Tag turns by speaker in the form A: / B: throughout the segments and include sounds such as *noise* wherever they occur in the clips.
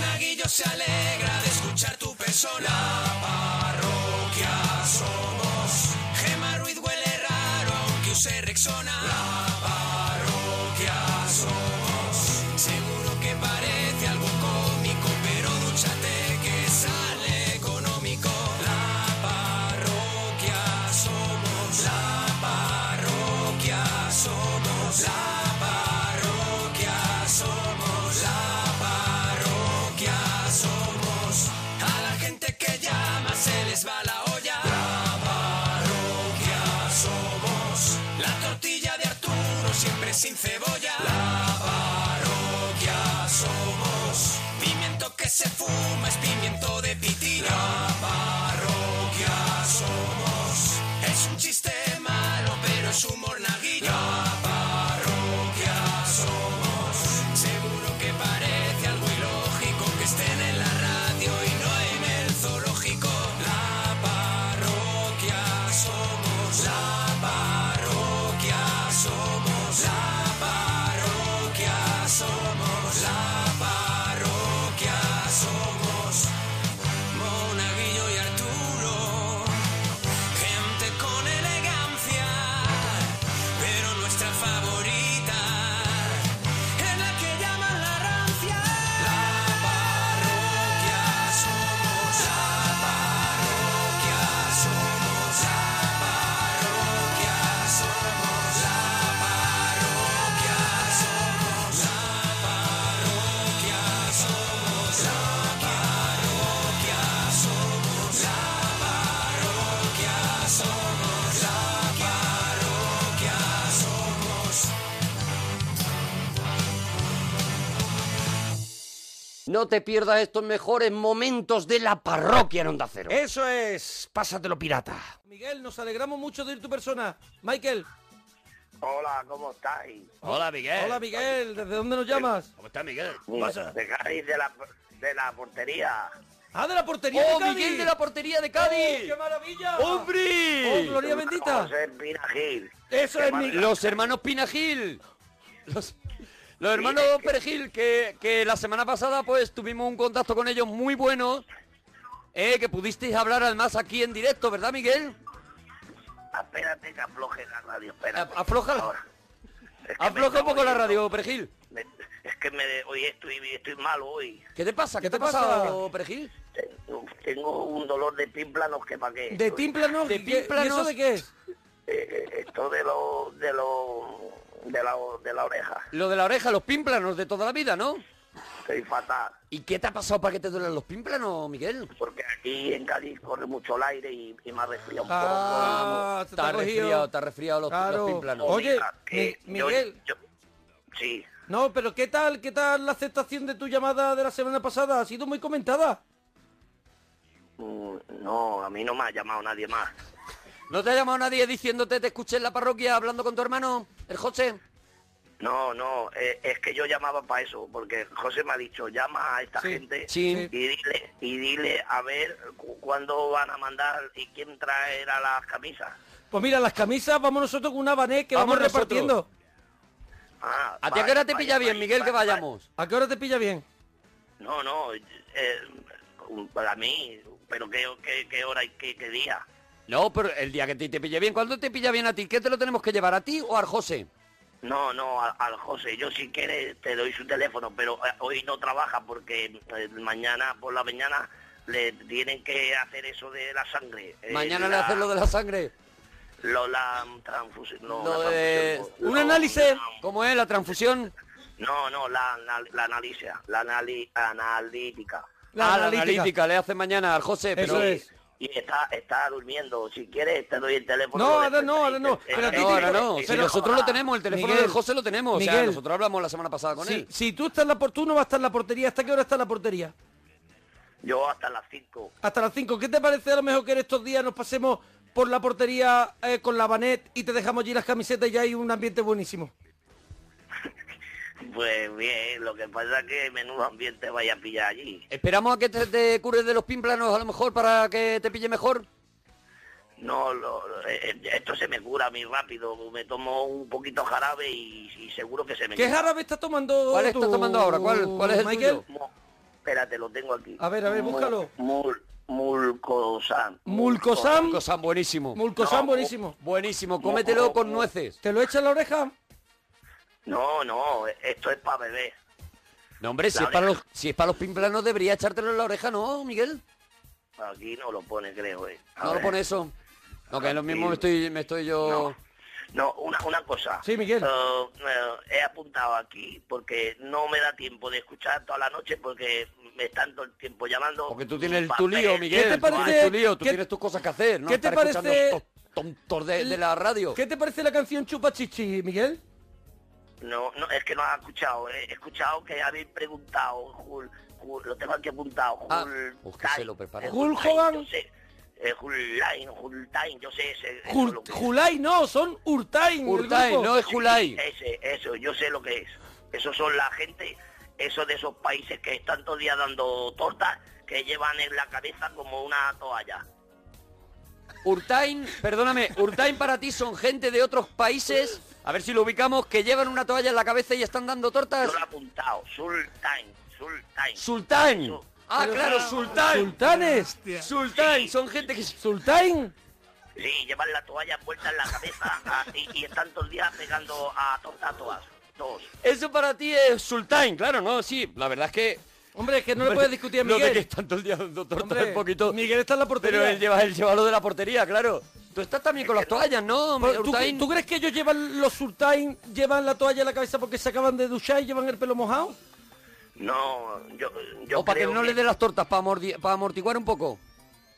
A: radio se alegra de escuchar tu persona. La parroquia somos. Gema Ruiz huele raro aunque use Rexona. La parroquia somos. Seguro que parece algo cómico, pero dúchate que sale económico. La parroquia somos. La parroquia somos. La parroquia somos. La parroquia somos. A la gente que llama se les va la olla. La parroquia somos. La tortilla de Arturo siempre sin cebolla. La parroquia somos. Pimiento que se fuma es pimiento de pitina. La parroquia somos. Es un chiste malo, pero es humor naguillo. La parroquia somos. Seguro que parece algo ilógico que estén en la radio y no en el zoológico. La parroquia somos. La parroquia somos. La parroquia somos. La parroquia somos. Monaguillo y Arturo. Gente con elegancia. Pero nuestra favorita. Es la que llaman la rancia. La parroquia somos, la parroquia somos, la parroquia somos, la parroquia somos, la parroquia somos, la parroquia somos, la parroquia somos, la parroquia somos.
B: No te pierdas estos mejores momentos de la parroquia en Onda Cero.
C: Eso es, pásatelo pirata.
D: Miguel, nos alegramos mucho de ir tu persona. Michael.
E: Hola, ¿cómo estáis?
C: Hola, Miguel.
D: Hola, Miguel. ¿Desde dónde nos llamas?
C: ¿Cómo estás, Miguel? ¿Qué
E: Mira,
C: pasa?
E: De Cádiz, de la, de la portería.
D: Ah, de la portería de
B: ¡Oh,
D: Cádiz.
B: Miguel de la portería de Cádiz!
D: ¡Oh, ¡Qué maravilla! ¡Oh,
B: ¡Hombre!
D: gloria bendita!
E: José Pina Gil.
D: Eso
E: Qué
D: es,
E: maravilla.
D: Miguel.
B: Los hermanos Pinagil. Los, los hermanos Perejil, que, que la semana pasada pues tuvimos un contacto con ellos muy bueno. eh, que pudisteis hablar además aquí en directo, ¿verdad, Miguel?
E: Espérate que afloje la radio, espérate.
B: A- aflójala.
E: Ahora. Es que me
B: Afloja un
E: estaba
B: poco la
E: oyendo.
B: radio, Perejil.
E: Me- es que me, hoy estoy, estoy malo hoy.
B: ¿Qué te pasa? ¿Qué,
D: ¿Qué
B: te,
D: te
B: pasa,
D: pasa?
B: Perejil?
E: Tengo- Tengo un dolor de tímpanos que para qué.
D: ¿eh? De
E: Estoy-
D: tímplanos.
B: De
D: ¿y qué- ¿Y eso
B: tímplanos.
D: de qué es?
E: eh, eh, Esto de los... De los... De la, de la oreja.
B: Lo de la oreja, los pimplanos de toda la vida, ¿no?
E: Estoy fatal.
B: ¿Y qué te ha pasado para que te duelen los pimplanos, Miguel?
E: Porque aquí en Cádiz corre mucho el aire y, y me ha resfriado un poco.
D: Ah, se te
B: Está
D: ha cogido.
B: resfriado, está resfriado los,
D: Claro.
B: los pimplanos.
D: Oye,
E: Mira, eh. que
D: Mi-
E: yo-
D: Miguel.
E: yo- sí.
D: No, pero ¿qué tal? ¿Qué tal la aceptación de tu llamada de la semana pasada? Ha sido muy comentada.
E: Mm, No, a mí no me ha llamado nadie más.
B: ¿No te ha llamado nadie diciéndote te escuché en la parroquia hablando con tu hermano, el José?
E: No, no, eh, es que yo llamaba para eso, porque José me ha dicho, llama a esta
D: Sí,
E: gente
B: sí.
E: y dile y dile a ver cu- cuándo van a mandar y quién traerá las camisas.
D: Pues mira, las camisas vamos nosotros con una vané que
B: Vamos
D: vamos,
B: nosotros.
D: repartiendo.
E: Ah,
B: ¿A ti
E: vale,
B: a qué hora te
E: vale,
B: pilla bien,
E: vale,
B: Miguel,
E: vale,
B: que
E: vale.
B: vayamos?
D: ¿A qué hora te pilla bien?
E: No, no, eh, un- para mí, pero qué, qué- qué hora y qué, qué día.
B: No, pero el día que te, te pille bien. ¿Cuándo te pilla bien a ti? ¿Qué te lo tenemos que llevar, a ti o al José?
E: No, no, a- al José, yo si quieres te doy su teléfono, pero eh, hoy no trabaja porque eh, mañana por la mañana le tienen que hacer eso de la sangre. eh,
B: Mañana le
E: la-
B: haces lo de la sangre.
E: Lo, la transfusión. No,
B: Lo
E: la
B: de-
E: transfusión,
B: un
E: no,
B: análisis.
E: no.
B: ¿Cómo es la transfusión?
E: No, no, la, la, la análisis, la anali- analítica.
D: La
B: ah, la
D: analítica.
B: analítica le hace mañana al José, pero...
D: Eso es.
E: Y está, está durmiendo. Si quieres, te doy el teléfono.
D: No,
E: de-
D: ahora no, ahora no.
E: Eh, eh,
D: Pero a ti
B: No,
D: te-
B: ahora no.
E: eh,
B: Si
D: pero-
B: nosotros lo tenemos, el teléfono
D: Ah, Miguel,
B: del José lo tenemos. o sea,
D: Miguel.
B: nosotros hablamos la semana pasada con
D: Si,
B: él.
D: si tú estás en la por- tú no vas a estar en la portería, ¿hasta qué hora está en la portería?
E: Yo hasta las 5.
D: Hasta las 5. ¿Qué te parece a lo mejor que en estos días nos pasemos por la portería eh, con la banet y te dejamos allí las camisetas y ya hay un ambiente buenísimo?
E: Pues bien, lo que pasa es que menudo ambiente vaya a pillar allí.
B: Esperamos a que te, te cures de los pimplanos a lo mejor para que te pille mejor.
E: No, lo- eh, eh, esto se me cura a mí rápido. Me tomo un poquito jarabe y, y seguro que se me
D: ¿Qué
E: quita.
D: jarabe estás tomando
B: ¿Cuál estás
D: tú,
B: tomando ahora? ¿Cuál- cuál es el
D: Michael? Ah.
B: tuyo?
E: Mo- Espérate, lo tengo aquí.
D: A ver, a ver,
E: Mul-
D: búscalo.
E: mul- mulcosan.
D: Mulcosan.
B: Mulcosan, buenísimo.
D: Mulcosan,
E: No,
D: buenísimo.
B: Buenísimo, cómetelo con nueces.
D: ¿Te lo echa en la oreja?
E: No, no, esto es para beber.
B: No, hombre, si
E: La
B: es, para los,
E: oreja.
B: si es para los pimplanos debería echártelo en la oreja, ¿no, Miguel?
E: Aquí no lo pone, creo. eh. A
B: No lo
E: ver.
B: pone eso. No, que es lo mismo me estoy, me estoy yo...
E: No, no, una, una cosa.
D: Sí, Miguel.
E: Eh, eh, he apuntado aquí porque no me da tiempo de escuchar toda la noche porque me están todo el tiempo llamando.
B: Porque tú tienes
E: Pa'
B: tu lío,
E: ver.
B: Miguel.
D: ¿Qué te
B: tú tienes
D: parece-
B: tu lío, tú
D: qué-
B: tienes tus cosas que hacer, ¿no?
D: qué te
B: Estar escuchando
D: parece-
B: estos Tontos de, de la radio.
D: ¿Qué te parece la canción Chupa Chichi, Miguel?
E: No, no, es que no has escuchado. eh. He escuchado que habéis preguntado, Jul, Jul- lo tengo aquí apuntado. Jul,
B: Ah, oh, que se
E: Tain,
B: lo prepara.
E: eh,
D: Jul
E: Tain,
D: Hogan.
E: yo sé. Eh, Jul Tain, Jul Tain, yo sé ese. eso
D: Jul-
E: lo que es.
D: Julay no, son Urtain. el
B: Urtain,
D: grupo.
B: no es Julay.
E: Ese, eso, yo sé lo que es. Esos son la gente, esos de esos países que están todo el día dando tortas, que llevan en la cabeza como una toalla.
B: Urtain, perdóname, Urtain para ti son gente de otros países, a ver si lo ubicamos, que llevan una toalla en la cabeza y están dando tortas.
E: Yo lo he apuntado, Sultain, Sultain.
B: Sultán.
E: Su-
B: Ah, claro, Sultán.
D: Sultanes.
B: Sultán, son gente que...
D: Sultain.
E: Sí, llevan la toalla envuelta en la cabeza así, y están todo el día pegando a tortas a todas. Todos.
B: Eso para ti es Sultán, claro, ¿no? Sí, la verdad es que...
D: Hombre, es que no le puedes discutir a
B: Lo de que
D: Miguel.
B: están todo el día dando tortas
D: Hombre,
B: es poquito...
D: Miguel está en la portería.
B: Pero él lleva, él lleva lo de la portería, claro. Tú estás también con las toallas, ¿no,
D: Pero, ¿tú,
B: Urtain?
D: ¿Tú crees que ellos llevan los Sultain, llevan la toalla en la cabeza porque se acaban de duchar y llevan el pelo mojado?
E: No, yo, yo
B: o para que
E: creo
B: no le dé las tortas, para, amordi- para amortiguar un poco.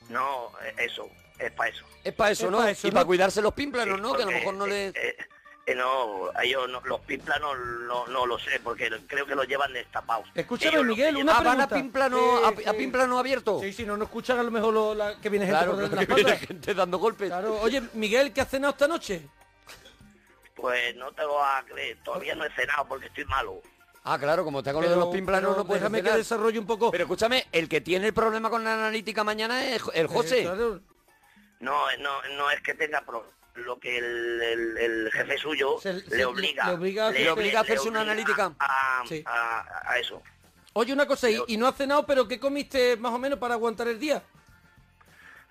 E: No, eh, eso, es para eso.
B: Es para eso,
D: Es
B: ¿no?
D: pa' eso,
B: y
D: ¿no?
B: para cuidarse los pímplanos,
E: Sí,
B: ¿no? Que a lo
E: porque,
B: mejor no le...
E: eh, eh, eh, no, a ellos no- los pimplanos no, no lo sé, porque creo que los llevan destapados.
D: Escúchame,
E: Ellos lo
D: Miguel,
E: que
D: una
B: ah, van a
D: pregunta.
B: pimplano,
D: Sí,
B: a, a
D: sí.
B: pimplano abierto.
D: Sí, si no, no escuchan a lo mejor lo- la- que viene gente
B: claro,
D: por
B: claro,
D: detrás
B: *laughs* que
D: de la
B: viene
D: espalda.
B: gente dando golpes.
D: Claro. Oye, Miguel, ¿qué has cenado esta noche?
E: llevan- Pues no te lo vas a creer, todavía no he cenado porque estoy malo.
B: Ah, claro, como está con lo de
D: Pero-
B: los pimplanos
D: pero
B: no puedes
D: Déjame
B: cenar.
D: que desarrolle un poco.
B: Pero escúchame, el que tiene el problema con la analítica mañana es el José.
D: Eh, claro.
E: No, eh, no, no es que tenga pro lo que el, el- el jefe suyo
D: Se- se-
E: le obliga.
D: le obliga a hacer-
B: Le obliga a hacerse una
E: obliga
B: analítica.
E: A,
D: Sí.
E: a- a eso.
D: Oye, una cosa, y, y no has cenado, pero ¿qué comiste más o menos para aguantar el día?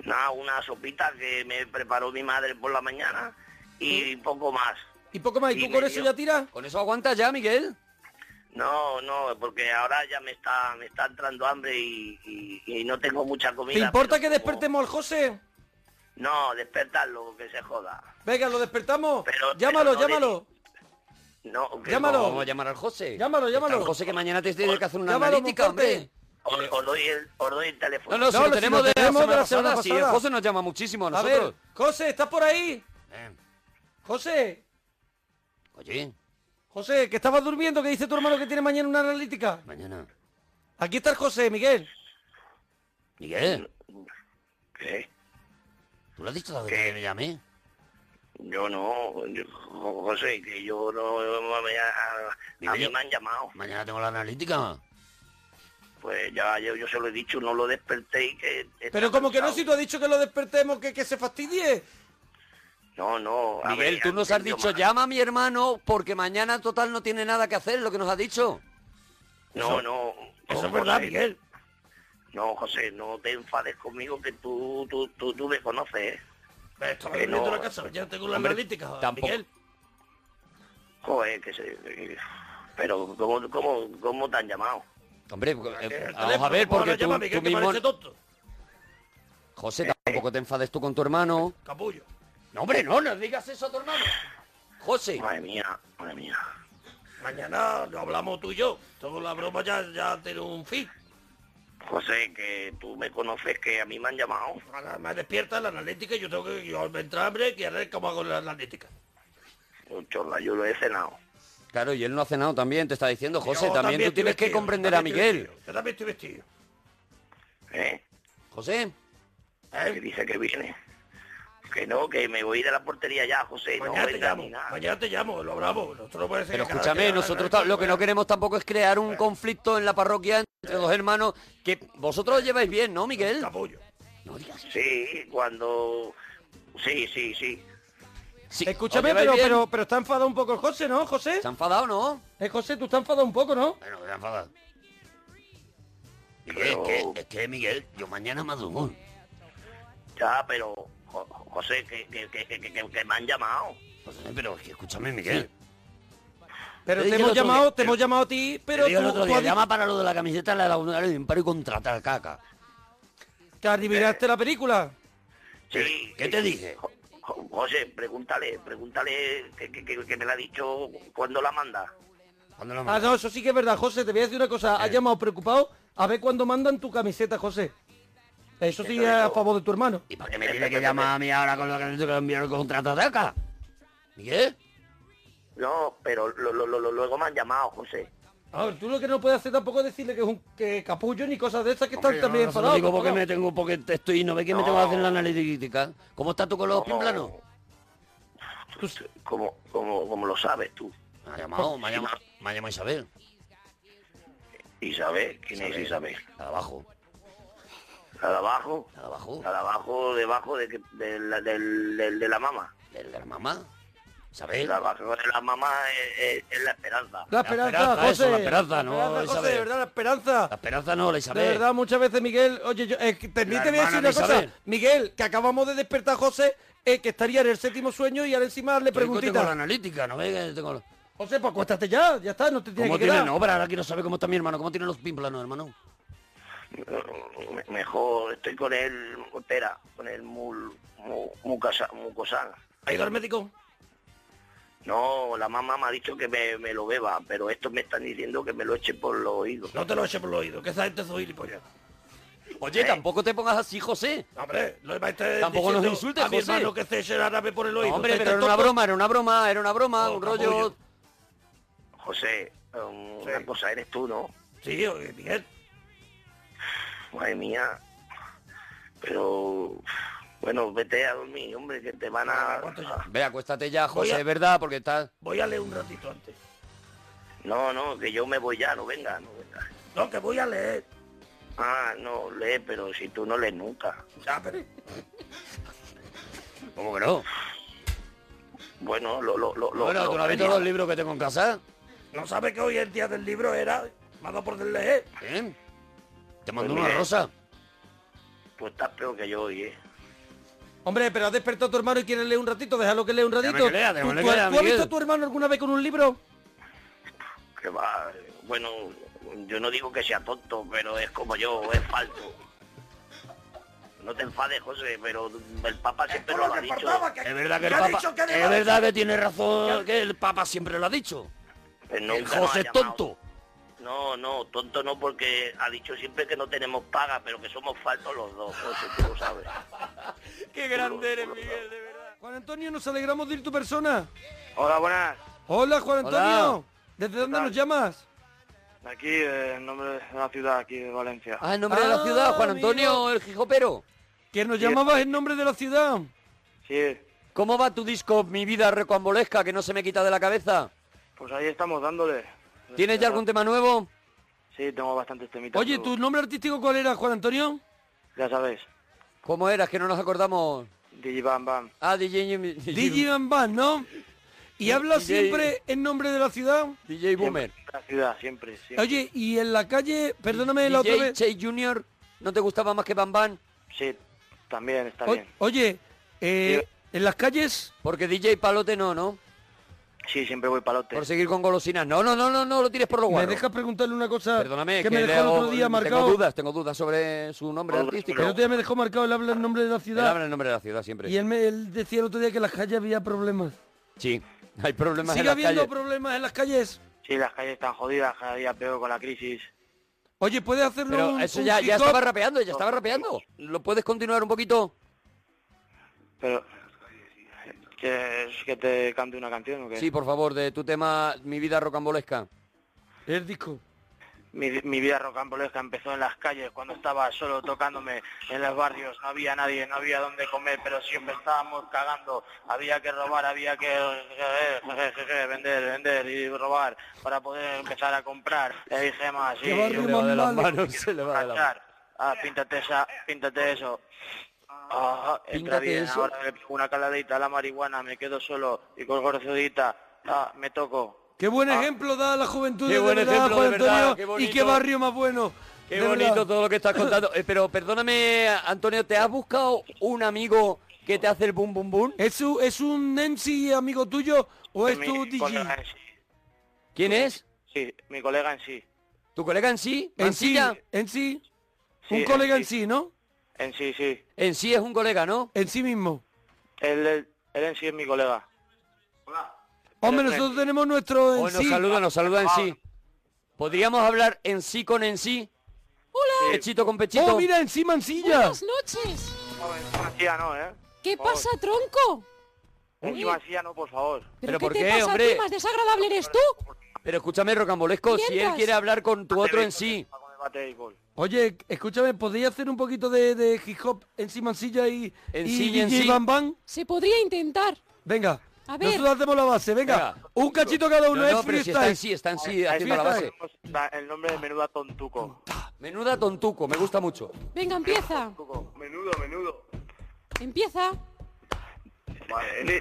E: Nada, una sopita que me preparó mi madre por la mañana y poco más.
D: Y poco más, ¿y
E: Sí,
D: tú con
E: me
D: eso
E: dio.
D: ya tiras?
B: Con eso aguanta ya, Miguel.
E: No, no, porque ahora ya me está, me está entrando hambre y, y- y no tengo mucha comida.
D: ¿Te importa
E: pero
D: que
E: como-
D: despertemos al José?
E: No, despertarlo, que se joda.
D: Venga, lo despertamos.
E: Pero-
D: llámalo,
E: pero no le-
D: llámalo.
E: No, que-
D: Llámalo.
B: Vamos a llamar al José.
D: Llámalo,
B: Está
D: llámalo.
B: el José que mañana te tiene que hacer una
D: Llámalo,
B: analítica,
D: Monforte.
B: hombre.
E: Os, os doy el, os doy el
B: No,
E: teléfono.
B: no,
D: No,
B: si lo
D: si
B: tenemos,
D: lo
B: de, la
D: tenemos
B: semana pasada, si el
D: pasada.
B: José nos llama muchísimo a
D: A
B: nosotros.
D: ver, José, ¿estás por ahí? José,
B: Oye,
D: José, que estabas durmiendo, que dice tu hermano que tiene mañana una analítica.
B: mañana.
D: Aquí está el José, Miguel.
B: Miguel,
E: ¿Qué?
B: ¿tú le has dicho a David que me llame?
E: Yo no, yo- José, que yo no me- a, a
B: Digo
E: mí
B: yo.
E: me han llamado.
B: Mañana tengo la analítica.
E: Pues ya yo, yo se lo he dicho, no lo desperté y que...
D: Pero como que no, si
E: si
D: tú has dicho que lo despertemos, que, que se fastidie.
E: No, no. a
B: Miguel,
E: ver,
B: tú nos has
E: entendido
B: dicho,
E: mal.
B: llama a mi hermano porque mañana total no tiene nada que hacer, lo que nos ha dicho.
E: No, no.
D: Eso
E: no,
D: es verdad,
E: José.
D: Miguel.
E: No, José, no te enfades conmigo que tú, tú, tú, tú me conoces. ¿eh?
D: Estaba
E: Que
D: durmiendo
E: no.
D: la casa, ya tengo la
B: Hombre,
D: analítica. joder,
B: tampoco.
D: Miguel.
E: Joder, que se... que- Pero, ¿cómo, cómo, cómo te han llamado?
B: Hombre, eh,
D: Eh, el
B: vamos a
D: teléfono,
B: ver,
D: ¿cómo
B: porque
D: lo llama
B: tú,
D: Miguel,
B: tú
D: que
B: mismo...
D: parece tonto?
B: José,
D: Eh.
B: tampoco te enfades tú con tu hermano.
D: Capullo.
B: No, hombre, no, no digas eso a tu hermano. José,
E: Madre mía, madre mía.
D: Mañana lo hablamos tú y yo. Toda la broma ya, ya tiene un fin.
E: José, que tú me conoces, que a mí me han llamado.
D: Ahora me despierta la analítica y yo tengo que yo me entra hambre y ahora es como hago la analítica.
E: Un Chorla, yo lo he cenado.
B: claro, y él no ha cenado también, te está diciendo, José,
D: Yo
B: también, tú
D: estoy
B: tienes que
D: vestido,
B: comprender a
D: también estoy
B: Miguel.
D: vestido, Yo también estoy vestido.
E: ¿eh?
B: José,
D: ¿Eh?
E: Que dice que viene. Que no, que me voy de la portería ya, José.
D: Mañana
E: no
D: te
E: venga
D: llamo,
E: ni nada.
D: mañana te llamo, lo hablamos. Nosotros no puede ser
B: pero
D: que cada vez
B: escúchame,
D: que Eh.
B: nosotros
D: la-
B: ta- lo que no queremos tampoco es crear un conflicto en la parroquia entre dos hermanos que vosotros os lleváis bien, ¿no, Miguel?
D: Capullo.
B: No digas eso.
E: Sí, cuando... Sí, sí, sí.
B: Sí, os
D: Escúchame,
B: lleváis
D: pero,
B: bien.
D: pero, pero está enfadado un poco el José, ¿no, José?
B: ¿Se ha enfadado, no?
D: Eh, José, tú estás enfadado un poco, ¿no?
B: Bueno, me ha enfadado. Che, Miguel, yo mañana madrugo.
E: Ya, pero, Jo- José, que, que, que, que- que- que me han llamado.
B: Pero es que escúchame, Miguel.
D: Pero
B: Te
D: te
B: dije el
D: hemos
B: otro
D: llamado,
B: día,
D: te
B: pero-
D: hemos llamado a ti, pero
B: Te digo el
D: tú-
B: otro
D: tú
B: día,
D: has di-
B: llama para lo de la camiseta la de la unidad de Imparo y contrata al caca.
D: te adivinaste la película.
E: Sí.
B: ¿Qué te dije?
E: Jo- José, pregúntale, pregúntale que, que- que- que me la ha dicho cuando la manda.
B: ¿Cuándo lo
D: Ah,
B: mandas?
D: no, eso sí que es verdad, José. Te voy a decir una cosa. Has llamado preocupado a ver cuándo mandan tu camiseta, José. Eso sí
E: Eso
D: es a
E: digo.
D: favor de tu hermano.
B: ¿Y para qué me tiene que llamar a mí ahora con la camiseta que enviaron el contrato al caca? ¿Miguel?
E: No, pero lo- lo- lo- lo- luego me han llamado, José.
D: A ver, tú lo que no puedes hacer tampoco es decirle que es un que capullo ni cosas de esas que
B: Hombre,
D: están
B: yo
D: también
B: no, no se lo
D: enfadados.
B: digo porque
D: enfadados.
B: me tengo, porque te estoy, no ve que me
E: No.
B: tengo que hacer la analítica. ¿Cómo estás tú con los timplanos?
E: Tú- Como, como, como lo sabes tú.
B: Pues, Me ha llamado, me ha llamado, me ha llamado Isabel.
E: Isabel, ¿quién es Isabel?
B: La de abajo,
E: La de abajo,
B: la de abajo,
E: la de abajo, debajo de, que- de la, del- del- de la mamá.
B: la de la mamá. Isabel.
E: La abajo de la mamá es, es- es la esperanza.
D: La esperanza,
B: esperanza,
D: José.
B: eso, la esperanza, no,
D: Esperanza, José,
B: Isabel.
D: de verdad, la esperanza.
B: La esperanza no, la
D: De
B: Isabel.
D: verdad, muchas veces, Miguel, oye, yo, eh, que te,
B: La
D: te voy a decir
B: hermana de
D: una cosa.
B: Isabel.
D: Miguel, que acabamos de despertar a José, eh, que estaría en el séptimo sueño y ahora encima le
B: Estoy con-
D: preguntita.
B: Tengo la analítica, no ve que tengo la-
D: José, pues acuéstate ya, ya está, no te tienes
B: ¿Cómo
D: que
B: tiene?
D: quedar.
B: No, pero ahora quiero saber cómo está mi hermano, cómo tiene los pimplanos, hermano.
E: Me- Mejor estoy con el Otera, con el mul, mu, mucasa- mucosán.
D: ¿Ha ido al médico?
E: No, la mamá me ha dicho que me, me lo beba, pero estos me están diciendo que me lo eche por los oídos.
D: No te lo eches por los oídos, que esa gente es gilipollas.
B: Oye, tampoco te pongas así, José.
D: Hombre, no me estés
B: Tampoco nos
D: diciendo
B: insultes,
D: a mi
B: José.
D: hermano que se eche la nave por el
B: No,
D: oído.
B: hombre,
D: Este
B: pero era una
D: tonto-
B: broma, era una broma, era una broma,
D: No,
B: un rollo.
D: capullo.
E: José, um, una cosa eres tú, ¿no?
D: Sí, oye, Miguel.
E: Madre mía. Pero, bueno, vete a dormir, hombre, que te van a...
D: ¿Cuánto ya?
B: Ve, acuéstate ya,
D: Voy
B: José,
D: a-
B: es verdad, porque estás.
D: Voy a leer un ratito antes.
E: No, no, que yo me voy ya, no venga, no venga.
D: No, que voy a leer.
E: Ah, no, lee, pero si tú no lees nunca.
D: Ya, pero...
B: ¿Cómo que no?
E: Bueno, lo... lo, lo, lo-
B: Bueno,
E: lo-
B: ¿tú no has visto los libros que tengo en casa?
D: ¿No sabes que hoy el día del libro era? Me ha dado por leer.
B: ¿Eh? Te mando
E: Pues
B: una
E: mira.
B: rosa.
E: Tú
F: Pues
E: estás peor que yo hoy, ¿eh?
D: Hombre, pero has despertado a tu hermano y quieres leer un ratito, déjalo que lea un ratito.
B: Déjame que lea, déjame
D: ¿Tú,
B: que
D: tú has-
B: lea,
D: tú has
B: Miguel.
D: visto a tu hermano alguna vez con un libro?
E: Que va... eh, Bueno, yo no digo que sea tonto, pero es como yo, es falto. No te enfades, José, pero el Papa siempre lo ha dicho.
B: Es verdad que el Papa. Es verdad que tiene razón, que el Papa siempre lo ha dicho.
F: Pues
E: Eh, nunca
B: El
E: nos ha
B: José es
E: llamado.
B: tonto.
E: No, no, tonto no, porque ha dicho siempre que no tenemos paga, pero que somos faltos los dos, José, tú lo sabes.
D: Qué
E: grande eres, Miguel,
D: de verdad. Juan Antonio, nos alegramos de ir tu persona.
F: Hola, buenas.
D: Hola, Juan
B: Hola.
D: Antonio. ¿Desde dónde
F: tal?
D: nos llamas?
F: Aquí, eh, en nombre de la ciudad, aquí de Valencia.
B: Ah, el nombre de la
D: Ah,
B: ciudad, Juan
D: amigo.
B: Antonio, el Gijopero.
D: Que nos llamabas en nombre de la ciudad.
F: Sí,
B: ¿Cómo va tu disco Mi vida recambolesca que no se me quita de la cabeza?
F: pues ahí estamos dándole.
B: ¿Tienes ya algún tema nuevo?
F: Sí, tengo bastantes temitas.
D: Oye,
F: pero
D: ¿tu nombre artístico cuál era, Juan Antonio?
F: Ya sabes,
B: ¿Cómo eras? Que no nos acordamos.
F: DJ Bam Bam.
B: Ah, DJ... Jimmy-
D: DJ Van Van, ¿no? Y habla
B: DJ.
D: siempre en nombre de la ciudad.
B: DJ Boomer.
F: La ciudad, siempre, siempre.
D: Oye, y en la calle, perdóname la otra
B: DJ
D: vez.
B: Che Junior, ¿no te gustaba más que Bam Bam?
F: Sí, también, está
D: O-
F: bien.
D: oye, eh,
F: Sí.
D: en las calles,
B: Porque DJ Palote no, ¿no?
F: Sí, siempre voy palote.
B: Por seguir con golosinas. No, no, no, no, no lo tires por los
D: ¿me
B: guarros.
D: dejas preguntarle una cosa
B: Perdóname,
D: que, me
B: le
D: dejó el
B: hago-
D: otro día
B: Tengo
D: marcado?
B: dudas, tengo dudas sobre su nombre
F: Hombre,
B: artístico.
D: El otro día me dejó marcado, él habla el nombre de la
B: Él habla
D: ciudad.
B: el nombre de la ciudad siempre.
D: Y él, me, él decía el otro día que en las calles había problemas.
B: Sí, *laughs* hay problemas en
D: ¿Sigue
B: las
D: habiendo
B: calles.
D: problemas en las calles?
F: Sí, las calles están jodidas, cada día peor con la crisis.
D: Oye, ¿puedes hacerlo
B: Pero
D: un,
B: eso
D: un
B: ya, ya
D: pick-up?
B: estaba rapeando, ya estaba rapeando. ¿Lo puedes continuar un poquito?
F: Pero... ¿Quieres que te cante una canción o qué?
B: Sí, por favor, de tu tema Mi vida rocambolesca.
D: El disco.
F: Mi, mi vida rocambolesca empezó en las calles cuando estaba solo tocándome en los barrios. No había nadie, no había dónde comer, pero siempre estábamos cagando. Había que robar, había que eh, eh, eh, vender, vender y robar para poder empezar a comprar. Y dije más,
D: Qué barrio
B: Se le va de las
D: Malo.
B: manos, se le va de las manos.
F: Ah, píntate esa, píntate eso. Ah, entra
B: Píntate
F: bien,
B: eso.
F: ahora le pego una caladita a la marihuana, me quedo solo y con gordita. Ah, me toco.
D: Qué buen
F: Ah.
D: ejemplo da la juventud
B: Qué
D: de
B: buen
D: verdad,
B: ejemplo,
D: Juan
B: de verdad,
D: Antonio,
B: qué
D: y qué
B: bonito.
D: barrio más bueno.
C: Qué
D: De
C: bonito
D: verdad.
C: todo lo que estás contando. Eh, pero perdóname, Antonio, ¿te has buscado un amigo que te hace el bum bum bum?
D: ¿Es, un- ¿Es un Nancy amigo tuyo o es
F: Mi
D: tu DJ?
F: colega en sí,
C: ¿Quién es?
F: sí, mi colega en sí.
C: ¿Tu colega en sí?
D: En sí,
C: ¿Mansilla?
D: en sí.
F: Sí,
D: un
F: en
D: colega en
F: sí.
D: sí, ¿no?
F: En sí, sí.
C: En sí es un colega, ¿no?
D: En sí mismo.
F: Él, él- él en sí es mi colega.
D: Hombre,
F: Pero-
D: nosotros tenemos nuestro en
C: Hoy nos
D: sí. Ah,
C: saluda, nos saluda en sí.
F: Ah.
C: ¿Podríamos hablar en sí con en sí?
B: Eh,
F: Sí.
C: Pechito con pechito.
D: Oh, mira, en sí Mansilla.
G: Buenas noches.
F: Joder, Masía no, ¿eh?
G: ¿Qué
C: Oh.
F: Por favor.
G: pasa, tronco?
F: Y Masía no, por favor.
C: ¿Pero
G: ¿Pero,
C: por
G: qué
C: qué,
G: te pasa a
C: hombre?
G: ti? ¿Más desagradable eres tú?
C: Pero escúchame, Rocambolesco, si él
G: Mientras.
C: quiere hablar con tu otro en sí.
F: Con el bate de béisbol.
D: Oye, escúchame, ¿podría hacer un poquito de, de hip hop en sí Mansilla y,
C: En
D: y
C: sí y en
D: DJ
C: sí.
D: Bam Bam?
G: Se podría intentar.
D: Venga.
G: A ver.
D: Nosotros hacemos la base, venga.
C: Venga.
D: Un cachito cada
C: No,
D: uno,
C: no,
D: es
C: pero si está en
D: freestyle.
C: sí, está en sí,
F: Ahí
C: haciendo la
F: está,
C: base.
F: tenemos la- El nombre de menuda tontuco.
C: Menuda tontuco, me gusta mucho.
G: Venga, empieza.
F: Tontuco, Menudo, menudo.
G: Empieza.
F: Ni-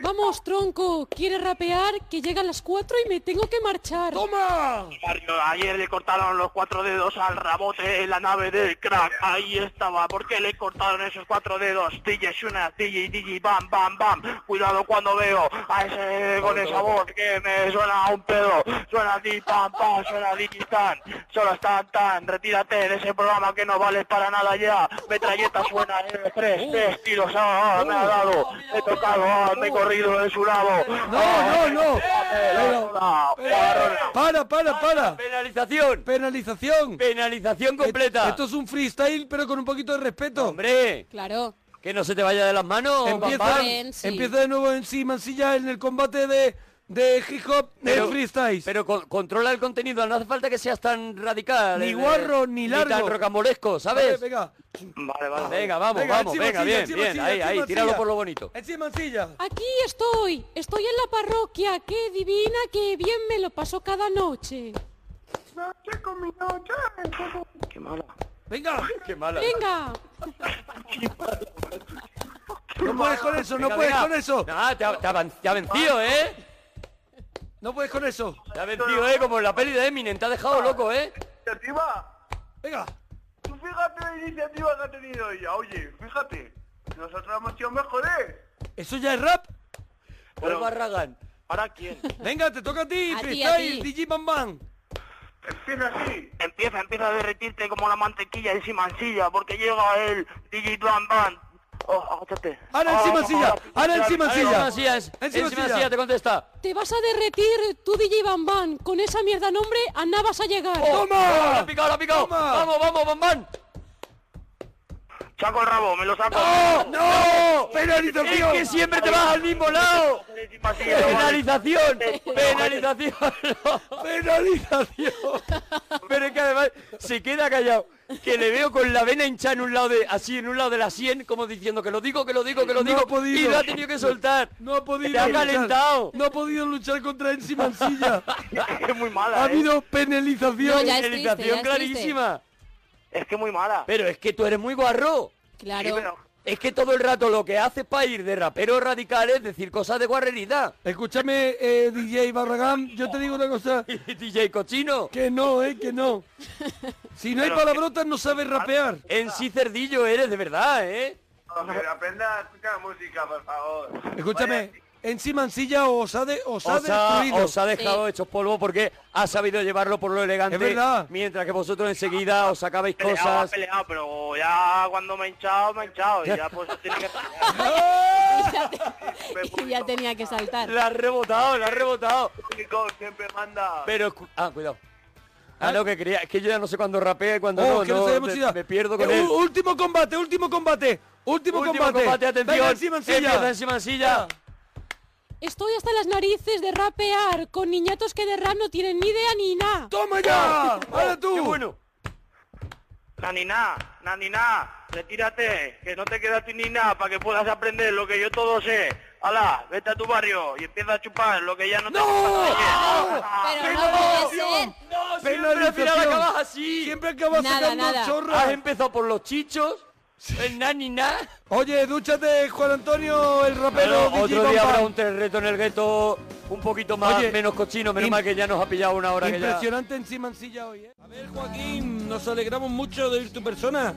G: Vamos, tronco. ¿Quieres rapear? Que llegan las cuatro y me tengo que marchar.
D: ¡Toma!
F: Mario, Ayer le cortaron los cuatro dedos al rabote en la nave del crack. Ahí estaba. ¿Por qué le cortaron esos cuatro dedos? DJ Shuna, DJ, DJ, bam, bam, bam. Cuidado cuando veo a ese con esa voz que me suena a un pedo. Suena di pam, pam, suena DJ tan. Solo están tan. Retírate de ese programa que no vale para nada ya. Metralleta suena en tres, tres tiros. Ah, ah, me ha dado. He tocado, ah, me he corrido de su lado.
D: No, no,
F: Eh,
D: no.
F: Ah, guarrona.
D: Para, para, para.
C: Penalización,
D: Penalización.
C: penalización completa.
D: Esto es un freestyle, pero con un poquito de respeto.
C: Hombre,
G: Claro.
C: que no se te vaya de las manos.
D: Empieza,
C: papá.
G: Bien, sí.
D: empieza de nuevo en sí Mansilla en el combate de, de hip hop de
C: Pero-
D: freestyles.
C: Pero con- controla el contenido, no hace falta que seas tan radical.
D: Ni
C: eh,
D: guarro, ni largo.
C: tan rocambolesco,
D: Vale,
C: ¿sabes?
D: venga.
F: Vale, vale.
C: Venga, vamos,
D: Venga,
C: vamos,
D: encima,
C: venga,
D: encima,
C: bien,
D: encima,
C: bien,
D: encima,
C: ahí, ahí,
D: encima,
C: tíralo
D: encima.
C: por lo bonito.
D: Encima Mansilla.
G: Aquí estoy. Estoy en la parroquia. Qué divina, qué bien me lo paso cada noche.
F: Qué mala.
D: Venga.
C: Qué mala.
G: Venga.
D: No puedes con eso, no puedes con eso. Ah.
C: Nah, te, ha, te ha van- te ha vencido, ¿eh?
D: No puedes con eso. Ah.
C: Te ha vencido, ¿eh? Como en la peli de Eminem, te ha dejado loco, ¿eh?
E: iniciativa,
D: Venga.
E: tú fíjate la iniciativa que ha tenido ella, oye, fíjate, nosotros hemos sido mejores.
D: ¿Eso ya es rap?
C: Por Barragán.
F: ¿Ahora quién?
D: Venga, te toca a ti,
G: A ti,
D: freestyle,
G: a ti.
D: DJ Bam Bam.
E: Empieza así,
F: Empieza, empieza a derretirte como la mantequilla en mansilla, porque llega el DJ Bam Bam. Oh, agáchate.
D: Ahora en sí, Mansilla. Ahora en sí,
C: A ver,
D: Mansilla.
C: encima silla, es-
D: Encima
C: encima
D: silla.
C: silla, te contesta.
G: Te vas a derretir, tú DJ Bam Bam. Con esa mierda nombre, a nada vas a llegar.
D: ¡Toma!
C: ¡La ha picado, la ha picado!
D: Toma.
C: ¡Vamos, vamos, bombán!
F: Saco el rabo, me lo saco.
C: ¡No!
D: ¡Penalización!
C: ¡Es que siempre te vas al mismo lado!
F: Encima
C: *laughs*
F: Mansilla, no vale.
C: ¡Penalización! ¡Penalización! ¡Penalización! Pero es que además se queda callado. Que le veo con la vena hinchada en un lado de, así, en un lado de la sien, como diciendo que lo digo, que lo digo, que lo
D: No
C: digo.
D: ha podido.
C: Y lo ha tenido que soltar.
D: No ha podido
C: Te ha
D: luchar.
C: calentado.
D: No ha podido luchar contra Ensi
C: *laughs*
D: Mansilla.
F: Es muy
D: ha
F: mala, ¿eh?
D: habido penalización.
G: No, ya es triste, ya
C: Penalización
G: es triste.
C: clarísima.
F: Es que muy mala.
C: Pero es que tú eres muy guarro.
F: Sí,
G: Claro.
F: pero-
C: Es que todo el rato lo que haces para ir de rapero radical es decir cosas de guarrería.
D: Escúchame, eh, DJ Barragán, yo te digo una
C: *laughs*
D: cosa.
C: DJ Cochino.
D: Que no, eh, que
G: *laughs*
D: no. Si no hay palabrotas, no sabes rapear.
C: En sí cerdillo eres de verdad, ¿eh?
E: que aprenda a escuchar música, por favor.
D: Escúchame, Ensi Mansilla os ha, de- os ha
C: Os ha,
D: destruido.
C: os ha dejado hechos polvo porque ha sabido llevarlo por lo elegante.
D: Es verdad.
C: Mientras que vosotros enseguida os sacabais
F: Peleado, ha
C: cosas.
F: peleado, pero ya cuando me he hinchado, me he hinchado. Y ya pues
C: *laughs*
F: tiene que pelear.
C: ¡Ah!
G: *laughs*
H: *laughs*
G: ya tenía que saltar.
C: La has rebotado, la has rebotado.
E: Público siempre manda.
C: Pero escu- ah, cuidado. Ah, no, que quería, es que yo ya no sé cuándo rapea y cuándo
D: Oh,
C: no,
D: que no
C: no,
D: sabemos
C: te-
D: si da-
C: me pierdo con
D: Eh,
C: él.
D: ú- Último combate, último combate. Último,
C: Último combate, atención.
D: Venga, Ensi Mansilla.
C: Empieza encima en silla.
G: Estoy hasta las narices de rapear con niñatos que de rap no tienen ni idea ni nada.
D: ¡Toma ya!
G: *laughs*
D: ¡Ahora tú!
C: Qué bueno.
F: Nanina, nanina, retírate, que no te queda tu ni nada para que puedas aprender lo que yo todo sé. Hala, vete a tu barrio y empieza a chupar lo que ya no, te
G: Pero no puede ser.
C: No,
I: Ah.
D: Penalización.
C: siempre al final acabas así.
D: Siempre acabas
G: Nada,
D: sacando
G: nada.
D: chorras.
C: Has empezado por los chichos, ni nada.
D: Oye, dúchate, Juan Antonio, el rapero.
C: Bueno,
D: DJ
C: otro día
D: Compa.
C: habrá un terreto en el gueto un poquito más,
D: Oye,
C: menos cochino, menos
D: im-
C: mal que ya nos ha pillado una hora que ya...
D: Impresionante encima en silla hoy, ¿eh? A ver, Joaquín, nos alegramos mucho de oír tu persona.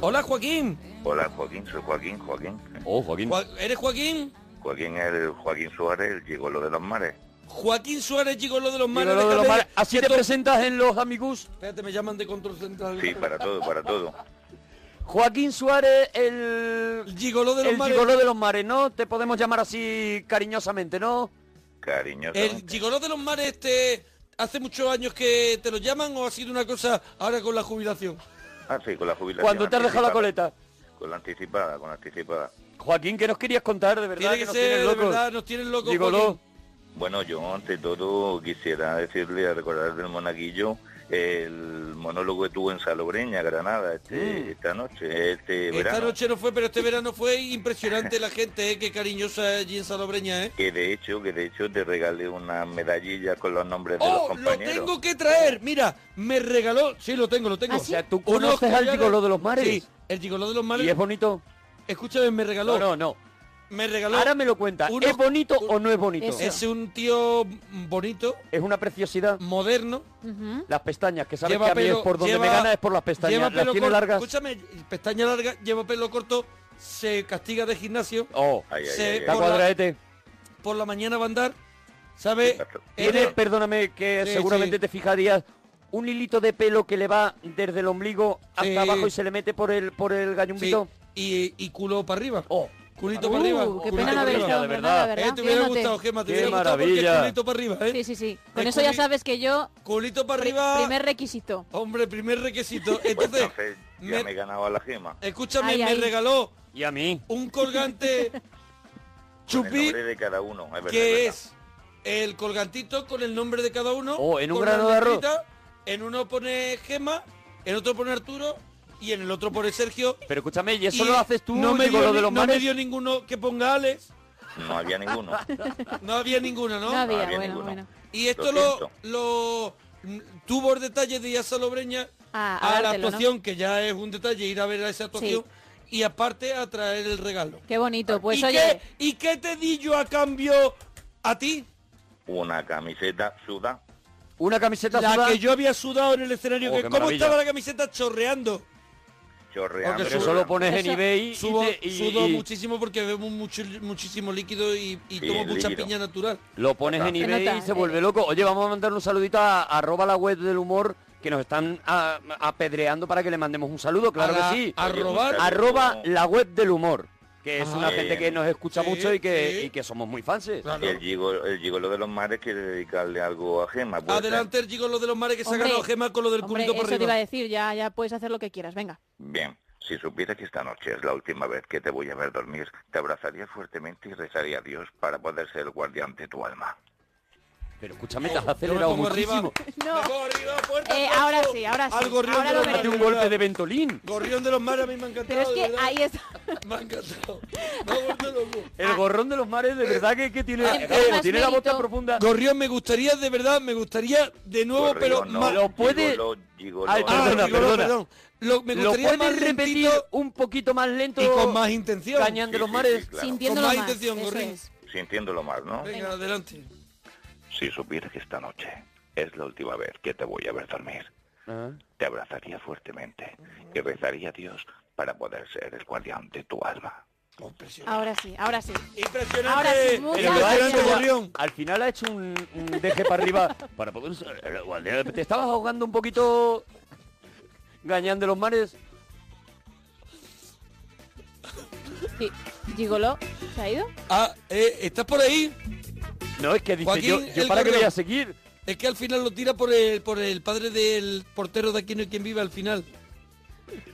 D: Hola, Joaquín.
J: Hola Joaquín, soy Joaquín, Joaquín.
C: Oh, Joaquín.
D: Joa- ¿Eres Joaquín?
J: Joaquín es el Joaquín Suárez, el gigolo de los mares.
D: Joaquín Suárez, chico, lo de los mares.
C: Gigolo de los
D: déjame-
C: mares. ¿Así te presentas en los amigos?
D: Espérate, me llaman de control central.
J: Sí, para todo, para todo.
C: Joaquín Suárez, el...
D: Gigoló de los
C: el
D: mares.
C: gigoló de los mares, ¿no? Te podemos llamar así cariñosamente, ¿no?
D: El
J: Cariñosamente.
D: gigoló de los mares, este, hace muchos años que te lo llaman o ha sido una cosa ahora con la jubilación.
J: Ah, sí, con la jubilación.
C: Cuando te has dejado la
J: anticipada.
C: coleta.
J: Con la anticipada, con la anticipada.
C: Joaquín, ¿qué nos querías contar, de verdad?
D: Tiene que
C: nos
D: ser,
C: tienes
D: de
C: locos.
D: verdad, nos tienen locos.
C: Gigoló.
D: Joaquín.
J: Bueno, yo ante todo quisiera decirle, a recordar del monaguillo, el monólogo que tuvo en Salobreña, Granada, este- esta noche, este
D: Esta
J: verano.
D: noche no fue, pero este verano fue impresionante la gente, ¿eh? qué cariñosa allí en Salobreña, ¿eh?
J: Que de hecho, que de hecho te regalé una medallilla con los nombres de los
D: ¡Oh, lo
J: compañeros.
D: tengo que traer! Mira, me regaló... Sí, lo tengo, lo tengo.
H: ¿Ah, sí? O sea,
C: ¿tú conoces
D: Unos
C: al gigoló de los mares?
D: Sí, el gigoló de los mares.
C: ¿Y es bonito?
D: Escúchame, me regaló.
C: No, no, no.
D: Me regaló...
C: Ahora me lo cuenta.
D: Uno-
C: ¿Es bonito o no es bonito?
H: Eso.
C: Es,
D: Es un tío bonito,
C: es una preciosidad.
D: moderno,
H: Ujú.
C: Las pestañas, que sabes
D: Lleva
C: que a mí
D: pelo-
C: es por donde
D: lleva-
C: me gana es por las pestañas.
D: lleva
C: las
D: pelo
C: tiene
D: corto.
C: largas.
D: Escúchame, pestaña larga, lleva pelo corto, se castiga de gimnasio,
C: Oh,
J: Ay, ay,
D: Se-
C: está
J: ay, ay.
D: Eh,
C: este.
D: por la-
C: cuadraete.
D: por la mañana va a andar, ¿sabe?
C: Tiene,
D: Eres-
C: perdóname, que
D: Sí,
C: seguramente
D: sí.
C: te fijarías, un hilito de pelo que le va desde el ombligo hasta
D: Sí.
C: abajo y se le mete por el por el
D: sí,
C: gallumbito.
D: y, y culo para arriba.
C: Oh,
D: Culito
H: Uh,
D: para arriba.
H: qué
D: culito
H: pena no
D: para
H: haber
C: maravilla,
D: arriba.
H: estado,
C: de
H: de
C: verdad.
H: verdad, de
D: Eh,
H: verdad.
D: te hubiera
H: Yo noté.
D: gustado, Gemma, te
C: Qué
D: hubiera gustado porque es
C: maravilla.
D: culito para arriba, ¿eh?
H: Sí, sí, sí.
D: Es
H: Con eso ya
D: culi-
H: sabes que yo...
D: Culito para
H: pri-
D: arriba,
H: Primer requisito.
D: hombre, primer requisito.
J: *laughs* Pues
D: Entonces,
J: entonces ya
D: me-
J: me... he ganado a la gema.
D: escúchame,
H: Ay,
D: me
H: ay.
D: regaló
C: y a mí.
D: un
H: *laughs*
D: colgante
J: Con el
D: chupí,
J: nombre de cada uno, es verdad,
D: que
J: verdad.
D: es el colgantito con el nombre de cada uno.
C: Oh, en un
D: con
C: grano
D: la
C: de arroz.
D: letrita, En uno pone Gema, en otro pone Arturo y en el otro pone Sergio.
C: Pero escúchame, ¿y eso
D: Y
C: lo haces tú?
D: no me,
C: digo,
D: dio,
C: lo
D: ni-
C: de los
D: no
C: mares?
D: me dio ninguno que ponga Alex.
J: No había ninguno.
D: No había ninguno, ¿no?
H: No había,
J: había
H: bueno,
J: ninguno.
H: bueno.
D: Y esto
J: Lo
D: lo,
J: siento.
D: lo mm, tuvo el detalle de ir a Salobreña a,
H: Ah, a
D: la
H: dártelo, ¿no?
D: actuación, que ya es un detalle ir a ver a esa actuación, y aparte a traer el regalo.
H: Qué bonito. Pues
D: ¿Y,
H: oye,
D: qué, ¿Y qué te di yo a cambio a ti?
J: Una camiseta suda.
C: Una camiseta
D: La
C: sudada.
D: que yo había sudado en el escenario.
C: Oh,
D: que
C: qué
D: ¿Cómo
C: maravilla.
D: estaba la camiseta chorreando?
J: chorreando.
D: Porque
C: Pero
J: chorreando.
C: eso lo pones en
H: Eso-
C: eBay y,
D: Subo,
C: te- y-
D: sudo
C: y
D: muchísimo porque bebo mucho- muchísimo líquido y, y
J: Sí,
D: tomo mucha
J: líquido.
D: piña natural.
C: lo pones en
H: Se
C: eBay
H: nota,
C: y se
H: eh.
C: vuelve loco. Oye, vamos a mandar un saludito a arroba la web del humor que nos están a- apedreando para que le mandemos un saludo, claro
D: a, la-
C: que sí.
D: a
J: Oye,
D: robar.
J: muchas-
C: Arroba la web del humor, que es
D: Ajá.
B: Ah,
C: una gente que nos escucha
D: Sí,
C: mucho y que,
D: sí.
C: y que somos muy fans.
D: Claro.
J: El gigolo, el gigolo de los mares quiere dedicarle algo a Gema. pues, puede ser.
D: Adelante el chico lo de los mares que se ha
H: Hombre,
D: ganado Gema con lo del
H: hombre,
D: culito
H: eso
D: por
H: te iba a
D: arriba.
H: decir. Ya, ya puedes hacer lo que quieras. Venga.
J: Bien, si supieras que esta noche es la última vez que te voy a ver dormir, te abrazaría fuertemente y rezaría a Dios para poder ser el guardián de tu alma.
C: Pero escúchame, te has
D: Yo me
C: acelerado
D: pongo
C: muchísimo.
D: arriba.
H: No.
D: Me pongo arriba, puerta,
H: Eh,
D: puerta.
H: ahora sí, ahora sí.
D: Al gorrión
H: Ahora
D: de
H: lo
D: los
C: Date
H: veremos.
C: un golpe de ventolín.
D: Gorrión de los mares a mí me ha encantado.
H: Pero es
D: de
H: que
D: verdad.
H: ahí está. *laughs*
D: Me ha encantado. Me ha vuelto loco.
C: El gorrón de los mares, de verdad que, que tiene,
H: Hay
C: como
H: más
C: tiene la bota
H: Ah. mérito.
C: profunda.
D: Gorrión me gustaría, de verdad, me gustaría de nuevo,
J: Corrido,
D: pero...
J: no,
D: más-
C: Lo puede-
J: gigolo, gigolo,
C: Ay,
J: no.
D: Ah,
C: Perdona,
D: Gigolo,
C: perdona.
D: perdón. Lo, me
C: ¿Lo
D: gustaría más
C: puedes repetir
D: lentito
C: un poquito más lento?
D: y con más intención.
C: Cañán de
J: Sí,
C: los
J: sí,
C: mares.
J: sí, claro.
H: Sintiéndolo
D: Con
H: más.
D: más intención,
H: eso
D: Gorrín.
H: es.
J: Sintiéndolo mal, ¿no?
D: Venga, adelante.
J: Si supieras que esta noche es la última vez que te voy a ver dormir,
C: Ah.
J: te abrazaría fuertemente y rezaría a Dios para poder ser el guardián de tu alma.
H: Ahora sí, ahora sí.
D: Impresionante.
H: Ahora sí,
C: eh,
H: muchas
C: Pero
H: gracias.
C: ha hecho-
D: impresionante, Gorrión.
C: Al final ha hecho un, un deje para *laughs* arriba para poder... Te estabas ahogando un poquito... Gañán de los mares.
H: Sí. Gigoló, ¿se ha ido?
D: Ah, eh, ¿estás por ahí?
C: No, es que dice,
D: Joaquín,
C: yo, yo
D: el
C: para que
D: gorrión.
C: voy a seguir.
D: Es que al final lo tira por el, por el padre del portero de aquí no hay quien vive al final.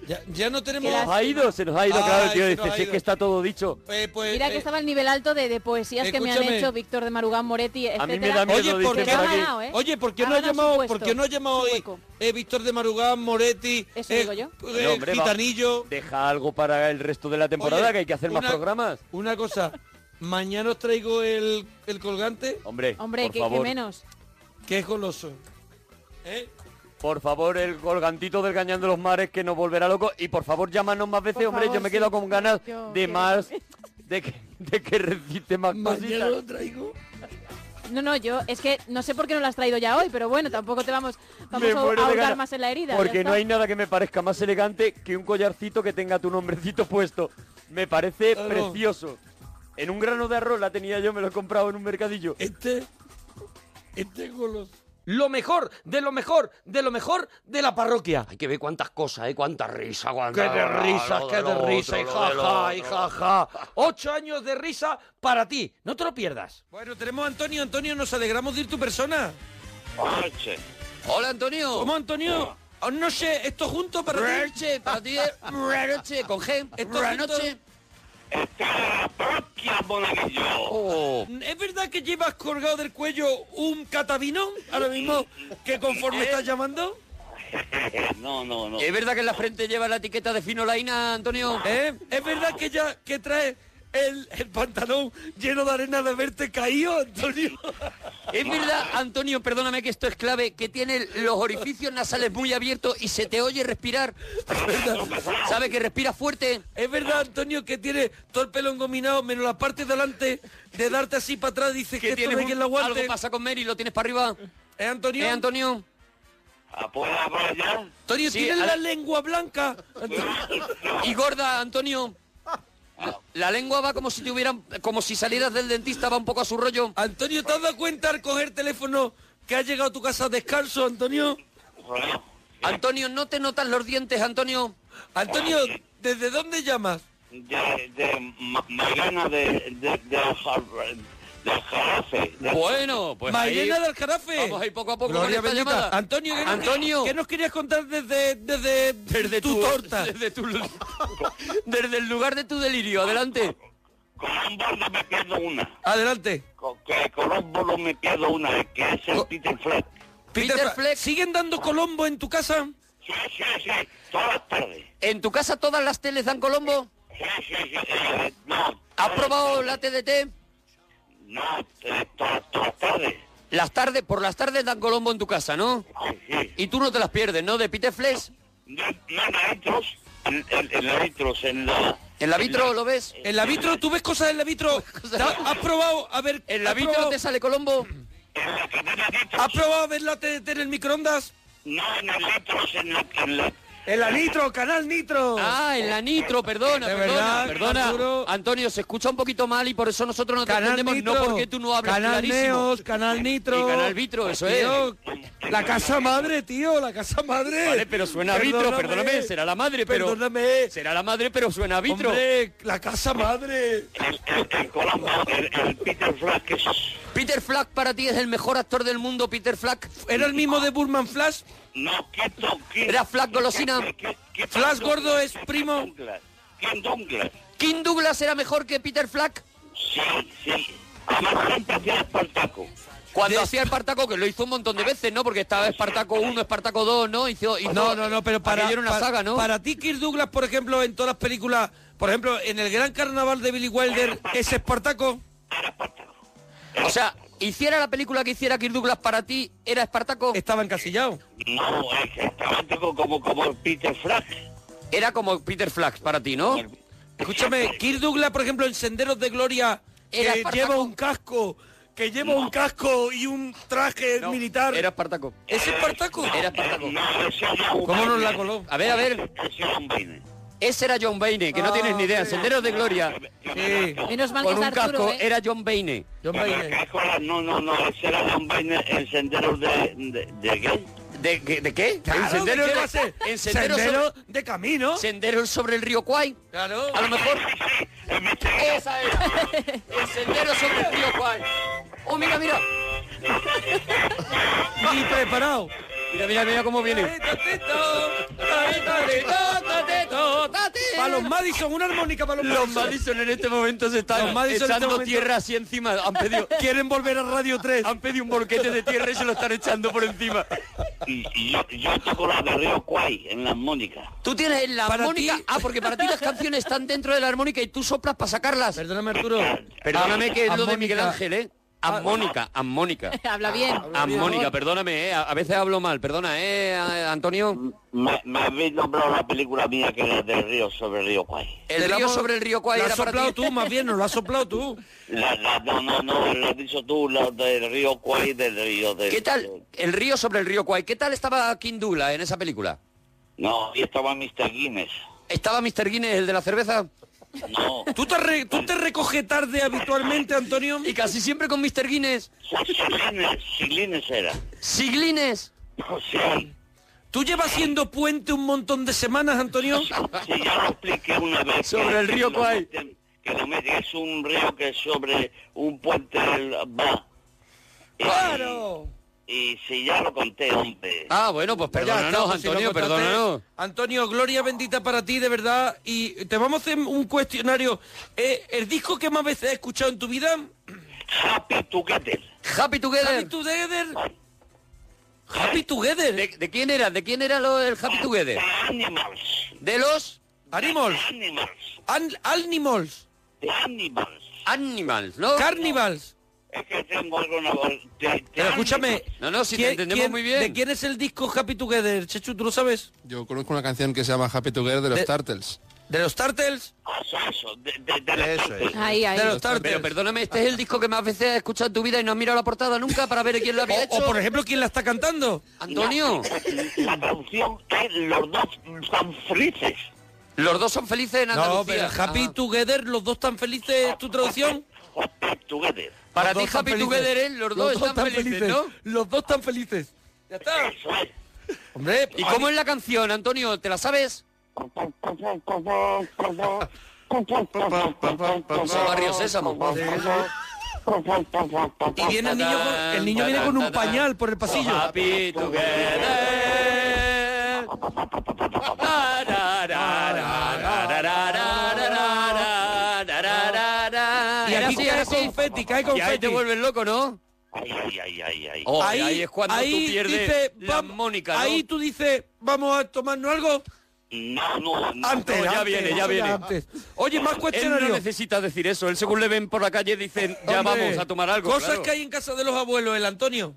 D: Ya, ya no
C: Se
D: tenemos...
C: nos ha ido, se nos ha ido, claro, el
D: Ay,
C: tío.
D: se
C: Dice,
D: nos ha
C: si es
D: ido.
C: que está todo dicho.
D: Eh, pues,
H: Mira que
D: eh,
H: estaba al nivel alto de, de poesías que me han
D: escúchame.
H: hecho Víctor de Marugán Moretti, etcétera.
C: A mí me da miedo,
D: Oye, ¿por
C: dice
D: qué
C: por
H: ha
C: aquí.
H: ganado, eh?
D: Oye, ¿por qué
H: Ha
D: no ha
H: ganado su
D: llamado,
H: puesto,
D: por qué no ha llamado
H: su
D: hoy
H: hueco.
D: eh, Víctor de Marugán, Moretti,
H: Eso
D: eh,
H: digo yo.
D: eh,
C: No, hombre, va.
D: Gitanillo?
C: Deja algo para el resto de la temporada,
D: Oye,
C: que hay que hacer
D: una-
C: más programas.
D: Una cosa, mañana os traigo el, el colgante,
C: Hombre,
H: Hombre,
C: por
H: que, que
C: favor.
H: menos.
D: que es goloso. ¿Eh?
C: Por favor, el colgantito del Gañán de los Mares que nos volverá loco. Y por favor, llámanos más veces,
H: Por
C: hombre.
H: favor,
C: yo me
H: sí,
C: quedo con ganas
H: yo
C: de
H: quiero.
C: más. De que, de que recite más cositas.
H: No, no, yo es que no sé por qué no lo has traído ya hoy, pero bueno, tampoco te vamos, vamos
C: Me
H: a
C: muero de
H: ahogar
C: ganas,
H: más en la herida. ya
C: Porque
H: está.
C: no hay nada que me parezca más elegante que un collarcito que tenga tu nombrecito puesto. Me parece
H: Claro.
C: precioso. En un grano de arroz la tenía yo, me lo he comprado en un mercadillo.
D: Este. Este golos. Lo mejor, de lo mejor, de lo mejor de la parroquia. Hay que ver cuántas cosas, ¿eh? Cuántas risas,
K: cuántas-
D: Qué de risas,
K: lo
D: qué
K: del
D: de
K: otro,
D: risas, y
K: lo
D: jaja,
K: del
D: y
K: otro.
D: jaja. Ocho años de risa para ti, no te lo pierdas. Bueno, tenemos a Antonio. Antonio, nos alegramos de ir tu persona.
C: Hola, Antonio.
D: ¿Cómo, Antonio? Oh, No sé, esto junto para ti.
C: Noche, para ti noche, con G.
D: Esto noche.
C: Oh.
D: ¿Es verdad que llevas colgado del cuello un catavinón ahora mismo que *laughs* conforme estás llamando?
C: No, no, no. ¿Es verdad que en la frente lleva la etiqueta de finolaina, Antonio?
D: ¿Eh? ¿Es verdad que ya que trae el, el pantalón lleno de arena de verte caído, Antonio?
C: Es verdad, Antonio, perdóname que esto es clave, que tiene los orificios nasales muy abiertos y se te
D: *laughs*
C: oye respirar. ¿Sabe que respira fuerte?
D: ¿Es verdad, Antonio, que tiene todo el pelo engominado, menos la parte de delante, de darte así para atrás, dices que,
C: Que
D: esto
C: tienes
D: no hay
C: un-
D: quien lo aguante?
C: algo pasa con Mary, lo tienes para arriba.
D: ¿Eh, Antonio?
C: ¿Eh, Antonio?
B: Ah, pues,
D: Antonio,
C: Sí,
D: tienes
C: al-
D: la lengua blanca.
C: Y gorda, Antonio. La, la lengua va como si te hubieran, como si salieras del dentista, va un poco a su rollo.
D: Antonio, ¿te has dado cuenta al coger teléfono que has llegado a tu casa descalzo, Antonio?
C: Antonio, ¿no te notas los dientes, Antonio?
D: Antonio, ¿desde dónde llamas?
B: De, de Ma- Mariana de, de, de Aljar- de Aljarafe. De-
C: Bueno, pues
D: Mairena
C: ahí-
D: del Jarafe.
C: Vamos a ir poco a poco
D: Gloria
C: con esta
D: bendita.
C: llamada.
D: Antonio, ¿qué, nos-
C: Antonio.
D: qué nos querías contar desde, desde,
C: Desde
D: tu, torta?
C: Desde, tu, desde el lugar de tu delirio, adelante.
B: Colombo me pierdo una.
D: Adelante.
B: Co- Que Colombo no me pierdo una, que es el Peter Fleck.
C: Peter
D: Fra- Oh. ¿Siguen dando Colombo en tu casa?
B: Sí, sí, sí, todas las tardes.
C: ¿En tu casa todas las teles dan Colombo?
B: Sí, sí, sí, eh, no,
C: ¿Has probado la TDT?
B: no, eh, todas, todas las tardes.
C: Las tardes, por las tardes dan Colombo en tu casa, ¿no?
B: Sí.
C: Y tú no te las pierdes, ¿no? De Peter Flex.
B: No, no, en la Vitros, en, en, en la Vitros, en la...
C: ¿En la vitro lo ves?
D: ¿En la vitro? ¿Tú ves cosas en la
C: *laughs*
D: vitro? ¿Has probado? A ver,
C: ¿En la
D: ¿has
C: vitro
D: probado-
C: te sale Colombo?
D: ¿Has probado a ver la TDT en el microondas?
B: No, en la Vitros, en la... En la
D: En la nitro, canal nitro.
C: Ah, en la nitro, perdona,
D: De
C: perdona,
D: verdad,
C: perdona.
D: Arturo.
C: Antonio, se escucha un poquito mal y por eso nosotros no te
D: Canal
C: entendemos,
D: Nitro,
C: no porque tú no hablas
D: Canal
C: clarísimo.
D: Neos, Canal Nitro.
C: Y Canal Vitro, eso
D: Tío, La casa madre, tío, la casa madre.
C: Vale, pero suena a vitro, perdóname, será la madre, pero...
D: Perdóname.
C: Será la madre, pero suena a vitro.
D: Hombre, la casa madre.
B: el, el, el Colombo, el, el Peter Fleck, que es...
C: Peter Flack para ti es el mejor actor del mundo, Peter Flack.
D: ¿Era el mismo de Burman Flash?
B: No, quieto, quieto.
C: Era Flack Golosina.
D: Flash Gordo es primo.
B: Douglas. ¿Quién Douglas?
C: Kim Douglas era mejor que Peter Flack
B: Sí, sí. Además siempre hacía Espartaco.
C: cuando hacía Espartaco, que lo hizo un montón de veces, ¿no? Porque estaba Espartaco 1, Espartaco 2, ¿no? Hizo, hizo-
D: No, no, no, pero para,
C: aquello era una
D: para-
C: saga, ¿no?
D: para ti, Kirk Douglas, por ejemplo, en todas las películas, por ejemplo, en el Gran Carnaval de Billy Wilder, es Espartaco.
C: O sea, hiciera la película que hiciera Kirk Douglas para ti, ¿era Espartaco?
D: Estaba encasillado.
B: No, exactamente como, como el Peter Flack.
C: Era como Peter Flack para ti, ¿no?
D: Escúchame, Kirk Douglas, por ejemplo, en Senderos de Gloria,
C: Era
D: que
C: Espartaco.
D: lleva un casco, que lleva un casco y un traje
C: No,
D: militar.
C: Era Espartaco.
D: ¿Es Espartaco?
C: Era Espartaco.
B: Eh, No, ese era un
D: ¿Cómo nos
B: baile.
D: la coló?
C: A ver, a ver,
B: Ese era un baile.
C: ese era John Baine, que no tienes ni idea. Senderos de Gloria,
D: Sí.
H: Menos mal que
C: con
H: es
C: un
H: Arturo,
C: casco,
H: ¿eh?
C: era John Baine.
D: John
B: Pero
D: Bailey.
B: qué cola, No, no, no, ese era un baile en senderos de, de, de gay.
C: ¿De, qué- de qué?
D: Claro,
C: en senderos,
D: ¿de qué
C: de-
D: va a ser?
C: en senderos
D: Sendero de camino.
C: sobre, senderos sobre el río Kwai.
D: Claro.
C: A lo mejor
B: El Mr. Gay.
C: esa es. El sendero sobre el río Kwai. Oh, mira, mira.
D: Ni preparado.
C: Mira, mira, mira cómo viene.
D: Para los Madison, una armónica para los,
C: Los
D: Madison.
C: Madison en este momento se están
D: Los Madison en
C: echando
D: este momento-
C: tierra así encima. Han pedido,
D: *laughs* Quieren volver a Radio 3.
C: han pedido un bolquete de tierra y se lo están echando por encima.
B: Y, y yo, yo toco la de Río Cuay en la armónica.
C: Tú tienes la
D: Para
C: armónica.
D: ti-
C: Ah, porque para ti
D: *laughs*
C: las canciones están dentro de la armónica y tú soplas para sacarlas.
D: Perdóname, Arturo.
C: Perdóname que es lo de
D: Armónica.
C: Miguel Ángel, ¿eh?
B: Amónica, amónica.
H: Habla *laughs* bien.
B: Amónica, perdóname, eh, a a veces hablo mal, perdona, ¿eh, a- Antonio?
C: Me, me habéis nombrado la película mía que era del río sobre el río Kwai.
B: El río sobre el río Kwai
D: Lo has
B: era para
D: soplado
B: ti.
D: tú, más bien, no lo has soplado tú.
C: La- la- no, no, no, lo has dicho tú, la del río Kwai, del río del...
B: ¿Qué tal? El río sobre el río Kwai. ¿Qué tal estaba Kindula en esa película?
C: No, y estaba Mr. Guinness.
B: ¿Estaba Mr. Guinness, el de la cerveza?
C: No.
D: ¿Tú te, re- tú te recoges tarde habitualmente, Antonio?
B: Y casi siempre con Mr. Guinness.
C: Silines, Silines era.
B: Siglines.
C: Sí,
D: ¿Tú llevas siendo puente un montón de semanas, Antonio?
C: sí, ya lo expliqué una vez.
B: Sobre el río Kwai.
C: Kwai. Que lo meten- es un río que sobre un puente del- va. Y-
D: ¡Claro!
C: Y, si ya lo conté, hombre.
B: Ah, bueno, pues
D: Pues ya
B: perdónanos,
D: está, pues si lo
B: Antonio,
D: contaste,
B: perdónanos.
D: Antonio, gloria bendita para ti, de verdad. Y te vamos a hacer un cuestionario. Eh, ¿El disco que más veces has escuchado en tu vida?
C: Happy Together.
B: Happy Together.
D: Happy Together. Happy Together.
B: ¿De, de quién era? ¿De quién era lo, el Happy Together?
C: Ah, Animals.
B: De los
D: Animals.
C: Animals.
D: An- animals.
C: Animals.
B: Animals, ¿no?
D: Carnivals.
C: Es que tengo algo una voz.
D: Pero escúchame.
B: No, no, si te
D: ¿quién-
B: entendemos
D: quién-
B: muy bien.
D: ¿De quién es el disco Happy Together? Chechu, ¿tú lo sabes?
I: Yo conozco una canción que se llama Happy Together de los
D: De-
I: Turtles.
D: ¿De los Turtles?
C: Eso, de, de, de la
I: Eso es.
H: *laughs* Ahí, ahí.
D: De los
B: Pero
D: Turtles.
B: perdóname, este es el disco que más veces has escuchado en tu vida y no has mirado la portada nunca para ver quién lo había
D: O,
B: hecho.
D: o, por ejemplo, ¿quién la está cantando?
B: Antonio,
C: La traducción es los dos son felices.
B: los dos son felices en
D: No, pero
B: Andalucía.
D: Happy
B: Ajá.
D: Together, los dos tan felices, ¿tu traducción?
C: Happy Together.
B: Para
D: Los
B: ti
D: dos tan
B: Happy
D: felices.
B: Together es los, dos están felices, ¿no?
D: Los dos están felices. Ya está.
C: Eso es.
D: Hombre,
B: ¿Y cómo es la canción, Antonio? ¿Te la sabes? Son barrio sésamo.
D: y viene el niño, con, el niño viene con un pañal por el pasillo.
B: Happy together. Ah,
D: Y aquí cae confeti, cae
B: Y ahí te
D: confeti.
B: vuelves loco, ¿no?
C: Ay, ay, ay, ay, ay.
B: Oh, ahí, es cuando
D: ahí
B: tú pierdes
D: dice,
B: la
D: vam-
B: Mónica, ¿no?
D: Ahí tú dices, vamos a tomarnos algo.
C: No, no, no.
D: Antes,
B: no, ya
D: antes,
B: viene, ya
D: eso
B: viene.
D: antes. Oye, más
B: Él no
D: cuestionario.
B: necesita decir eso. Él según le ven por la calle dicen, ya
D: Hombre,
B: vamos a tomar algo.
D: Cosas
B: claro.
D: que hay en casa de los abuelos, el Antonio.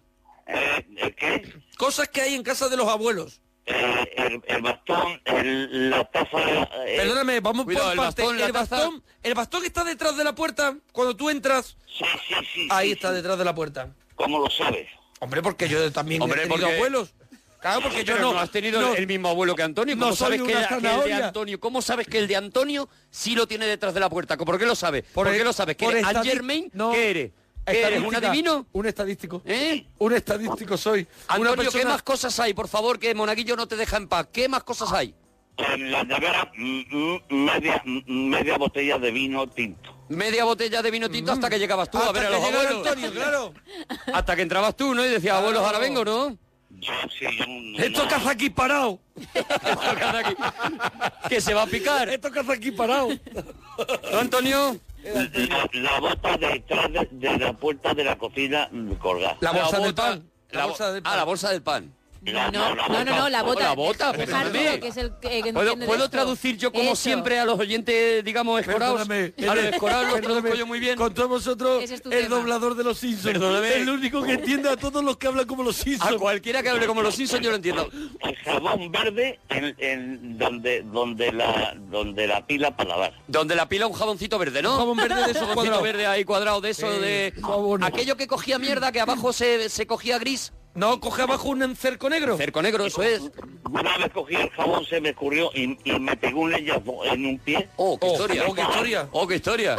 C: Eh, eh, ¿Qué?
D: Cosas que hay en casa de los abuelos.
C: Eh, el, el bastón, el, la taza... eh,
D: Perdóname, vamos
B: cuidado,
D: por
B: el
D: parte.
B: bastón, la
D: el,
B: taza.
D: bastón, el bastón que está detrás de la puerta, cuando tú entras,
C: sí, sí, sí,
D: ahí
C: sí,
D: está
C: sí.
D: detrás de la puerta.
C: ¿Cómo lo sabes?
D: Hombre, porque yo también
B: Hombre,
D: he tenido
B: porque-
D: abuelos. Claro, porque yo
B: Pero
D: no,
B: no, has tenido
D: no-
B: el mismo abuelo que Antonio. ¿Cómo
D: no soy
B: sabes que,
D: una
B: que el de
D: zanahoria.
B: Antonio? ¿Cómo sabes que el de Antonio sí lo tiene detrás de la puerta? ¿Por qué lo sabes? ¿Por,
D: e-
B: qué lo sabes? ¿Que
D: por
B: eres Anne
D: estadi-
B: Germain?
D: no,
B: ¿Qué eres? ¿Que eres un
D: estadística,
B: adivino?
D: Un estadístico.
B: ¿Eh?
D: Un estadístico soy.
B: Antonio,
D: una persona...
B: ¿qué más cosas hay? Por favor, que Monaguillo no te deja en paz. ¿Qué más cosas hay?
C: En la nevera, mm, mm, media, mm, media botella de vino tinto.
B: Media botella de vino tinto hasta que llegabas tú
D: Mm.
B: a
D: Hasta
B: ver a
D: que
B: los
D: llegara
B: abuelos.
D: Antonio,
B: *laughs*
D: claro.
B: Hasta que entrabas tú, ¿no? Y decías, abuelos, ahora vengo, ¿no?
C: Yo, sí, yo... no-
D: Esto que hace aquí parado.
B: *laughs* Esto que hace aquí. que se va a picar.
D: Esto que hace aquí parado.
B: ¿No, Antonio?
C: La, la bota detrás de, de la puerta de la cocina mm, colgada.
D: La bolsa del
B: bota-
D: pan.
B: La, bolsa del pan. Ah, la bolsa del pan.
H: No, no, no, no, no, la
B: Oh,
H: bota.
B: la bota,
H: Dejarlo,
B: perdóname.
H: que es el que- que
B: ¿Puedo,
H: entiende de
B: puedo
H: esto.
B: traducir yo como
H: Eso.
B: siempre a los oyentes, digamos, escorados?
D: Perdóname. eh,
B: A los escorados los
D: Perdóname,
B: traduzco yo muy bien.
D: Con todos vosotros,
H: Ese es tu
D: el
H: tema.
D: doblador de los Simpsons.
B: Perdóname.
D: El único que entiende a todos los que hablan como los
B: A
D: Simpsons.
B: cualquiera que hable como los Simpsons yo lo entiendo.
C: El jabón verde en, en donde, donde, la, donde la pila para lavar.
B: Donde la pila un jaboncito verde, ¿Eh, ¿no?
D: Un jabón verde de esos
B: Jaboncito
D: cuadrados.
B: verde ahí cuadrado, de eso,
D: Sí,
B: de...
D: jabón.
B: Aquello que cogía mierda, que abajo se, se cogía gris.
D: No, coge abajo un cerco negro.
B: Cerco negro, eso es.
C: Una vez cogí el jabón, se me escurrió y, y me pegó un leñazo en un pie.
B: Oh, qué
D: Oh,
B: historia.
D: oh, qué historia.
B: Oh, qué historia.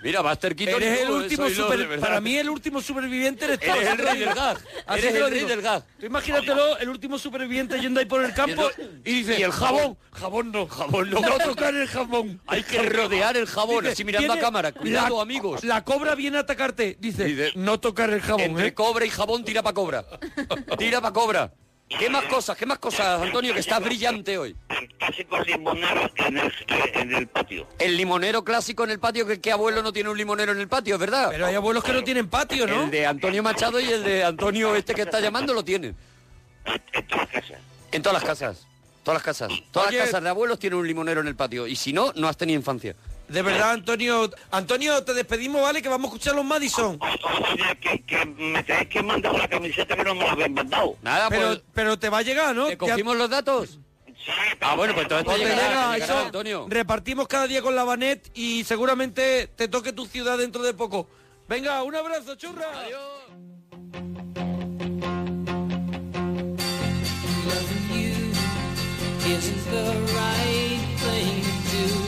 B: Mira, Buster Keaton... y
D: Eres el
B: tú, eh,
D: último
B: sois los de
D: super,
B: verdad.
D: para mí el último superviviente eres tú.
B: Eres el rey del gag.
D: Así
B: Eres
D: te lo
B: el rey
D: digo.
B: del gag.
D: Tú imagínatelo, el último superviviente yendo ahí por el campo y dice,
B: y el jabón.
D: jabón no, jabón no, no tocar el jabón.
B: Hay que rodear el jabón,
D: Dice,
B: así mirando a
D: viene
B: cámara.
D: la-
B: Cuidado, amigos.
D: La cobra viene a atacarte, dice,
B: Dice,
D: no tocar el jabón,
B: Entre
D: ¿eh?
B: cobra y jabón, tira pa' cobra. Tira pa' cobra. ¿Qué más cosas? ¿Qué más cosas, Antonio? Que estás brillante hoy.
C: El clásico limonero en el, en el patio.
B: El limonero clásico en el patio, que qué abuelo no tiene un limonero en el patio, es verdad.
D: Pero hay abuelos que no tienen patio, ¿no?
B: El de Antonio Machado y el de Antonio este que está llamando lo tienen.
C: En todas las casas.
B: En todas las casas. Todas las casas. Todas
D: Oye.
B: las casas de abuelos tienen un limonero en el patio. Y si no, no has tenido infancia.
D: De verdad, Antonio. Antonio, te despedimos, ¿vale? Que vamos a escuchar los Madison.
C: Que, que me tenéis que mandar una camiseta que no me la habéis mandado.
L: Nada, pues,
D: pero, pero te va a llegar, ¿no? Te
L: cogimos los datos? Ah, bueno, pues entonces te
D: Te
L: llegará,
D: llega,
L: te llegará,
D: eso.
L: Antonio.
D: Repartimos cada día con la Banet y seguramente te toque tu ciudad dentro de poco. Venga, un abrazo, churra.
I: Isn't the right thing to do?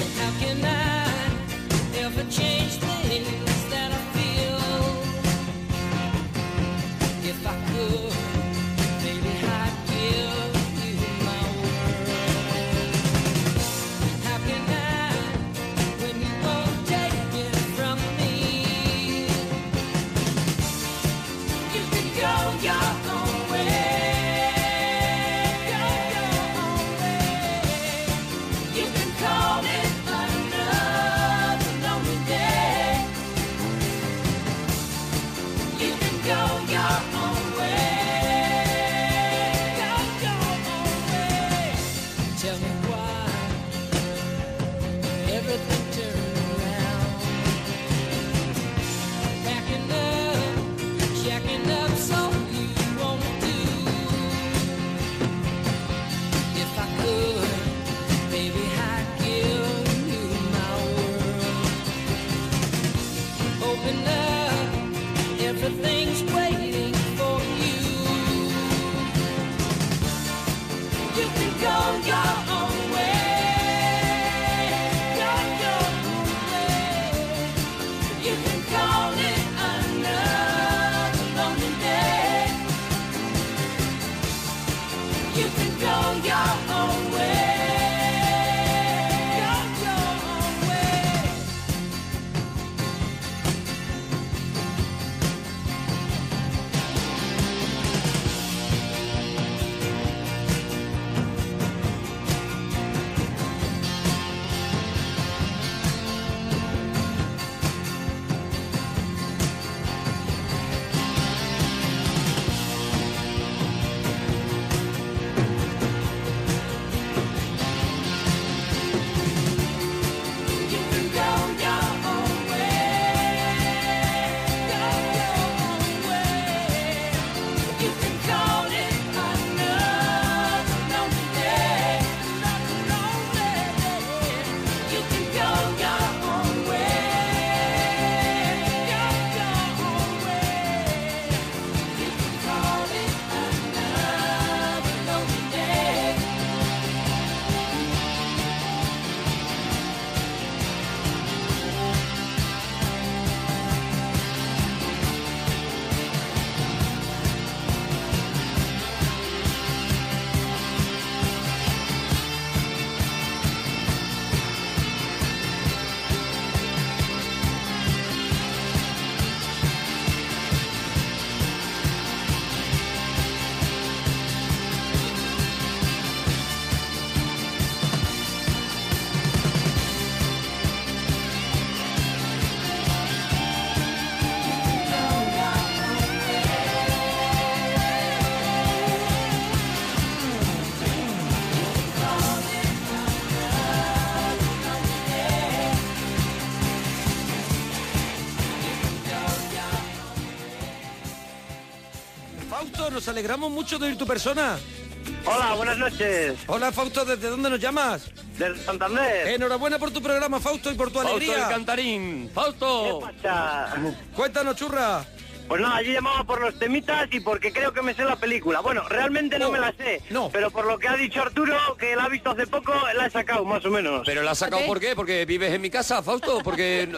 I: And How can I ever change things that I feel? If I could, maybe I'd give you my word. How can I, when you won't take it from me? You can go your own way. Go your own way. You can call it another lonely day. You can go your own way. Go your own way. Tell me why everything turned around. Packing up jacking up so you won't do. If I could, baby, I'd give you my world. Open up, everything's waiting for you. You can go your own way. Go your own way. You can call it another lonely day. You can go your own way. Go your own way. You can go your own way. Go your own way. You can call it another lonely day. Another lonely day. You can go your own way. Go your own way. You can call it another lonely day.
D: Fausto, nos alegramos mucho de oír tu persona.
C: Hola, buenas noches.
D: Hola, Fausto, ¿desde dónde nos llamas?
C: Del Santander.
D: Enhorabuena por tu programa, Fausto, y por tu
C: Fausto
D: alegría.
C: el
L: cantarín. Fausto.
C: ¿Qué pasa?
D: Cuéntanos, churra.
C: Pues nada, yo llamaba por los temitas y porque creo que me sé la película. Bueno, realmente
D: Oh,
C: no me la sé. No. Pero por lo que ha dicho Arturo, que la ha visto hace poco, la he sacado, más o menos.
L: ¿Pero la has sacado por qué? ¿Porque vives en mi casa, Fausto?
D: *laughs*
L: ¿Porque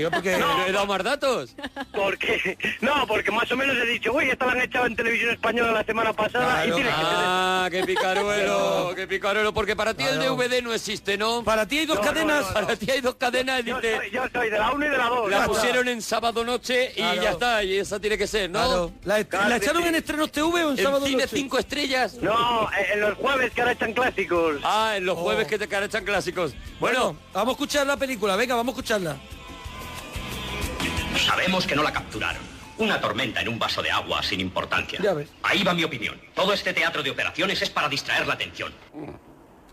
L: no, porque no he dado más datos?
C: Porque, *laughs* no, porque más o menos he dicho, uy, esta la han echado en televisión española la semana pasada. Y tiene que ser
L: Ah, qué picaruelo, qué picaruelo, porque para ti el DVD no existe, ¿no?
D: Para ti hay
C: dos No, no, cadenas. no, no.
L: Para ti hay dos cadenas. Yo,
C: soy, de la una y de la dos.
L: La
C: Ya
L: pusieron en sábado noche y
C: Claro.
L: ya está, y esa tiene que ser, ¿no?
C: Claro.
D: La,
C: Claro la que echaron sí. en
D: estrenos TV o
C: en sábado
L: cine
C: noche?
L: 5 estrellas.
C: No, eh, en los jueves que ahora echan clásicos.
L: Ah, en los jueves que te que ahora echan clásicos.
D: Oh. Bueno, vamos a escuchar la película, venga, vamos a escucharla.
B: Sabemos que no la capturaron. Una tormenta en un vaso de agua sin importancia.
D: Ya ves.
B: Ahí va mi opinión. Todo este teatro de operaciones es para distraer la atención.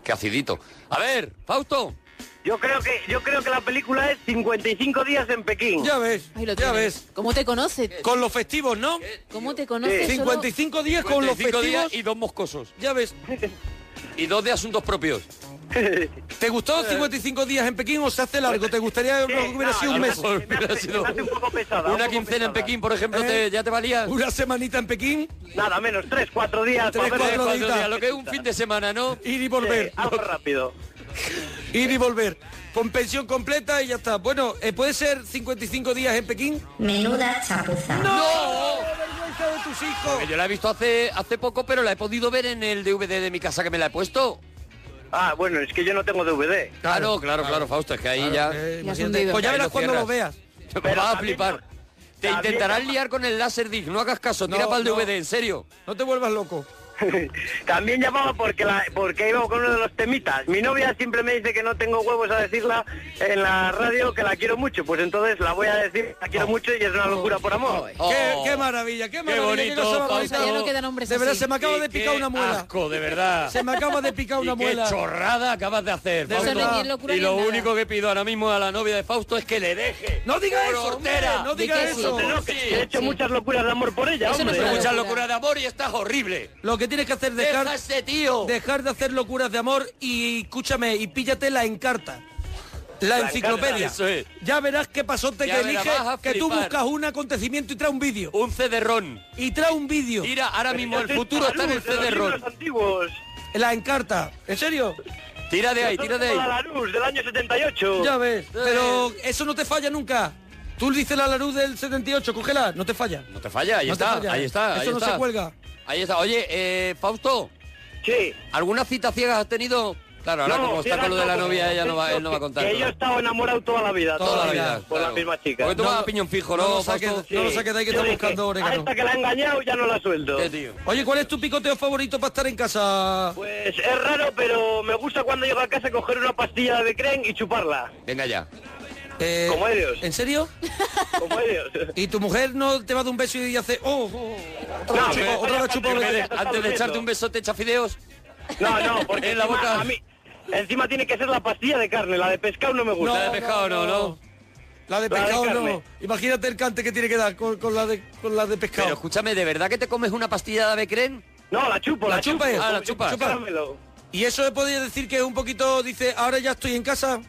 B: Qué acidito. A ver, Fausto.
C: Yo creo que yo creo que la película es 55 días en Pekín.
D: Ya ves, ya ves.
H: ¿Cómo te conoce?
D: Con los festivos, ¿no?
H: ¿Cómo te conoce? Solo-
D: 55 días con los
B: 55 días
D: festivos.
B: y dos moscosos.
D: Ya ves.
B: Y dos de asuntos propios.
D: ¿Te *laughs* gustó 55 días en Pekín o se hace largo? ¿Te gustaría que hubiera sido un mes?
B: Una quincena en Pekín, por ejemplo, te- ya te valía.
D: ¿Eh? ¿Una semanita en Pekín?
C: Nada, menos tres, cuatro días.
B: Tres,
C: para ver-
B: cuatro días, lo que es un fin de semana, ¿no?
D: Ir y volver.
C: Sí, algo rápido.
D: Ir y volver. Con pensión completa y ya está. Bueno, eh, ¿puede ser 55 días en Pekín?
M: Menuda chapuza.
D: ¡No! ¡Vergüenza de tus hijos!
B: Porque Yo la he visto hace, hace poco, pero la he podido ver en el DVD de mi casa que me la he puesto.
C: Ah, bueno, es que yo no tengo DVD.
B: Claro, claro, claro, Fausto, es que ahí
C: eh,
B: ya...
D: Pues ya verás cuando lo
B: veas. *laughs*
D: veas.
B: Te vas a flipar. Te intentarán liar con el láser disc, no hagas caso, tira para el DVD, en serio.
D: No te vuelvas loco.
C: *laughs* También llamaba porque la, porque iba con uno de los temitas. Mi novia siempre me dice que no tengo huevos a decirla en la radio que la quiero mucho. Pues entonces la voy a decir, la
B: Oh.
C: quiero mucho y es una locura por amor.
D: Qué, qué maravilla, qué maravilla.
C: bonito,
D: cosa más
C: Fausto.
D: bonita.
C: O sea, ya no quedan hombres
D: De verdad,
C: así.
D: se me acaba
C: Y
D: de picar
C: qué
D: una muela.
B: *laughs* asco, de verdad.
D: Se me acaba de picar una
B: Oh. *laughs* Y
D: muela.
B: Qué chorrada acabas de hacer.
D: De
B: Fausto.
D: verdad. Eso ni es locura
B: y
D: ni
B: lo
D: nada.
B: único que pido ahora mismo a la novia de Fausto es que le deje.
D: No diga
B: Por
D: eso, hombre,
B: hortera.
D: no diga Di que sí. eso.
B: No, que He hecho
C: muchas locuras de amor por ella.
D: Eso no
B: hombre.
D: es una
B: muchas
D: locura.
B: locuras de amor y estás horrible.
D: Lo que tienes que hacer es dejar,
B: Deja ese tío.
D: dejar de hacer locuras de amor y escúchame, y píllate la encarta. La,
B: La
D: enciclopedia.
B: Encarta, eso es.
D: Ya verás qué pasote
B: Ya
D: que
B: verás,
D: elige,
B: vas a
D: que tú
B: flipar.
D: buscas un acontecimiento y trae un vídeo.
B: Un CD-RON.
D: Y trae un vídeo.
B: Mira, ahora mismo el futuro está en el CD-RON.
C: antiguos.
D: La encarta. ¿En serio?
B: Tira de ahí, tira de ahí.
C: luz del año 78.
D: Ya ves. Pero eso no te falla nunca. Tú dices la Laruz del 78, cógela, no te falla.
B: No te falla, ahí
D: No te
B: está,
D: falla,
B: ahí
D: eh.
B: está.
D: Eso
B: ahí
D: no
B: está.
D: se cuelga.
B: Ahí está. Oye, eh, Fausto.
C: Sí.
B: ¿Alguna cita ciegas has tenido? Claro, ahora
C: No,
B: como está con lo de la
C: no,
B: novia, ella no va, él no va a contar.
C: Que yo he estado enamorado toda la vida.
B: Toda la vida,
C: Por la
B: claro.
C: misma chica.
B: Porque tú vas a piñón fijo, ¿no,
C: No lo
B: Fausto?
C: saques, no lo saques de ahí que está buscando orégano. que la he engañado ya no la suelto.
D: Oye, ¿cuál es tu picoteo favorito para estar en casa?
C: Pues es raro, pero me gusta cuando llego a casa coger una pastilla de creen y chuparla.
B: Venga ya.
C: Como ellos.
D: Eh, ¿En serio?
C: Como ellos.
D: ¿Y tu mujer no te va a dar un beso y hace... Oh, oh, oh, otra vez chupa, otra vez chupa, otra vez-
B: antes de echarte un beso te echa fideos.
C: No, no, porque
B: *laughs* En la
C: encima,
B: boca.
C: a mí- encima tiene que ser la pastilla de carne, la de pescado no me gusta.
B: La de pescado no, ¿no?
D: La de
C: La de
D: pescado
C: carne.
D: no. Imagínate el cante que tiene que dar con, con la, de, con la de pescado.
B: Pero escúchame, ¿de verdad que te comes una pastilla de becren?
C: No, la chupo,
D: la chupa. es.
B: Ah, la chupa.
D: Chupa. Y eso he podido decir que es un poquito... Dice, ahora ya estoy en casa.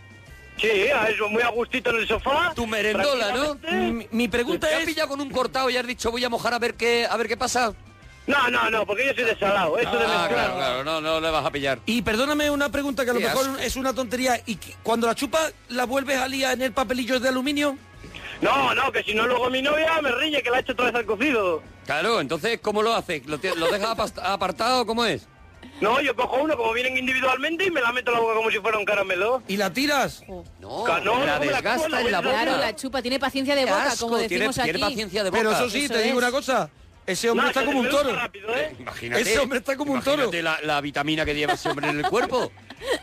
C: Sí, es muy a gustito en el sofá.
B: Tu merendola, ¿no?
D: Mi, mi pregunta
B: ¿Te has
D: es-
B: pillado con un cortado y has dicho voy a mojar a ver qué, a ver qué pasa?
C: No, no, no, porque yo soy desalado. Eso de
B: Ah,
C: mezclar.
B: claro, claro, no, no le vas a pillar.
D: Y perdóname una pregunta que a lo
B: Qué
D: mejor
B: asco.
D: es una tontería. ¿Y que- cuando la chupas la vuelves a liar en el papelillo de aluminio?
C: No, no, que si no luego mi novia me riñe que la ha hecho otra vez al cocido.
B: Claro, entonces, ¿cómo lo haces? ¿Lo, tie- lo dejas apast- apartado? ¿Cómo es?
C: No, yo cojo uno como vienen individualmente y me la meto en la boca como si fuera un caramelo.
D: ¿Y la tiras?
B: No,
C: Ca- no, no,
B: la
C: me la
B: desgasta
C: como, la
B: en la
C: voy a-
B: boca.
H: Claro, la chupa, tiene paciencia de
B: Qué
H: boca,
B: asco,
H: como
B: tiene-
H: decimos
B: tiene
H: aquí.
B: paciencia de
D: Pero eso sí, te digo
H: es.
D: una cosa. Ese hombre
B: No,
D: está
B: se
D: como un
B: desmenuza
D: toro.
B: Imagínate.
D: Ese hombre está como un
B: imagínate La, la vitamina que lleva ese hombre en el cuerpo.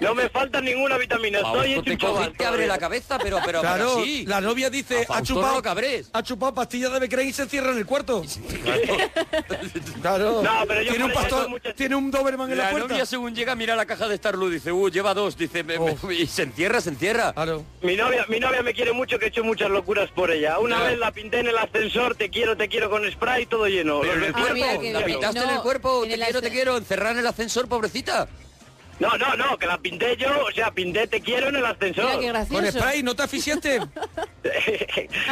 C: No me falta ninguna vitamina,
B: Fausto,
C: estoy hecho
B: te
C: un chaval.
B: coge- te abre la cabeza, pero, pero,
D: claro,
B: pero sí.
D: la novia dice,
B: A
D: ha
B: Fausto
D: chupado,
B: no lo cabrés.
D: ha chupado pastillas de Becren y se cierra en el
B: *laughs*
D: cuarto. Claro.
B: No, pero yo
D: tiene un
B: por eso
D: pastor, tiene un Doberman en la,
B: La
D: puerta.
B: novia según llega mira la caja de Starlu, dice, uh, lleva dos, dice, me- me- y se encierra, se encierra.
D: Oh. Claro.
C: Mi novia, mi novia me quiere mucho, que he hecho muchas locuras por ella. Una
B: Ya.
C: vez la pinté en el ascensor, te quiero, te quiero con spray, todo lleno.
B: Pero en
C: Los
B: el
C: vecinos-
B: cuerpo, la pintaste en el cuerpo, te quiero, te quiero, encerrar en el ascensor, pobrecita.
C: No, no, no, que la pinté yo, o sea, pinté te quiero en el ascensor.
B: Mira qué gracioso.
D: Con spray, ¿no te asfixiaste?
C: *laughs*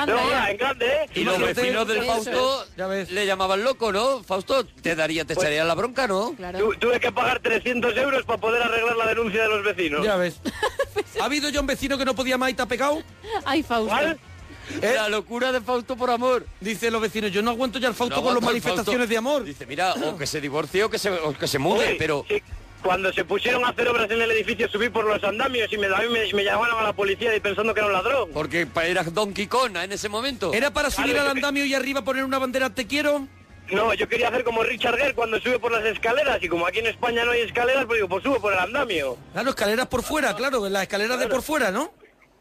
C: No, ahora, en grande, ¿eh?
B: Y los
C: Bueno,
B: vecinos del
C: eso
B: Fausto
C: es.
B: le llamaban loco, ¿no? Fausto, te daría, te echaría la bronca, ¿no?
C: Pues- Tu- tuve que pagar 300 euros para poder arreglar la denuncia de los vecinos.
D: Ya ves. ¿Ha habido ya un vecino que no podía más y te ha pegado?
H: Ay, Fausto.
B: La locura de Fausto por amor.
D: Dice los vecinos, yo no aguanto ya el Fausto
B: No
D: con las
B: aguanto el Fausto.
D: manifestaciones de amor.
B: Dice, mira, o que se divorcie o que se, o que se mude,
C: Oye,
B: pero...
C: sí, Cuando se pusieron a hacer obras en el edificio, subí por los andamios y me, a mí me, me llamaron a la policía y pensando que era un ladrón.
B: Porque pa- era Donkey Kong en ese momento.
D: ¿Era para subir
C: Claro,
D: al
C: yo-
D: andamio y arriba poner una bandera te quiero?
C: No, yo quería hacer como Richard Gere cuando sube por las escaleras y como aquí en España no hay escaleras, pues digo, pues subo por el andamio.
D: Claro, escaleras por fuera, claro, las escaleras de por fuera, ¿no?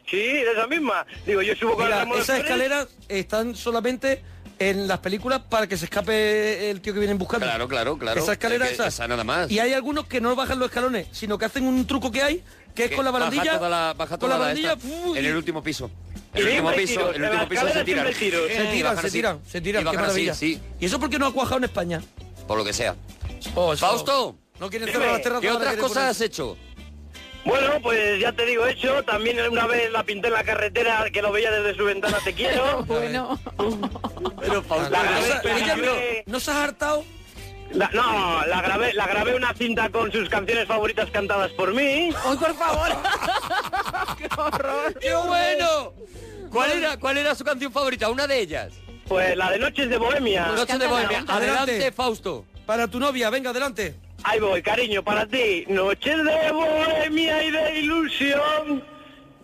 C: Sí, de esa misma. Digo, yo subo con el
D: Mira,
C: ramo de
D: esas
C: flores.
D: escaleras están solamente en las películas para que se escape el tío que vienen buscando.
B: Claro, claro, claro.
D: Esa escalera
B: Es que
D: esa.
B: esa nada más.
D: Y hay algunos que no bajan los escalones, sino que hacen un truco que hay, que es
B: Que
D: con la
B: baja
D: barandilla.
B: toda la- baja
D: con
B: toda
D: la
B: la
D: barandilla.
B: esta,
D: ¡fu!
B: en el último piso. El
D: Siempre
B: último
D: hay
B: piso,
D: tiros,
B: el
D: en
B: último
D: las
B: piso se
D: escaleras
B: tiran.
D: siempre hay tiros. Se
B: Eh,
D: tiran,
B: bajan
D: se
B: así.
D: tiran, se tiran, qué
B: Y bajan así,
D: maravilla. *laughs*
B: sí,
D: ¿Y eso porque no ha cuajado en España?
B: por lo que sea.
D: Fausto. No quieren cerrar las terrazas.
B: Oh, ¿Qué
D: ahora
B: otras
D: quieren
B: cosas
D: poner-
B: has hecho?
C: Bueno, pues ya te digo, hecho. También una vez la pinté en la carretera que lo veía desde su ventana, te
B: *laughs*
C: quiero.
H: bueno.
B: Pero
C: la grabé,
D: ¿No se has hartado?
C: la- no, la grabé, la grabé una cinta con sus canciones favoritas cantadas por mí.
H: ¡Ay, por favor!
C: *laughs* ¡Qué horror!
B: ¡Qué bueno! ¿Cuál era, ¿Cuál era su canción favorita? Una de ellas.
C: Pues la de Noches de Bohemia.
B: Noches de Bohemia. Adelante, Fausto.
D: Para tu novia, venga, adelante.
C: Ahí voy, cariño, para ti. Noches de bohemia y de ilusión.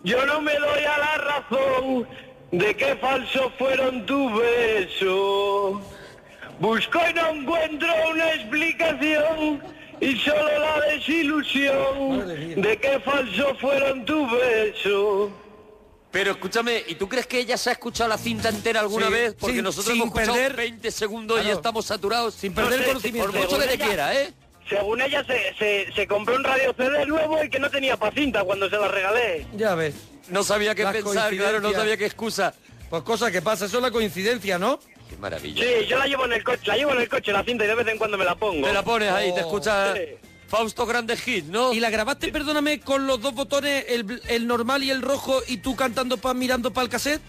C: Yo no me doy a la razón de qué falsos fueron tus besos. Busco y no encuentro una explicación y solo la desilusión de qué falsos fueron tus besos.
B: Pero escúchame, ¿y tú crees que ella se ha escuchado la cinta entera alguna
C: Sí,
B: vez? Porque
C: sin-
B: nosotros
C: sin
B: hemos escuchado
C: perder-
B: 20 segundos y
C: Claro.
B: ya estamos saturados. Sin
C: No sé,
B: Por mucho que te
C: ella-
B: quiera, ¿eh?
C: Según ella se, se, se compró un radio CD nuevo y que no tenía pacinta cuando se la regalé.
D: Ya ves.
B: No sabía qué
D: Las
B: pensar, claro, no
D: coincidencias.
B: sabía qué excusa.
D: Pues cosa que pasa, eso es la coincidencia, ¿no?
B: Qué maravilla.
C: Sí, yo la llevo en el coche, la llevo en el coche la cinta y de vez en cuando me la pongo.
B: Te la pones ahí,
C: Oh.
B: te escuchas
C: Sí.
B: Fausto Grande Hit, ¿no?
D: Y la grabaste, perdóname, con los dos botones, el, bl- el normal y el rojo, y tú cantando pa, mirando para el cassette.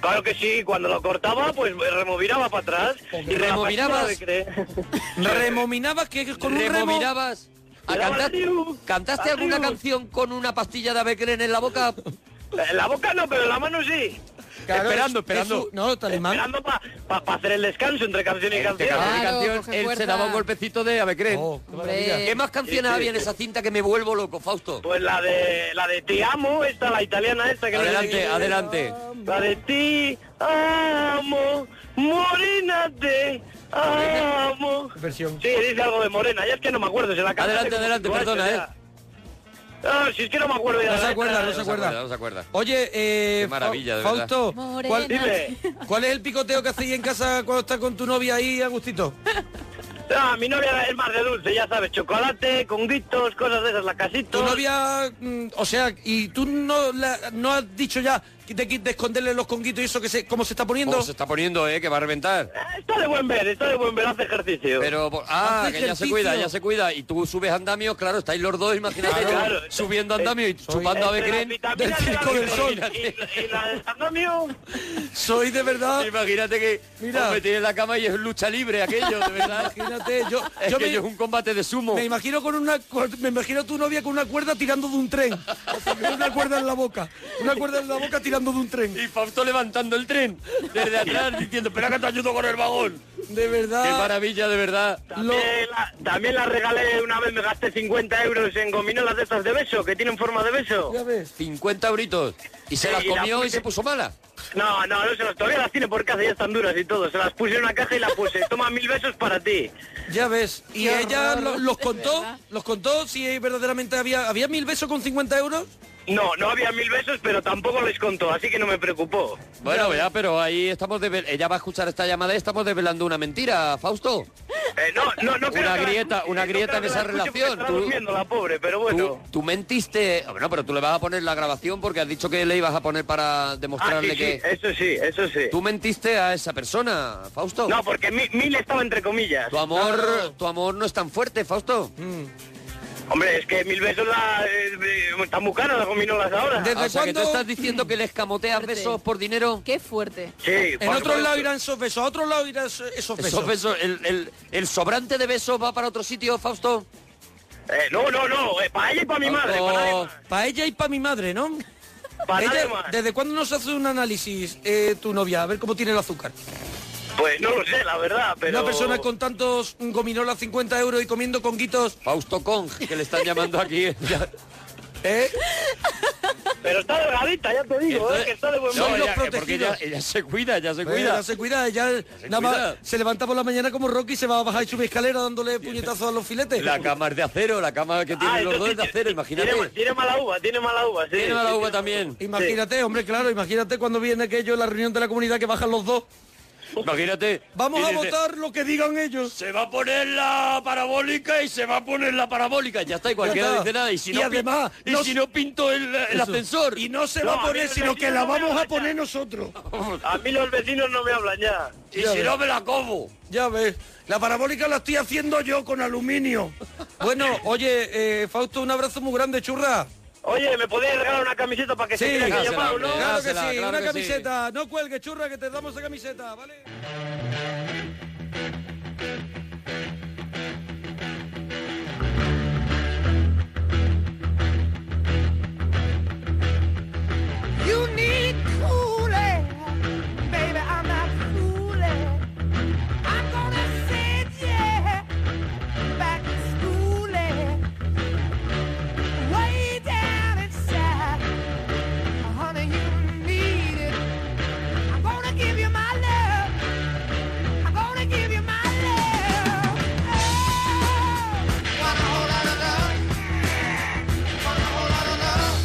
C: Claro que sí, cuando lo cortaba, pues eh, removiraba para atrás. Y
D: Removirabas. *laughs*
B: ¿Remominabas
D: que
C: con un remo-
B: ¿Remominabas? Ah,
C: Daba
B: cantaste-
C: arriba,
B: ¿Cantaste alguna
C: arriba.
B: canción con una pastilla de Abecren en la boca?
C: Eh, En la boca no, pero en la mano sí.
B: Claro, Esperando, es- esperando. es su-
D: no, talismán.
C: Esperando para hacer el descanso entre canción y canción.
B: Canción, canción, él se daba un golpecito de Abecren.
C: Oh, maravilla.
B: ¿Qué más canciones
C: Sí, sí.
B: había en esa cinta que me vuelvo loco, Fausto?
C: Este- Pues la de la de Te amo, esta, la italiana esta que no sé
B: Adelante,
C: qué es.
B: adelante.
C: La de Te amo, morena te amo.
D: Versión.
C: Sí, dice algo de morena, ya es que no me acuerdo, se la cantaste
B: Adelante,
C: como
B: adelante,
C: cinco
B: perdona, eh.
C: veces ya. Ah, si es que no me acuerdo ya.
D: No
C: la
D: se
C: letra.
D: acuerda, no se
B: No se
D: acuerda.
B: acuerda, no se acuerda.
D: Oye, eh,
B: Qué maravilla, de
D: Fa- Fausto,
B: verdad.
D: ¿cuál,
C: Morena.
D: cuál es el picoteo que hacéis en casa cuando estás con tu novia ahí, Agustito?
C: Ah, mi novia es más de dulce, ya sabes, chocolate, conguitos, cosas de esas, la casita.
D: Tu novia, mm, o sea, y tú no, la- no has dicho ya que te de esconderle los conguitos y eso que se, cómo se está poniendo.
B: Oh, se está poniendo, eh, que va a reventar.
C: Está de buen ver, está de buen ver, hace ejercicio.
B: Pero, por- ah,
C: Hace
B: que ya se
C: ejercicio.
B: cuida, ya se cuida. Y tú subes andamios, claro, estáis los dos, imagínate,
C: Claro.
B: yo subiendo andamios y chupando a
C: Entre las
B: Becren del
C: vitaminas de Este, la
B: Circo del Sol.
C: vitamina Y, y la del andamio,
D: Soy de verdad.
B: Imagínate que
D: Mira.
B: os metéis en la cama y es lucha libre aquello, de *laughs* verdad.
D: Imagínate, yo,
B: Es
D: yo
B: que
D: me,
B: ello es un combate de sumo.
D: me imagino con una cuer- me imagino a tu novia con una cuerda tirando de un tren. Con una cuerda en la boca. Una cuerda en la boca tirando de un tren.
B: Y Fausto levantando el tren desde atrás diciendo, espera que te ayudo con el vagón.
D: De verdad.
B: Qué maravilla, de verdad.
C: también, la, también la regalé una vez, me gasté 50 euros en gominolas de estas de beso, que tienen forma de beso.
B: 50 euritos. Y se
C: Sí,
B: las
C: y la
B: comió y
C: puse-
B: se puso mala.
C: No, no, no se las, todavía las tiene por casa, ya están duras y todo. Se las puse en una caja y la puse. Toma mil besos para ti.
D: Ya ves. Y
C: Qué
D: ella
C: horror.
D: lo- los contó, los contó si verdaderamente había había mil besos con 50 euros.
C: No, no había mil besos, pero tampoco les contó, así que no me preocupó. Ah,
B: Bueno,
C: eh.
B: ya, pero ahí estamos desvel- Ella va a escuchar esta llamada y estamos desvelando una mentira, Fausto.
C: Eh, no, no, no
B: Una grieta, una grieta en esa relación.
C: Está
B: Tú,
C: durmiendo la pobre, pero bueno.
B: tú- tú mentiste... Bueno, pero tú le vas a poner la grabación porque has dicho que le ibas a poner para
C: Ah, sí,
B: demostrarle
C: sí,
B: que...
C: eso sí, eso sí.
B: Tú mentiste a esa persona, Fausto.
C: No, porque mi- mil estaba entre comillas.
B: Tu amor, tu amor no es tan fuerte, *laughs* Fausto.
C: Hombre, es que mil besos la, eh, eh, están muy caras las gominolas ahora.
D: Ah,
B: o sea, que tú estás diciendo que le escamoteas besos por dinero.
H: Qué fuerte.
C: Sí,
D: En otro lado irán esos besos, a otro lado irán esos esos besos.
B: Esos besos, el, el- el sobrante de besos va para otro sitio, Fausto.
C: Eh, no, no, no, eh, pa' ella y pa' mi madre, pa' nadie más.
D: Para Oh, ella y para mi madre, ¿no?
C: Pa' nadie
D: Ella-
C: más.
D: ¿Desde cuándo nos hace un análisis eh, tu novia? A ver cómo tiene el azúcar.
C: Pues no lo sé, la verdad, pero...
D: Una persona con tantos gominolas 50 euros y comiendo conguitos.
B: Fausto Kong, que le están
D: *laughs*
B: llamando aquí.
D: ¿Eh?
C: Pero está delgadita, ya te digo, eh, que está de buen
B: No,
C: humor.
B: ella- porque ella, ella se cuida, ya se
D: Bueno,
B: cuida.
D: ya Eh, se cuida, ya nada
B: cuida.
D: más se levanta por la mañana como Rocky y se va a bajar y sube escalera dándole puñetazos a los filetes.
B: La cama es de acero, la cama que tienen
C: Ah,
B: los dos es de
C: entonces
B: acero, imagínate.
C: Tiene, ma- tiene mala uva, tiene mala uva, sí.
B: Tiene mala
C: Sí,
B: uva
C: tiene-
B: también.
D: Imagínate, hombre, claro, imagínate cuando viene aquello, la reunión de la comunidad que bajan los dos.
B: Imagínate.
D: Vamos a
B: Y dice,
D: votar lo que digan ellos.
B: Se va a poner la parabólica y se va a poner la parabólica. Ya está, y cualquiera
D: Ya está.
B: dice nada. Y si
D: Y
B: no, pin-
D: además,
B: y
D: no-
B: si no pinto el, el
D: Eso.
B: ascensor.
D: Y no se va a poner, sino que la vamos a poner nosotros.
B: A mí los vecinos no me hablan ya. Y si no me la como.
D: Ya ves, la parabólica la estoy haciendo yo con aluminio. Bueno, oye, eh, Fausto, un abrazo muy grande, churra.
C: Oye, ¿me podéis regalar una camiseta para que
D: Sí,
C: se crea que
D: claro,
C: yo pago, no?
D: que sí, una camiseta. No cuelgues, churra, que te damos la camiseta, ¿vale?
I: You need cooling, baby. I'm not fooling. I'm gonna send you back to schooling. Way down inside, honey, you need it. I'm gonna give you my love. I'm gonna give you my love. Oh, want a whole lot of love. Want a whole lot of love.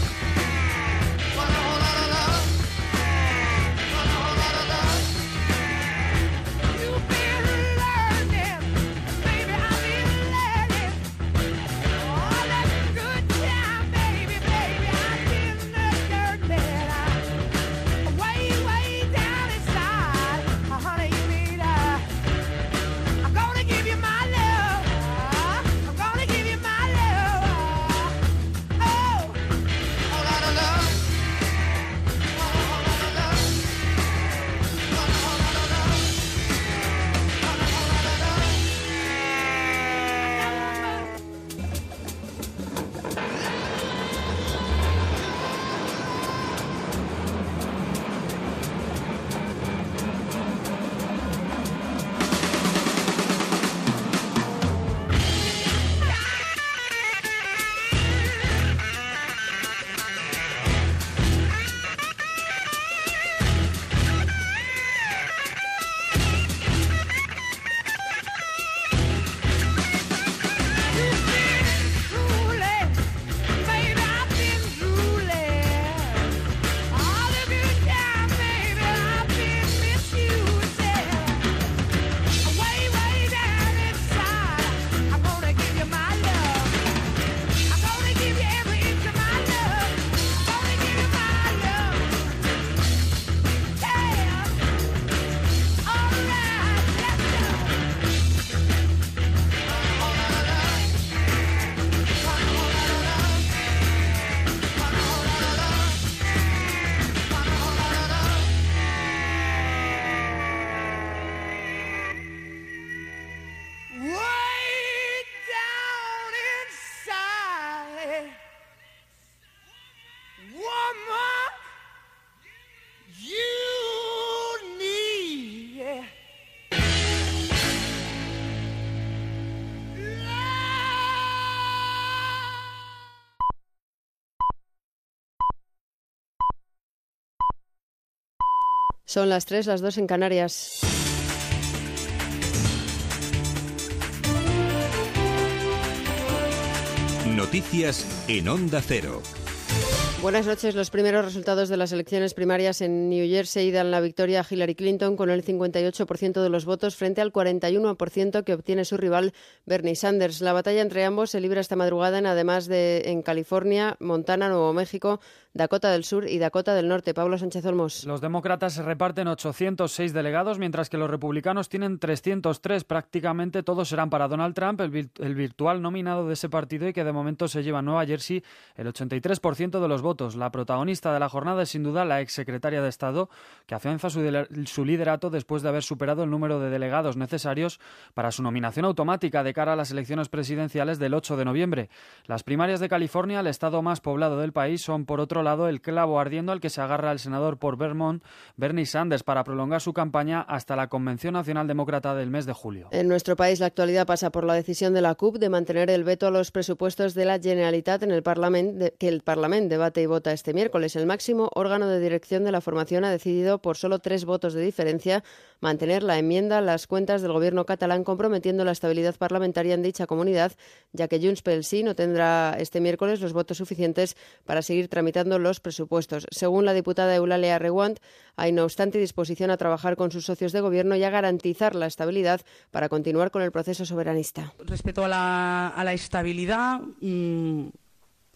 I: Way down inside, woman, you need
M: Son las 3, las 2 en Canarias.
N: Noticias en Onda Cero.
M: Buenas noches. Los primeros resultados de las elecciones primarias en New Jersey dan la victoria a Hillary Clinton con el 58% de los votos frente al 41% que obtiene su rival Bernie Sanders. La batalla entre ambos se libra esta madrugada en además de en California, Montana, Nuevo México, Dakota del Sur y Dakota del Norte. Pablo Sánchez Olmos.
O: Los demócratas reparten 806 delegados, mientras que los republicanos tienen 303. Prácticamente todos serán para Donald Trump, el, vir- el virtual nominado de ese partido y que de momento se lleva a Nueva Jersey el 83% de los votos. La protagonista de la jornada es sin duda la exsecretaria de Estado, que afianza su, dele- su liderato después de haber superado el número de delegados necesarios para su nominación automática de cara a las elecciones presidenciales del 8 de noviembre. Las primarias de California, el estado más poblado del país, son por otro lado el clavo ardiendo al que se agarra el senador por Vermont, Bernie Sanders, para prolongar su campaña hasta la Convención Nacional Demócrata del mes de julio.
M: En nuestro país la actualidad pasa por la decisión de la CUP de mantener el veto a los presupuestos de la Generalitat en el Parlament, de- que el Parlament debate y vota este miércoles. El máximo órgano de dirección de la formación ha decidido por solo tres votos de diferencia mantener la enmienda a las cuentas del gobierno catalán comprometiendo la estabilidad parlamentaria en dicha comunidad, ya que Junts pel Sí no tendrá este miércoles los votos suficientes para seguir tramitando aprobando los presupuestos. Según la diputada Eulalia Reguant, hay no obstante disposición a trabajar con sus socios de gobierno y a garantizar la estabilidad para continuar con el proceso soberanista.
P: Respecto a la, a la estabilidad, mm,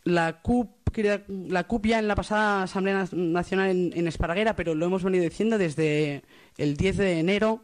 P: la CUP, crea- la CUP ya en la pasada Asamblea Nas- Nacional en, en Esparraguera, pero lo hemos venido diciendo desde el 10 de enero,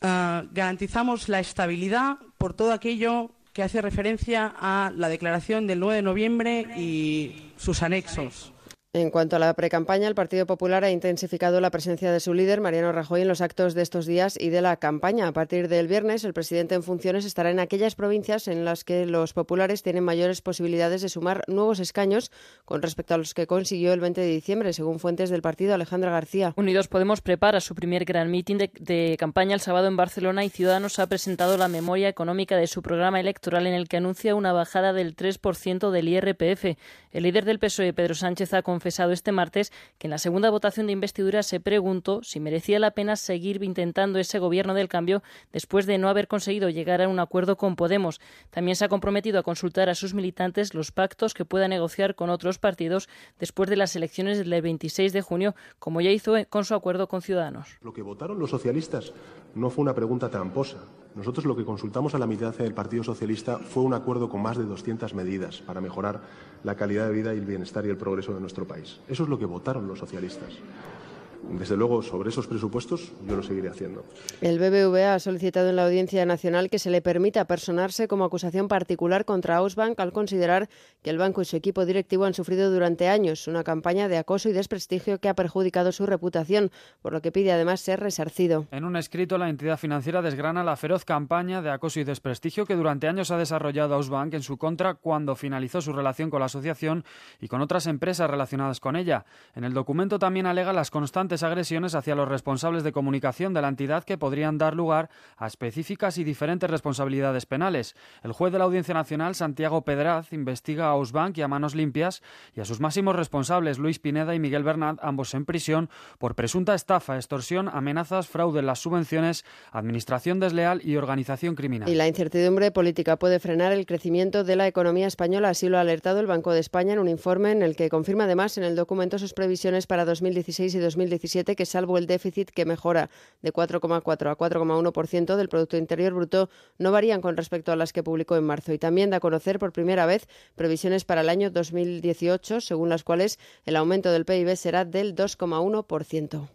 P: ah, garantizamos la estabilidad por todo aquello que hace referencia a la declaración del 9 de noviembre y sus anexos.
M: En cuanto a la precampaña, el Partido Popular ha intensificado la presencia de su líder, Mariano Rajoy, en los actos de estos días y de la campaña. A partir del viernes, el presidente en funciones estará en aquellas provincias en las que los populares tienen mayores posibilidades de sumar nuevos escaños con respecto a los que consiguió el 20 de diciembre, según fuentes del partido Alejandra García.
Q: Unidos Podemos prepara su primer gran mitin de, de campaña el sábado en Barcelona y Ciudadanos ha presentado la memoria económica de su programa electoral en el que anuncia una bajada del 3% del IRPF. El líder del PSOE, E, Pedro Sánchez, ha confesado este martes que en la segunda votación de investidura se preguntó si merecía la pena seguir intentando ese gobierno del cambio después de no haber conseguido llegar a un acuerdo con Podemos. También se ha comprometido a consultar a sus militantes los pactos que pueda negociar con otros partidos después de las elecciones del 26 de junio, como ya hizo con su acuerdo con Ciudadanos.
R: Lo que votaron los socialistas no fue una pregunta tramposa. Nosotros lo que consultamos a la mitad del Partido Socialista fue un acuerdo con más de 200 medidas para mejorar la calidad de vida y el bienestar y el progreso de nuestro país. Eso es lo que votaron los socialistas. Desde luego, sobre esos presupuestos yo lo seguiré haciendo.
M: El BBVA ha solicitado en la Audiencia Nacional que se le permita personarse como acusación particular contra Ausbank al considerar que el banco y su equipo directivo han sufrido durante años una campaña de acoso y desprestigio que ha perjudicado su reputación, por lo que pide además ser resarcido.
O: En un escrito, la entidad financiera desgrana la feroz campaña de acoso y desprestigio que durante años ha desarrollado Ausbank en su contra cuando finalizó su relación con la asociación y con otras empresas relacionadas con ella. En el documento también alega las constantes agresiones hacia los responsables de comunicación de la entidad que podrían dar lugar a específicas y diferentes responsabilidades penales. El juez de la Audiencia Nacional, Santiago Pedraz, investiga a Ausbank y a manos limpias y a sus máximos responsables, Luis Pineda y Miguel Bernat, ambos en prisión por presunta estafa, extorsión, amenazas, fraude en las subvenciones, administración desleal y organización criminal.
M: Y la incertidumbre política puede frenar el crecimiento de la economía española, así lo ha alertado el Banco de España en un informe en el que confirma además en el documento sus previsiones para 2016 y 2017 que salvo el déficit que mejora de 4,4 a 4,1% del producto interior bruto no varían con respecto a las que publicó en marzo y también da a conocer por primera vez previsiones para el año 2018, según las cuales el aumento del PIB será del 2,1%.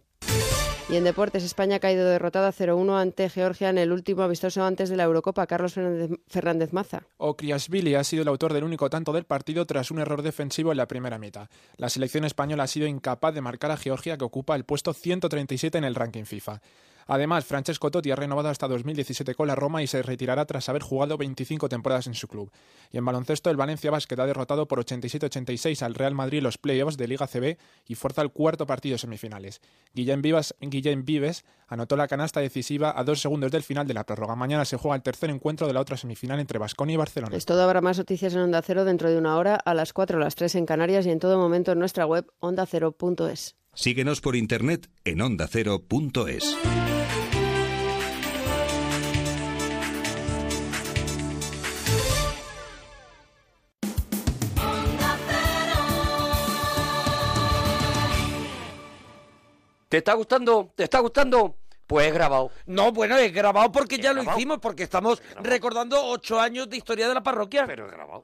M: Y en deportes, España ha caído derrotada 0-1 ante Georgia en el último amistoso antes de la Eurocopa. Carlos Fernández, Fernández Maza.
S: Okriashvili ha sido el autor del único tanto del partido tras un error defensivo en la primera mitad. La selección española ha sido incapaz de marcar a Georgia, que ocupa el puesto 137 en el ranking FIFA. Además, Francesco Totti ha renovado hasta 2017 con la Roma y se retirará tras haber jugado 25 temporadas en su club. Y en baloncesto, el Valencia Basket ha derrotado por 87-86 al Real Madrid en los playoffs de Liga CB y fuerza el cuarto partido semifinales. Guillem, Vivas, Guillem Vives anotó la canasta decisiva a dos segundos del final de la prórroga. Mañana se juega el tercer encuentro de la otra semifinal entre Basconi y Barcelona.
M: Es todo, habrá más noticias en Onda Cero dentro de una hora, a las 4 o las 3 en Canarias y en todo momento en nuestra web ondacero.es.
N: Síguenos por internet en ondacero.es.
B: ¿Te está gustando? ¿Te está gustando? Pues es grabado.
D: No, bueno, es grabado porque ya lo hicimos, porque estamos recordando ocho años de historia de la parroquia. Pero
B: es grabado.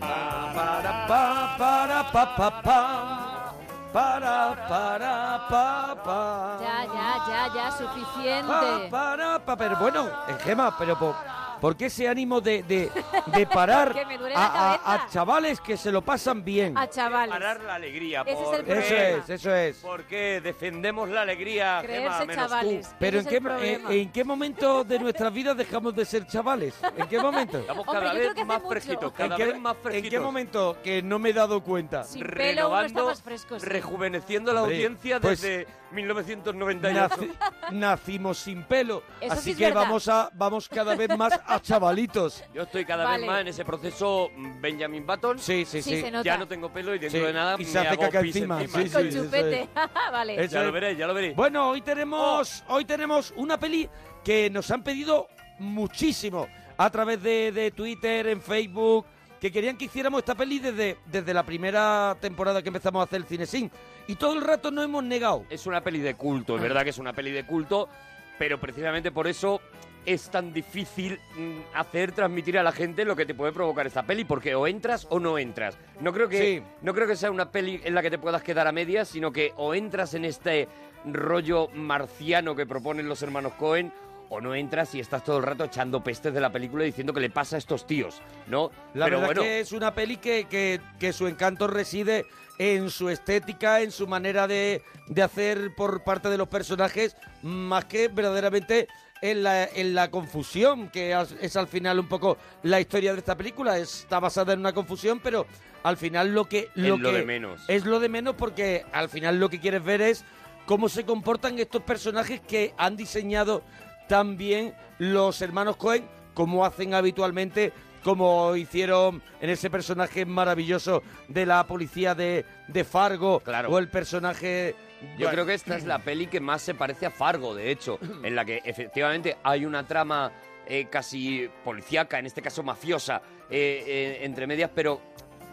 D: Para, pa, para, pa, pa, pa. Para, para, pa, pa.
H: Ya, ya, ya, ya,
D: Ah, Pa,
H: suficiente.
D: para, pa. Pero bueno, en gema, pero po- ¿por qué ese ánimo de, de, de parar
H: Que me duele
D: a,
H: la
D: a-
H: cabeza.
D: a chavales que se lo pasan bien?
H: A chavales.
B: Parar la alegría.
H: Ese es el
B: porque-
D: Eso es, eso es.
B: Porque defendemos la alegría,
H: Creerse
B: Gemma, menos tú.
H: chavales.
D: Pero ¿en
H: Ese
D: qué, eh,
H: es el problema.
D: en- ¿en qué momento de nuestras vidas dejamos de ser chavales? ¿En qué momento?
B: *laughs* Estamos cada Hombre, yo vez creo que hace más mucho. fresquitos, cada
D: ¿En qué,
B: vez más
D: ¿En qué
B: fresquitos.
D: momento que no me he dado cuenta?
H: Sin pelo uno está
B: Renovando,
H: más fresco. sí.
B: rejuveneciendo la
D: Hombre,
B: audiencia
D: pues-
B: desde 1998.
D: Naci- nacimos sin pelo.
B: Eso
D: así
B: sí es
D: que
B: verdad.
D: vamos a vamos cada vez más a
H: *laughs*
D: chavalitos.
B: Yo estoy cada
D: Vale.
B: vez más en ese proceso mm, Benjamin Button.
D: Sí, sí, Sí, sí. se nota.
B: Ya no tengo pelo y dentro
D: Sí,
B: de nada
D: y se
B: me
D: hace
B: hago
D: caca
B: pis
D: encima. Sí, sí,
H: Con
D: eso
H: chupete. *laughs* vale.
D: Eso
B: Ya lo
D: es.
B: veréis, ya lo veréis. Oh.
D: Bueno, hoy tenemos hoy tenemos una peli que nos han pedido muchísimo. a través de, de Twitter, en Facebook, que querían que hiciéramos esta peli desde, desde la primera temporada que empezamos a hacer el cine sin. Y todo el rato no hemos negado.
B: Es una peli de culto, es verdad que es una peli de culto, pero precisamente por eso es tan difícil mm, hacer transmitir a la gente lo que te puede provocar esta peli, porque o entras o no entras. No creo que,
D: Sí.
B: no creo que sea una peli en la que te puedas quedar a medias, sino que o entras en este rollo marciano que proponen los hermanos Cohen. O no entras y estás todo el rato echando pestes de la película diciendo que le pasa a estos tíos, ¿no?
D: La
B: Pero
D: verdad
B: bueno,
D: que es una peli que, que- que su encanto reside en su estética, en su manera de, de hacer por parte de los personajes, más que verdaderamente en la, en la confusión, que as- es al final un poco la historia de esta película. Está basada en una confusión, pero al final lo que... Lo,
B: Es lo
D: que-
B: de menos.
D: Es lo de menos porque al final lo que quieres ver es cómo se comportan estos personajes que han diseñado tan bien los hermanos Cohen, como hacen habitualmente, como hicieron en ese personaje maravilloso de la policía de, de Fargo, o el personaje...
B: Yo creo que esta es la peli que más se parece a Fargo, de hecho, en la que efectivamente hay una trama eh, casi policíaca, en este caso mafiosa, eh, eh, entre medias, pero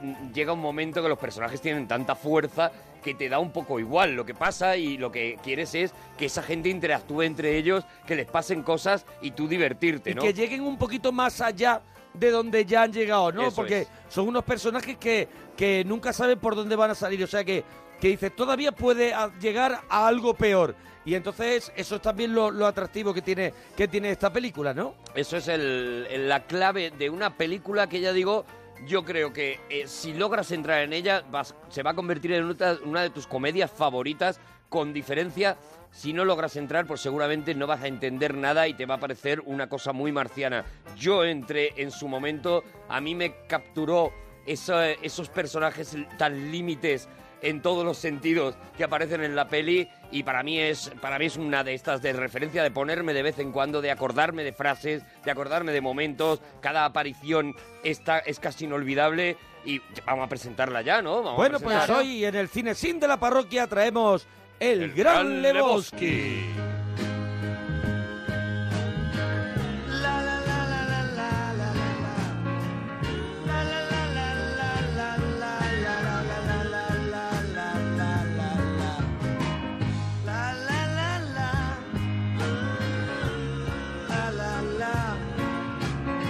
B: mm, llega un momento que los personajes tienen tanta fuerza que te da un poco igual lo que pasa y lo que quieres es que esa gente interactúe entre ellos, que les pasen cosas y tú divertirte,
D: y
B: ¿no?
D: que lleguen un poquito más allá de donde ya han llegado, ¿no?
B: Eso
D: Porque
B: es.
D: son unos personajes que, que nunca saben por dónde van a salir, o sea que, que dices, todavía puede a- llegar a algo peor. Y entonces eso es también lo, lo atractivo que tiene, que tiene esta película, ¿no?
B: Eso es el- el- la clave de una película que ya digo, yo creo que eh, si logras entrar en ella, vas- se va a convertir en una, una de tus comedias favoritas, con diferencia. Si no logras entrar, pues seguramente no vas a entender nada y te va a parecer una cosa muy marciana. Yo entré en su momento, a mí me capturó eso- esos personajes tan límites en todos los sentidos que aparecen en la peli y para mí es para mí es una de estas de referencia de ponerme de vez en cuando de acordarme de frases de acordarme de momentos cada aparición está es casi inolvidable y vamos a presentarla ya no Vamos a
D: Bueno, pues
B: presentarla.
D: hoy en el Cine Sin de la Parroquia traemos El, Gran,
B: Gran
D: Lebowski.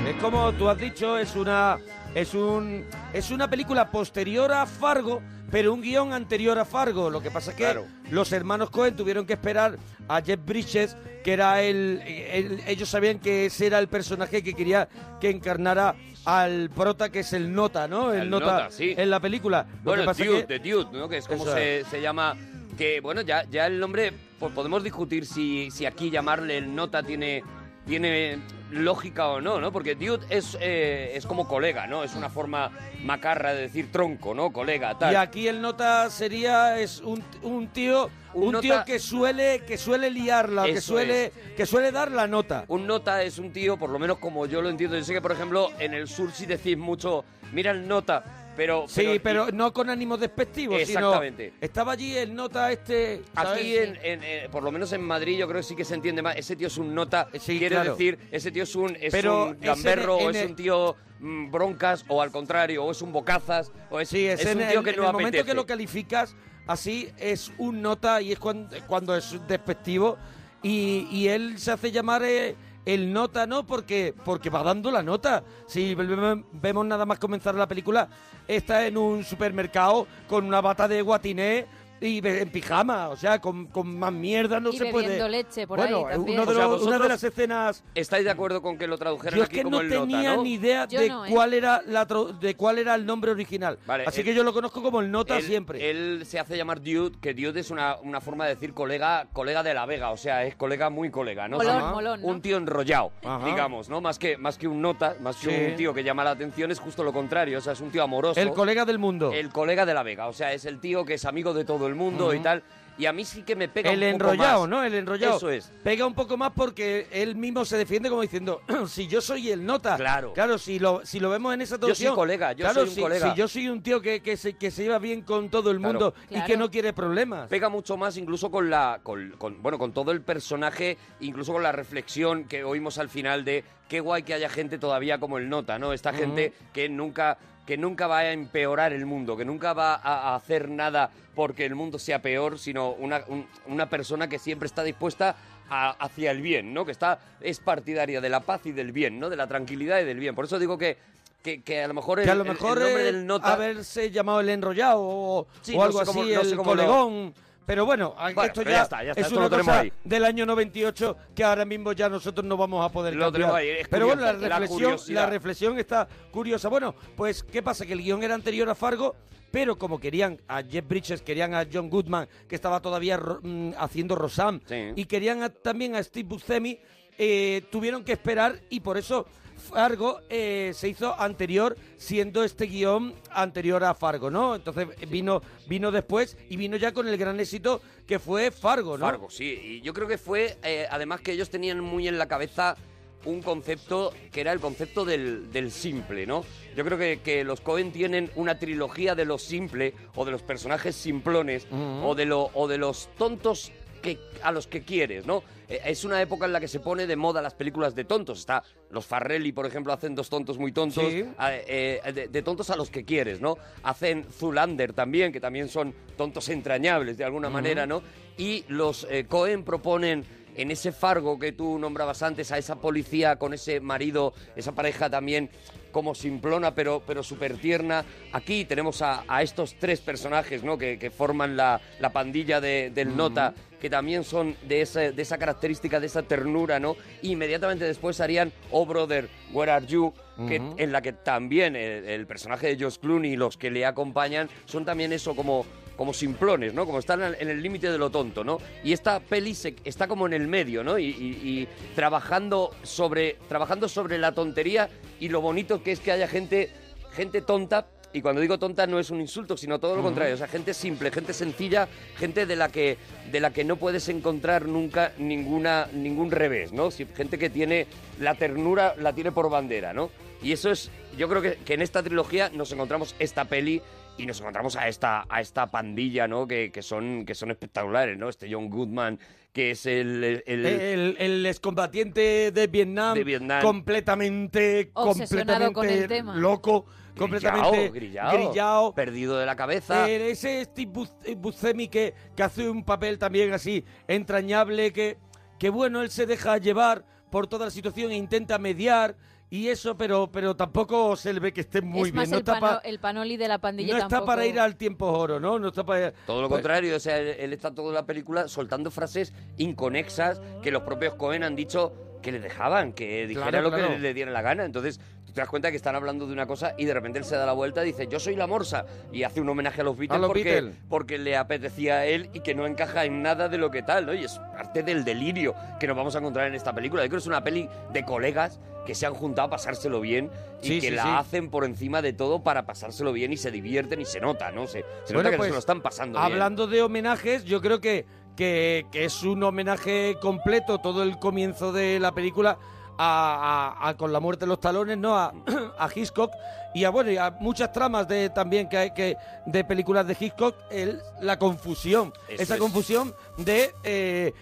D: Es como tú has dicho, es una es un es una película posterior a Fargo, pero un guión anterior a Fargo. Lo que pasa es que los hermanos Cohen tuvieron que esperar a Jeff Bridges, que era el, el- ellos sabían que ese era el personaje que quería que encarnara al prota que es el Nota, ¿no? El,
B: El
D: Nota,
B: Nota, sí.
D: en la película. Lo que
B: Bueno,
D: pasa
B: Dude,
D: que-
B: The Dude, ¿no? Que es como
D: Eso
B: se,
D: es.
B: se llama. Que bueno, ya, ya el nombre, pues podemos discutir si, si aquí llamarle el nota tiene, tiene lógica o no, ¿no? Porque Dude es, eh, es como colega, ¿no? Es una forma macarra de decir tronco, ¿no? Colega, tal.
D: Y aquí el nota sería es un, un tío
B: Un
D: un,
B: nota-
D: tío que suele que suele liarla, que
B: Eso
D: suele
B: es.
D: que suele dar la nota.
B: Un nota es un tío, por lo menos como yo lo entiendo. Yo sé que, por ejemplo, en el sur sí decís mucho, mira el nota, pero...
D: Sí, pero, no con ánimo despectivo,
B: Exactamente.
D: sino estaba allí el nota este ¿sabes?
B: Aquí, en, en- eh, por lo menos en Madrid, yo creo que sí que se entiende más. Ese tío es un nota, quiere
D: claro.
B: decir, ese tío es un, es
D: Pero
B: un
D: es
B: gamberro,
D: en-
B: o
D: en
B: es
D: el-
B: un tío mm, broncas, o al contrario, o es un bocazas, o es,
D: Sí, es,
B: es
D: en
B: un
D: el-
B: tío que
D: en
B: no
D: el momento
B: apetece.
D: que lo calificas así es un nota y es cuando, cuando es despectivo y, y él se hace llamar eh, el nota, ¿no? Porque porque va dando la nota. Si ve- vemos nada más comenzar la película, está en un supermercado con una bata de guatiné y ve- en pijama, o sea, con, con más mierda no
H: y
D: se
H: bebiendo
D: puede.
H: leche por
D: bueno,
H: ahí
D: es
H: también.
D: uno de
B: O sea,
D: los- una de
B: vosotros-
D: las escenas
B: ¿Estáis de acuerdo con que lo tradujeron
D: yo es
B: aquí
D: que
B: como
D: no
B: el
D: tenía
B: nota, no?
D: ni idea
H: Yo
D: de
H: no, ¿eh?
D: cuál era la tro- de cuál era el nombre original. Así
B: el-
D: que yo lo conozco como el nota
B: él,
D: siempre.
B: Él se hace llamar dude, que dude es una, una forma de decir colega, colega de la vega, o sea, es colega muy colega, ¿no?
D: Molón,
B: Ajá.
D: molón, ¿no?
B: Un tío enrollado,
D: Ajá.
B: digamos, ¿no? Más que, más que un nota, más que
D: Sí.
B: un tío que llama la atención, es justo lo contrario, o sea, es un tío amoroso.
D: El colega del mundo.
B: El colega de la vega, o sea, es el tío que es amigo de todo el mundo y
D: Ujú.
B: tal. Y a mí sí que me pega
D: el
B: un poco
D: enrollado,
B: más.
D: ¿no? El enrollado.
B: Eso es.
D: Pega un poco más porque él mismo se defiende como diciendo, *clears throat* si yo soy el nota. Claro. Claro, si lo, si lo vemos en esa
B: Yo soy
D: torsión.
B: colega, yo
D: claro,
B: soy un
D: si,
B: colega.
D: si yo soy un tío que, que se, que se lleva bien con todo el
B: Claro.
D: mundo y
B: Claro.
D: que no quiere problemas.
B: Pega mucho más incluso con la con, con- bueno, con todo el personaje, incluso con la reflexión que oímos al final de qué guay que haya gente todavía como el Nota, ¿no? Esta
D: Ujú.
B: gente que nunca que nunca va a empeorar el mundo, que nunca va a, a hacer nada porque el mundo sea peor, sino una, un- una persona que siempre está dispuesta a- hacia el bien, ¿no? Que está es partidaria de la paz y del bien, ¿no? De la tranquilidad y del bien. Por eso digo que que, que a lo mejor,
D: que a
B: el-
D: lo
B: el- el
D: mejor
B: nombre
D: eh,
B: del nota
D: haberse llamado el enrollado o,
B: Sí,
D: o
B: no
D: algo
B: sé cómo-
D: así,
B: no sé
D: el
B: cómo lo-
D: colegón. Pero bueno, a-
B: Bueno,
D: esto
B: pero
D: ya,
B: ya está, ya está,
D: es
B: esto
D: una
B: lo tenemos
D: cosa
B: ahí.
D: del año 98 que ahora mismo ya nosotros no vamos a poder
B: Lo
D: cambiar.
B: tenemos ahí, es
D: Pero bueno, la
B: curioso, la
D: reflexión, la,
B: curiosidad.
D: reflexión está curiosa. Bueno, pues ¿qué pasa? Que el guión era anterior a Fargo, pero como querían a Jeff Bridges, querían a John Goodman, que estaba todavía ro- mm, haciendo Rosam, y querían a- también a Steve Buscemi, eh, tuvieron que esperar y por eso Fargo eh, se hizo anterior, siendo este guión anterior a Fargo, ¿no? Entonces eh, vino, vino después y vino ya con el gran éxito que fue Fargo, ¿no?
B: Fargo, sí. Y yo creo que fue, eh, además que ellos tenían muy en la cabeza un concepto que era el concepto del, del simple, ¿no? Yo creo que, que los Cohen tienen una trilogía de lo simple o de los personajes simplones
D: Ujú.
B: o, de lo, o de los tontos que, a los que quieres, ¿no? Eh, Es una época en la que se pone de moda las películas de tontos. Está los Farrelly, por ejemplo, hacen dos tontos muy tontos.
D: Sí.
B: Ah, eh, eh, de, de tontos a los que quieres, ¿no? Hacen Zulander también, que también son tontos entrañables de alguna
D: Ujú.
B: manera, ¿no? Y los eh, Cohen proponen en ese Fargo que tú nombrabas antes, a esa policía con ese marido, esa pareja también como simplona pero, pero súper tierna. Aquí tenemos a, a estos tres personajes ¿no? que, que forman la, la pandilla de- del
D: Ujú.
B: Nota, que también son de, ese- de esa característica, de esa ternura, ¿no? Y inmediatamente después harían Oh Brother, Where Are You? que-
D: Ujú.
B: en la que también el, el personaje de Josh Clooney y los que le acompañan son también eso como, como simplones, ¿no? Como están al- en el límite de lo tonto, ¿no? Y esta peli se- está como en el medio, ¿no? Y, y- y trabajando, sobre, trabajando sobre la tontería y lo bonito que es que haya gente, gente tonta. Y cuando digo tonta no es un insulto, sino todo lo
D: Ujú.
B: contrario. O sea, gente simple, gente sencilla, gente de la que, de la que no puedes encontrar nunca ninguna, ningún revés, ¿no? Si- Gente que tiene la ternura, la tiene por bandera, ¿no? Y eso es, yo creo que, que en esta trilogía nos encontramos esta peli y nos encontramos a esta, a esta pandilla, ¿no? Que, que son, que son espectaculares, ¿no? Este John Goodman, que es el... el- el-
D: El, el excombatiente de Vietnam,
B: De Vietnam.
D: completamente, completamente
H: Obsesionado con el tema.
D: loco, completamente
B: grillao,
D: grillao.
B: perdido de la cabeza.
D: Eh, ese Steve Bus- eh, Buscemi que, que hace un papel también así entrañable, que, que bueno, él se deja llevar por toda la situación e intenta mediar y eso, pero, pero tampoco se le ve que esté muy bien.
H: es más,
D: no
H: el,
D: está,
H: pano-
D: pa-
H: el panoli de la pandilla
D: no está
H: tampoco.
D: para ir al tiempo oro, ¿no? No está para...
B: Todo lo
D: pues-
B: contrario, o sea, él, él está toda la película soltando frases inconexas que los propios Cohen han dicho que le dejaban, que dijera
D: Claro,
B: lo
D: claro.
B: que le, le diera la gana. Entonces, tú te das cuenta que están hablando de una cosa y de repente él se da la vuelta y dice, yo soy la morsa. Y hace un homenaje a los Beatles,
D: A los
B: porque,
D: Beatles.
B: porque le apetecía a él y que no encaja en nada de lo que tal, ¿no? Y es parte del delirio que nos vamos a encontrar en esta película. Yo creo que es una peli de colegas que se han juntado a pasárselo bien y
D: Sí,
B: que
D: sí,
B: la
D: sí.
B: hacen por encima de todo para pasárselo bien y se divierten y se nota, ¿no? Se, se
D: Bueno,
B: nota que
D: pues,
B: se lo están pasando bien.
D: Hablando de homenajes, yo creo que, que, que es un homenaje completo todo el comienzo de la película a, a- a con la muerte de los talones, ¿no? A, *clears throat* a Hitchcock y a bueno, y a muchas tramas de también que hay que de películas de Hitchcock, el- la confusión,
B: Eso
D: esa
B: es.
D: confusión de eh,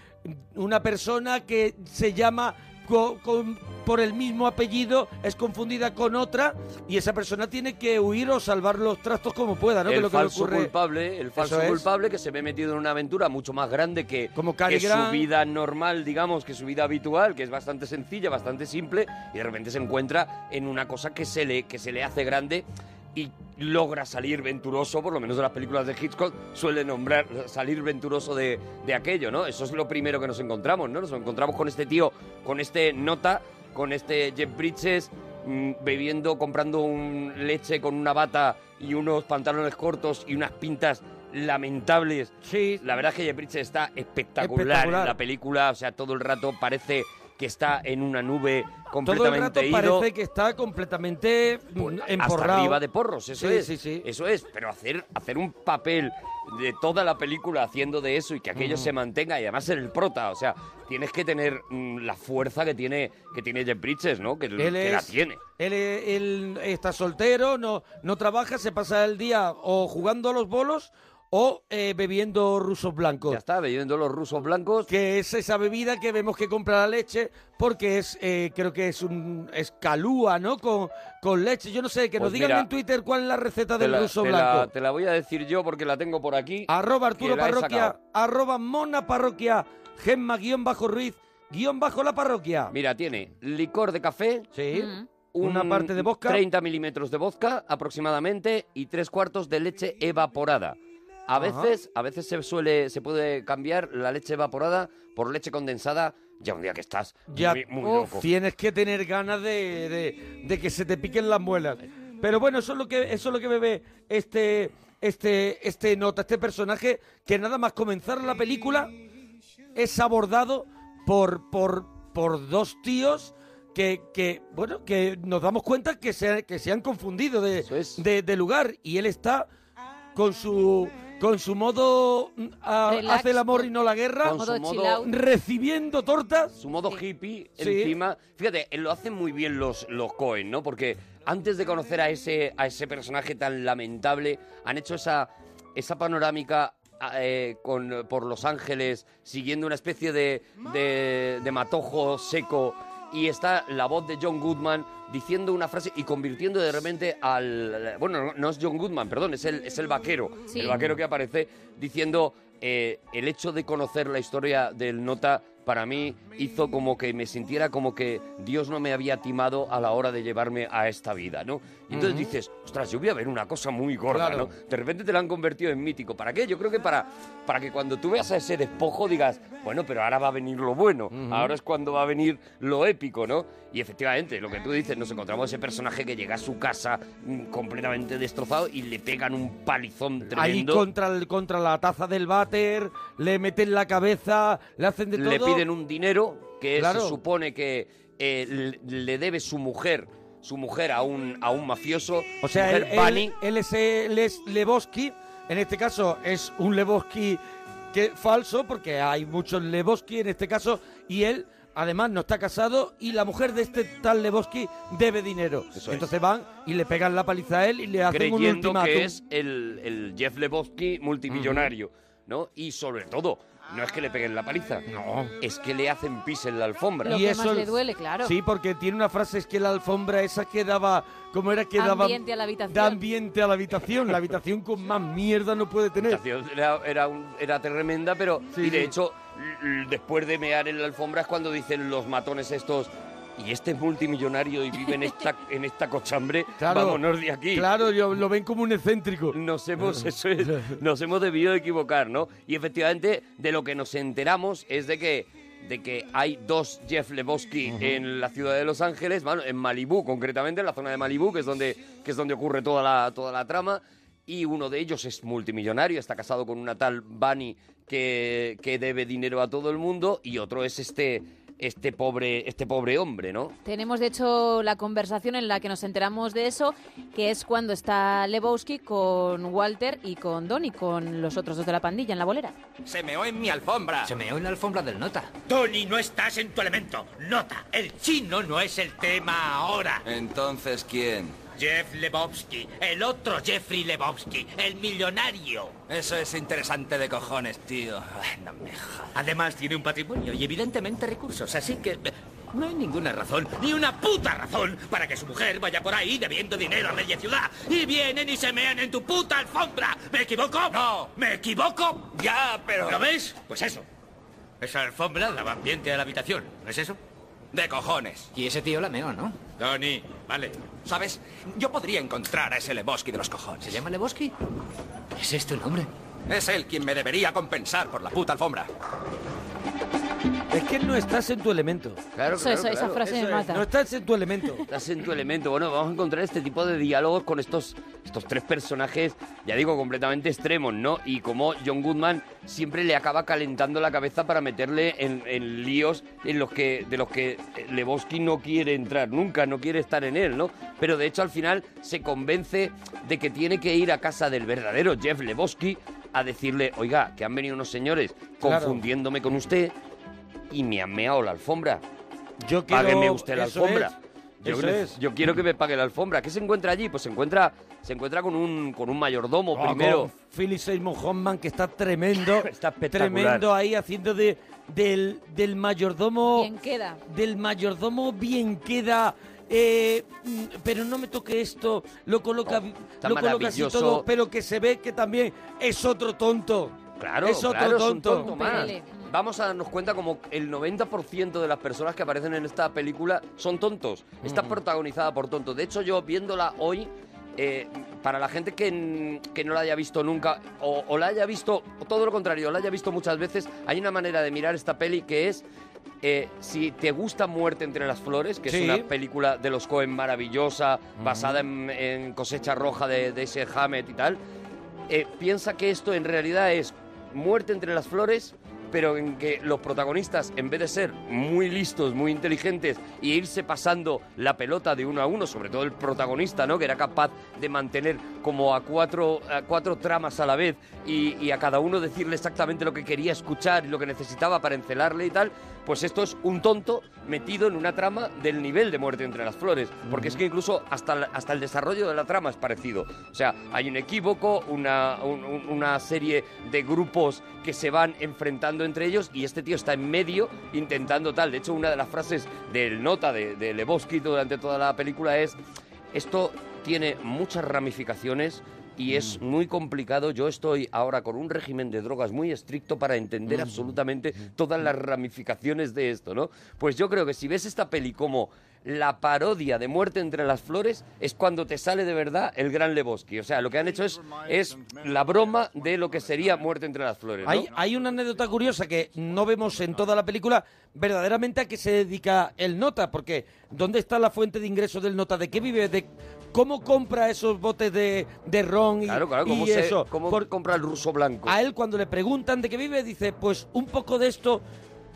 D: una persona que se llama co- con- por el mismo apellido es confundida con otra y esa persona tiene que huir o salvar los trastos como pueda, ¿no? que es
B: el
D: lo que le
B: falso
D: ocurre-
B: culpable, el falso
D: Eso es.
B: culpable que se ve metido en una aventura mucho más grande que,
D: Cary
B: que su
D: Grant.
B: vida normal, digamos, que su vida habitual, que es bastante sencilla, bastante simple, y de repente se encuentra en una cosa que se le, que se le hace grande y logra salir venturoso, por lo menos de las películas de Hitchcock, suele nombrar salir venturoso de, de aquello, ¿no? Eso es lo primero que nos encontramos, ¿no? Nos encontramos con este tío, con este nota, con este Jeff Bridges mm, bebiendo, comprando un leche con una bata y unos pantalones cortos y unas pintas lamentables.
D: Sí.
B: La verdad es que Jeff Bridges está espectacular,
D: Espectacular.
B: en la película, o sea, todo el rato parece que está en una nube
D: Todo el rato
B: completamente ido
D: parece que está completamente mm, emporrado.
B: hasta arriba de porros, eso
D: Sí,
B: es.
D: sí, sí.
B: Eso es, pero hacer, hacer un papel de toda la película haciendo de eso y que aquello
D: Mm.
B: se mantenga y además ser el prota, o sea, tienes que tener mm, la fuerza que tiene que tiene Jeff Bridges, ¿no? Que,
D: Él
B: que la
D: es-
B: tiene.
D: Él, es- él está soltero, no, no trabaja, se pasa el día o jugando a los bolos o eh, bebiendo rusos blancos. Ya
B: está, bebiendo los rusos blancos.
D: Que es esa bebida que vemos que compra la leche porque es, eh, creo que es un es calúa, ¿no? Con, con leche. Yo no sé, que
B: Pues
D: nos digan
B: mira,
D: en Twitter cuál es la receta
B: Te
D: del
B: la-
D: ruso
B: te la-
D: blanco.
B: te la voy a decir yo porque la tengo por aquí.
D: Arroba
B: que
D: Arturo
B: la he
D: Parroquia,
B: sacado.
D: arroba Mona Parroquia, Gemma guión bajo Ruiz, guión bajo la parroquia.
B: Mira, tiene licor de café.
D: Sí.
B: un-
D: Una parte de vodka.
B: 30 milímetros de vodka aproximadamente y tres cuartos de leche evaporada. A
D: Ajá.
B: veces, a veces se suele, se puede cambiar la leche evaporada por leche condensada. Ya un día que estás
D: Ya
B: muy, muy
D: uf,
B: loco.
D: tienes que tener ganas de, de- de que se te piquen las muelas. Pero bueno, eso es lo que, eso es lo que bebe este, este, este nota, este personaje, que nada más comenzar la película es abordado por, por, por dos tíos que, que, bueno, que nos damos cuenta que se, que se han confundido de, de- de lugar. Y él está con su con su modo mm, a-
B: Relax.
D: hace el amor y no la guerra,
B: Con su Modo modo- chill out.
D: recibiendo tortas.
B: Su modo hippie
D: Sí.
B: encima. Fíjate, eh, lo hacen muy bien los, los Cohen, ¿no? Porque antes de conocer a ese, a ese personaje tan lamentable, han hecho esa, esa panorámica a- eh, con, por Los Ángeles, siguiendo una especie de, de, de matojo seco. Y está la voz de John Goodman diciendo una frase y convirtiendo de repente al... Bueno, no, no es John Goodman, perdón, es el, es el vaquero.
T: Sí.
B: El vaquero que aparece diciendo eh, el hecho de conocer la historia del Nota para mí hizo como que me sintiera como que Dios no me había timado a la hora de llevarme a esta vida, ¿no? Y entonces
D: Ujú.
B: dices, ostras, yo voy a ver una cosa muy gorda,
D: Claro.
B: ¿no? De repente te la han convertido en mítico. ¿Para qué? Yo creo que para, para que cuando tú veas a ese despojo digas, bueno, pero ahora va a venir lo bueno, ahora es cuando va a venir lo épico, ¿no? Y efectivamente, lo que tú dices, nos encontramos ese personaje que llega a su casa mm, completamente destrozado y le pegan un palizón tremendo.
D: Ahí contra, el, contra la taza del váter, le meten la cabeza, le hacen de todo.
B: le piden un dinero que
D: Claro.
B: se supone que eh, le- le debe su mujer, su mujer a un, a un mafioso.
D: O sea,
B: mujer
D: él, él-
B: Bunny.
D: él es, él es Lebowski. En este caso es un Lebowski que, falso, porque hay muchos Lebowski en este caso. Y él, además, no está casado. Y la mujer de este tal Lebowski debe dinero. Entonces van y le pegan la paliza a él y le hacen un
B: creyendo
D: ultimátum.
B: que es el, el Jeff Lebowski multimillonario, ¿no? Y sobre todo, no es que le peguen la paliza, no, es que le hacen pis en la alfombra.
H: Lo que más le duele, claro.
D: Sí, porque tiene una frase, es que la alfombra esa que daba, ¿cómo era que daba?
H: Ambiente a la habitación.
D: Da ambiente a la habitación, la habitación con más mierda no puede tener.
B: Era, era, un- era tremenda, pero
D: Sí,
B: y de
D: sí.
B: hecho, l- l- después de mear en la alfombra es cuando dicen los matones estos. Y este es multimillonario y
D: *laughs*
B: vive en esta, en esta cochambre.
D: Claro,
B: Vámonos de aquí.
D: Claro, yo- lo ven como un excéntrico. *laughs*
B: Nos hemos, eso es, nos hemos debido equivocar, ¿no? Y efectivamente, de lo que nos enteramos es de que, de que hay dos Jeff Lebowski en la ciudad de Los Ángeles, bueno, en Malibú, concretamente, en la zona de Malibú, que es donde, que es donde ocurre toda la, toda la trama. Y uno de ellos es multimillonario, está casado con una tal Bunny que, que debe dinero a todo el mundo, y otro es este, este, pobre, este pobre hombre, ¿no?
H: Tenemos, de hecho, la conversación en la que nos enteramos de eso, que es cuando está Lebowski con Walter y con Donnie, con los otros dos de la pandilla en la bolera.
U: Se meó en mi alfombra. Se meó en la alfombra del Nota. Tony, no estás en tu elemento. Nota, el chino no es el tema ahora.
V: Entonces, ¿quién?
U: Jeff Lebowski, el otro Jeffrey Lebowski, el millonario.
V: Eso es interesante de cojones, tío. Ay, no me jodas.
U: Además tiene un patrimonio y evidentemente recursos, así que eh, no hay ninguna razón, ni una puta razón, para que su mujer vaya por ahí debiendo dinero a media ciudad. Y vienen y se mean en tu puta alfombra. ¿Me equivoco? No. ¿Me equivoco? Ya, pero... ¿Lo ves? Pues eso. Esa alfombra daba ambiente a la habitación, ¿no es eso? De cojones.
V: Y ese tío la meó, ¿no?
U: Tony, vale.
V: ¿Sabes? Yo podría encontrar a ese Lebowski de los cojones. ¿Se llama Lebowski? ¿Ese es tu nombre? Es él quien me debería compensar por la puta alfombra.
D: Es que no estás en tu elemento.
B: Claro, Eso, claro, eso, esa claro. frase me mata.
D: No estás en tu elemento.
B: Estás en tu elemento. Bueno, vamos a encontrar este tipo de diálogos con estos, estos tres personajes, ya digo, completamente extremos, ¿no? Y como John Goodman siempre le acaba calentando la cabeza para meterle en, en líos en los que, de los que Lebowski no quiere entrar nunca, no quiere estar en él, ¿no? Pero de hecho al final se convence de que tiene que ir a casa del verdadero Jeff Lebowski a decirle, oiga, que han venido unos señores
D: Claro.
B: confundiéndome con usted y me han meado la alfombra.
D: Yo quiero-
B: Págueme usted la
D: eso
B: alfombra.
D: es,
B: Yo,
D: eso
B: ne-
D: es.
B: yo quiero que me pague la alfombra. ¿Qué se encuentra allí? Pues se encuentra, se encuentra con un con un mayordomo
D: Ah,
B: primero.
D: con Philip Seymour Hoffman, que está
B: *laughs*
D: tremendo. está
B: espectacular.
D: Tremendo ahí haciendo de, del, del mayordomo.
H: Bien queda.
D: Del mayordomo bien queda. eh, mm, pero no me toque esto. Lo coloca,
B: Oh, está
D: lo coloca así
B: maravilloso.
D: todo, pero que se ve que también es otro tonto.
B: Claro,
D: es otro
B: claro, es un
D: tonto.
B: tonto más. Vamos a darnos cuenta como el 90% de las personas que aparecen en esta película son tontos. Está protagonizada por tontos. De hecho, yo viéndola hoy, eh, para la gente que, n- que no la haya visto nunca, o, o la haya visto, o todo lo contrario, la haya visto muchas veces, hay una manera de mirar esta peli que es... eh, si te gusta Muerte entre las Flores, que
D: Sí.
B: es una película de los Cohen maravillosa, basada en, en cosecha roja de, de ese Hammett y tal, eh, piensa que esto en realidad es muerte entre las flores, pero en que los protagonistas, en vez de ser muy listos, muy inteligentes y irse pasando la pelota de uno a uno, sobre todo el protagonista, ¿no? Que era capaz de mantener como a cuatro, a cuatro tramas a la vez y, y a cada uno decirle exactamente lo que quería escuchar y lo que necesitaba para encelarle y tal, pues esto es un tonto metido en una trama del nivel de muerte entre las flores. Porque es que incluso hasta, la- hasta el desarrollo de la trama es parecido. O sea, hay un equívoco, una, un- un- una serie de grupos que se van enfrentando entre ellos y este tío está en medio intentando tal. De hecho, una de las frases del nota de, de Lebowski durante toda la película es esto tiene muchas ramificaciones y es muy complicado. Yo estoy ahora con un régimen de drogas muy estricto para entender absolutamente todas las ramificaciones de esto, ¿no? Pues yo creo que si ves esta peli como la parodia de Muerte entre las Flores es cuando te sale de verdad el gran Lebowski. O sea, lo que han hecho es, es la broma de lo que sería Muerte entre las Flores, ¿no?
D: Hay, hay una anécdota curiosa que no vemos en toda la película, verdaderamente a qué se dedica el nota, porque ¿dónde está la fuente de ingresos del nota? ¿De qué vive? ¿De cómo compra esos botes de, de ron y,
B: Claro, claro,
D: y
B: ¿cómo, se-
D: eso?
B: cómo compra el ruso blanco?
D: A él cuando le preguntan de qué vive, dice, pues un poco de esto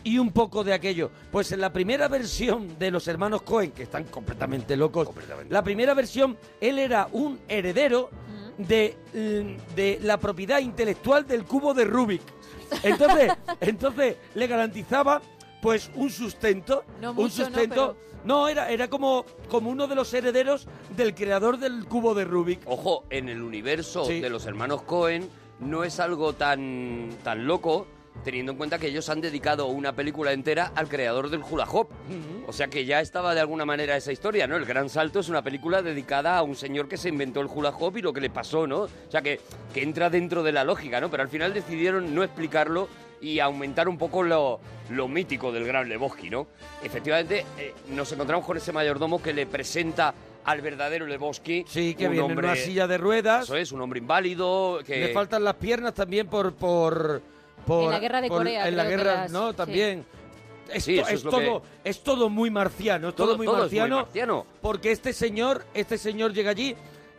D: y un poco de aquello. Pues en la primera versión de los hermanos Cohen, que están completamente locos, la primera versión, él era un heredero de, mm, de la propiedad intelectual del cubo de Rubik.
H: *laughs*
D: Entonces, entonces le garantizaba pues un sustento,
H: No
D: un
H: mucho, no,
D: sustento
H: pero-
D: no, era, era como, como uno de los herederos del creador del cubo de Rubik.
B: Ojo, en el universo de los hermanos Cohen no es algo tan, tan loco, teniendo en cuenta que ellos han dedicado una película entera al creador del hula hoop. O sea que ya estaba de alguna manera esa historia, ¿no? El Gran Salto es una película dedicada a un señor que se inventó el hula hoop y lo que le pasó, ¿no? O sea que, que entra dentro de la lógica, ¿no? Pero al final decidieron no explicarlo y aumentar un poco lo, lo mítico del gran Lebowski, ¿no? Efectivamente, eh, nos encontramos con ese mayordomo que le presenta al verdadero Lebowski.
D: Sí, que
B: un
D: viene
B: hombre-
D: en una silla de ruedas.
B: Eso es, un hombre inválido que...
D: Le faltan las piernas también por... por, por-
H: En la guerra de
D: por-
H: Corea,
D: En la
H: creo que
D: guerra,
H: las-
D: ¿no?
H: sí.
D: También. Es,
B: Sí,
D: to-
B: eso
D: es
B: es lo
D: todo, es todo muy marciano, es todo,
B: Todo-
D: muy,
B: todo es muy
D: marciano
B: marciano.
D: Porque este señor, este señor llega allí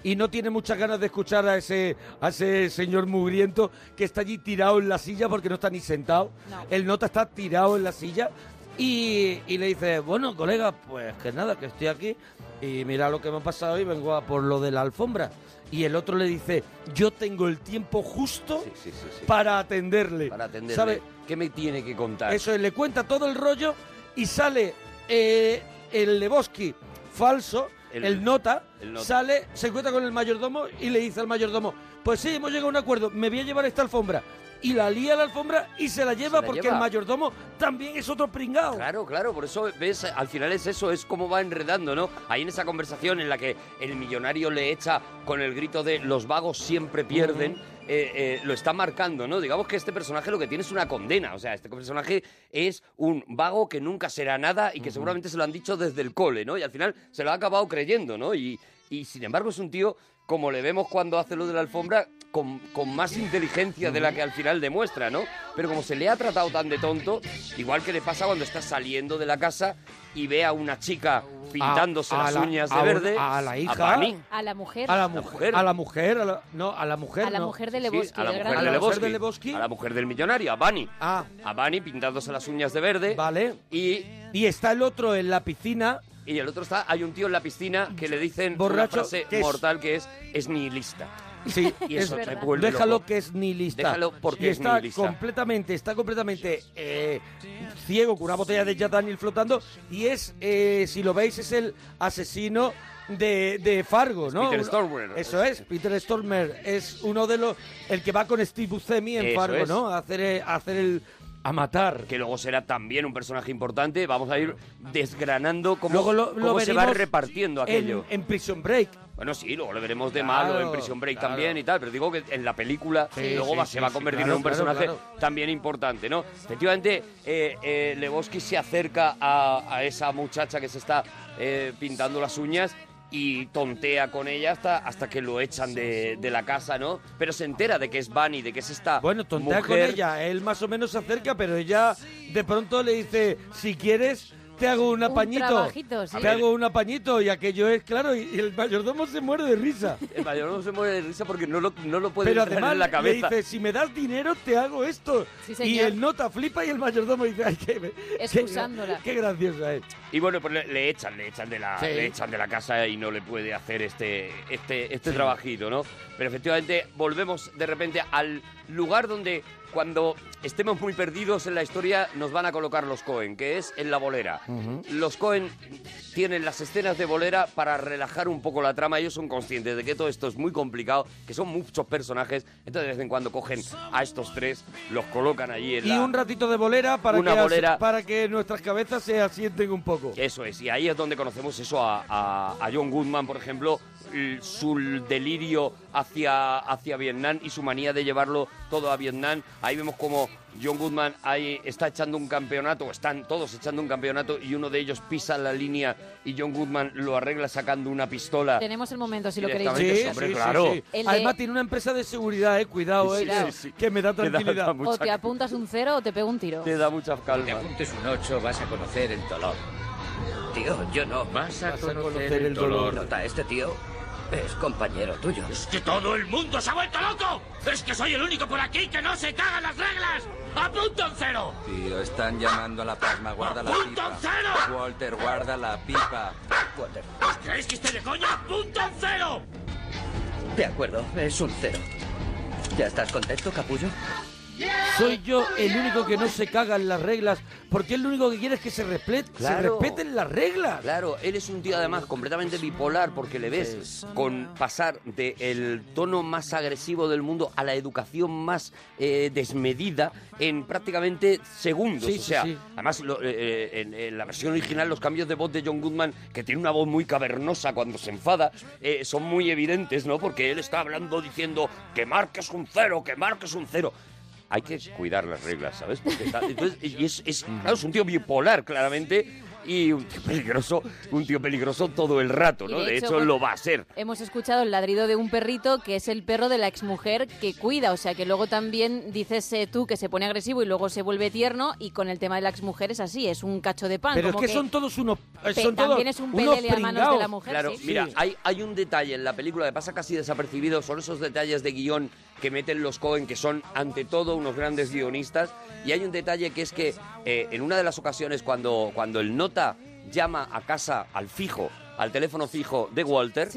D: y no tiene muchas ganas de escuchar a ese, a ese señor mugriento que está allí tirado en la silla porque no está ni sentado. El nota está tirado en la silla y, y le dice, bueno, colega, pues que nada, que estoy aquí y mira lo que me ha pasado y vengo a por lo de la alfombra. Y el otro le dice, yo tengo el tiempo justo para atenderle. Para
B: atenderle.
D: ¿Sabe?
B: ¿Qué me tiene que contar?
D: Eso es, le cuenta todo el rollo y sale eh, el Lebowski falso, el,
B: El-
D: nota,
B: el nota.
D: sale, se encuentra con el mayordomo y le dice al mayordomo, pues sí, hemos llegado a un acuerdo, me voy a llevar esta alfombra. Y la lía la alfombra y se la lleva
B: la
D: porque
B: lleva.
D: el mayordomo también es otro pringao.
B: Claro, claro, por eso ves, al final es eso, es cómo va enredando, ¿no? Ahí en esa conversación en la que el millonario le echa con el grito de los vagos siempre pierden, eh, eh, lo está marcando, ¿no? Digamos que este personaje lo que tiene es una condena, o sea, este personaje es un vago que nunca será nada y que seguramente se lo han dicho desde el cole, ¿no? Y al final se lo ha acabado creyendo, ¿no? Y, y sin embargo es un tío, como le vemos cuando hace lo de la alfombra, con, con más inteligencia de la que al final demuestra, ¿no? pero como se le ha tratado tan de tonto, igual que le pasa cuando está saliendo de la casa y ve a una chica pintándose
D: a
B: las
D: la-
B: uñas de
D: a un-
B: verde.
D: a la hija.
B: Pani.
H: A la mujer.
D: A la mujer. A la mujer. a la- no, a la mujer.
H: A la
D: no.
H: mujer de Lebowski,
B: a la
H: del
B: mujer
H: gran-
B: de
H: A la mujer
B: Lebowski,
H: de
B: A la mujer del millonario, a Bunny. A Bunny pintándose las uñas de verde.
D: Ah. Vale.
B: Y,
D: y está el otro en la piscina.
B: Y el otro está, hay un tío en la piscina que le dicen
D: Borracho,
B: una frase
D: que es-
B: mortal que es, es nihilista.
D: Sí,
B: *laughs* y eso
D: es-
B: me vuelve
D: déjalo
B: loco.
D: que es nihilista.
B: Déjalo porque
D: y
B: es
D: está
B: nihilista.
D: completamente, está completamente eh, ciego con una botella de Jack Daniel flotando y es, eh, si lo veis, es el asesino de, de Fargo, ¿no?
B: Peter
D: Uno-
B: Stormer.
D: Eso es, Peter Stormer es uno de los, el que va con Steve Buscemi en
B: Eso
D: Fargo,
B: es.
D: ¿no? A hacer, eh, a hacer el, a matar.
B: Que luego será también un personaje importante. Vamos a ir desgranando cómo,
D: Luego lo- lo
B: cómo se va
D: veremos
B: repartiendo
D: en-
B: aquello.
D: en Prison Break.
B: Bueno, sí, luego lo veremos de
D: Claro,
B: malo en Prison Break
D: claro.
B: también y tal, pero digo que en la película
D: Sí,
B: luego
D: sí,
B: va-
D: sí,
B: se va a
D: sí,
B: convertir
D: claro,
B: en un
D: claro,
B: personaje
D: claro.
B: también importante, ¿no? Efectivamente, eh, eh, Lebowski se acerca a, a esa muchacha que se está eh, pintando las uñas y tontea con ella hasta, hasta que lo echan de, de la casa, ¿no? Pero se entera de que es Bunny, de que es esta bueno,
D: Tontea
B: mujer.
D: con ella, él más o menos se acerca, pero ella de pronto le dice, si quieres, te hago un apañito.
H: trabajito, sí.
D: Te hago un apañito y aquello es claro, y y el mayordomo se muere de risa.
B: El mayordomo se muere de risa porque no lo, no lo puede
D: Pero
B: entrar
D: además
B: en la
D: le
B: cabeza.
D: dice, si me das dinero, te hago esto.
H: Sí,
D: y
H: señor.
D: el nota flipa y el mayordomo dice, ay, qué, qué-
H: Excusándola.
D: qué graciosa es.
B: Y bueno, pues le, le echan, le echan de la,
D: Sí.
B: le echan de la casa y no le puede hacer este, este, este
D: Sí.
B: trabajito, ¿no? Pero efectivamente volvemos de repente al lugar donde cuando estemos muy perdidos en la historia nos van a colocar los Cohen, que es en la bolera. Los Cohen tienen las escenas de bolera para relajar un poco la trama. Ellos son conscientes de que todo esto es muy complicado, que son muchos personajes. Entonces de vez en cuando cogen a estos tres, los colocan allí en
D: Y
B: la...
D: un ratito de bolera para,
B: Una
D: que, as-
B: bolera.
D: para que nuestras cabezas se asienten un poco.
B: Eso es, y ahí es donde conocemos eso a, a- a John Goodman, por ejemplo, l- su delirio hacia, hacia Vietnam y su manía de llevarlo todo a Vietnam. Ahí vemos como John Goodman ahí está echando un campeonato, están todos echando un campeonato y uno de ellos pisa la línea y John Goodman lo arregla sacando una pistola.
H: Tenemos el momento, si lo queréis.
B: Directamente,
D: Sí,
B: hombre,
D: sí, sí,
B: claro.
D: sí.
H: El de-
D: Además tiene una empresa de seguridad, eh, cuidado,
B: Sí,
D: eh,
B: sí,
D: que-
B: sí.
D: que me da
B: Que da- da
D: tranquilidad.
H: O te apuntas un cero o te pego un tiro.
B: Te da mucha calma.
W: Te apuntes un 8, vas a conocer el dolor. Tío, yo no. Vas a, conocer, el dolor. Nota, este tío es compañero tuyo. Es que
V: ¡Todo el mundo se ha vuelto loco! ¡Es que soy el único por aquí que no se caga las reglas! ¡Apunta un cero!
W: Tío, están llamando a la plasma. Guarda la pipa. Walter, guarda la pipa. Walter.
V: ¿Creéis que estoy de coña? ¡Apunta un cero!
W: De acuerdo, es un cero. ¿Ya estás contento, capullo?
D: Soy yo el único que no se caga en las reglas, porque él lo único que quiere es que se, reple- se
B: Claro.
D: respeten las reglas.
B: Claro, él es un tío además completamente bipolar porque le ves con pasar del tono más agresivo del mundo a la educación más eh, desmedida en prácticamente segundos.
D: Sí,
B: o
D: sí,
B: sea,
D: sí.
B: además lo- eh, eh, en, en la versión original los cambios de voz de John Goodman, que tiene una voz muy cavernosa cuando se enfada, eh, son muy evidentes, ¿no? Porque él está hablando diciendo que marques un cero, que marques un cero. Hay que cuidar las reglas, ¿sabes? Porque está- entonces, y es, es- claro, es un tío bipolar, claramente, y un tío peligroso, un tío peligroso todo el rato,
H: Y
B: ¿no?
H: de
B: De
H: hecho,
B: hecho,
H: con-
B: lo va a ser.
H: Hemos escuchado el ladrido de un perrito que es el perro de la exmujer que cuida, o sea que luego también dices eh, tú que se pone agresivo y luego se vuelve tierno y con el tema de la exmujer es así, es un cacho de pan.
D: Pero es
H: como
D: que, son todos unos. eh,
H: Pe-
D: Son todos
H: también es un
D: unos
H: pelele a manos de
D: pringaos.
H: la mujer,
B: Claro,
H: sí.
B: mira,
H: Sí.
B: hay, hay un detalle en la película que pasa casi desapercibido, son esos detalles de guión que meten los Cohen, que son ante todo unos grandes guionistas, y hay un detalle que es que eh, en una de las ocasiones cuando, cuando el nota llama a casa al fijo, al teléfono fijo de Walter,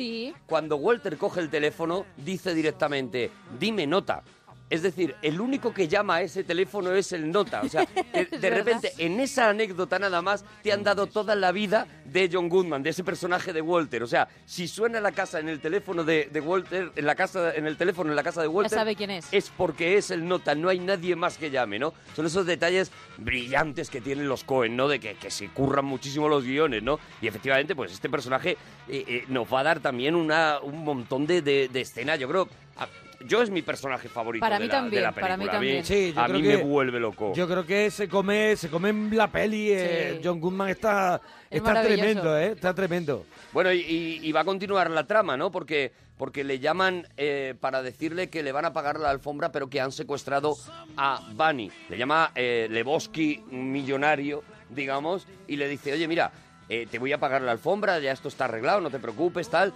B: cuando Walter coge el teléfono dice directamente, dime nota. Es decir, el único que llama a ese teléfono es el nota.
H: *laughs*
B: O sea, de, de
D: verdad.
B: repente en esa anécdota nada más te han dado toda la vida de John Goodman, de ese personaje de Walter. O sea, si suena la casa en el teléfono de, de Walter, en la casa, en el teléfono en la casa de Walter,
H: sabe quién es.
B: Es porque es el nota, no hay nadie más que llame, ¿no? Son esos detalles brillantes que tienen los Cohen, ¿no? De que, que se curran muchísimo los guiones, ¿no? Y efectivamente, pues este personaje eh, eh, nos va a dar también una, un montón de, de, de escena, yo creo. a- yo es mi personaje favorito
H: Para
B: de,
H: mí
B: la, de
H: también,
B: la
H: para mí
B: película.
H: también.
D: Sí, yo
B: a
D: creo
B: mí
D: que-
B: me vuelve loco.
D: Yo creo que se come, se come en la peli. eh, John Goodman está,
B: Es
D: está
B: maravilloso.
D: tremendo, eh, está tremendo.
B: Bueno, y, y- y va a continuar la trama, ¿no? Porque, porque le llaman eh, para decirle que le van a pagar la alfombra, pero que han secuestrado a Bunny. Le llama eh, Lebowski millonario, digamos, y le dice, oye, mira, eh, te voy a pagar la alfombra, ya esto está arreglado, no te preocupes, tal,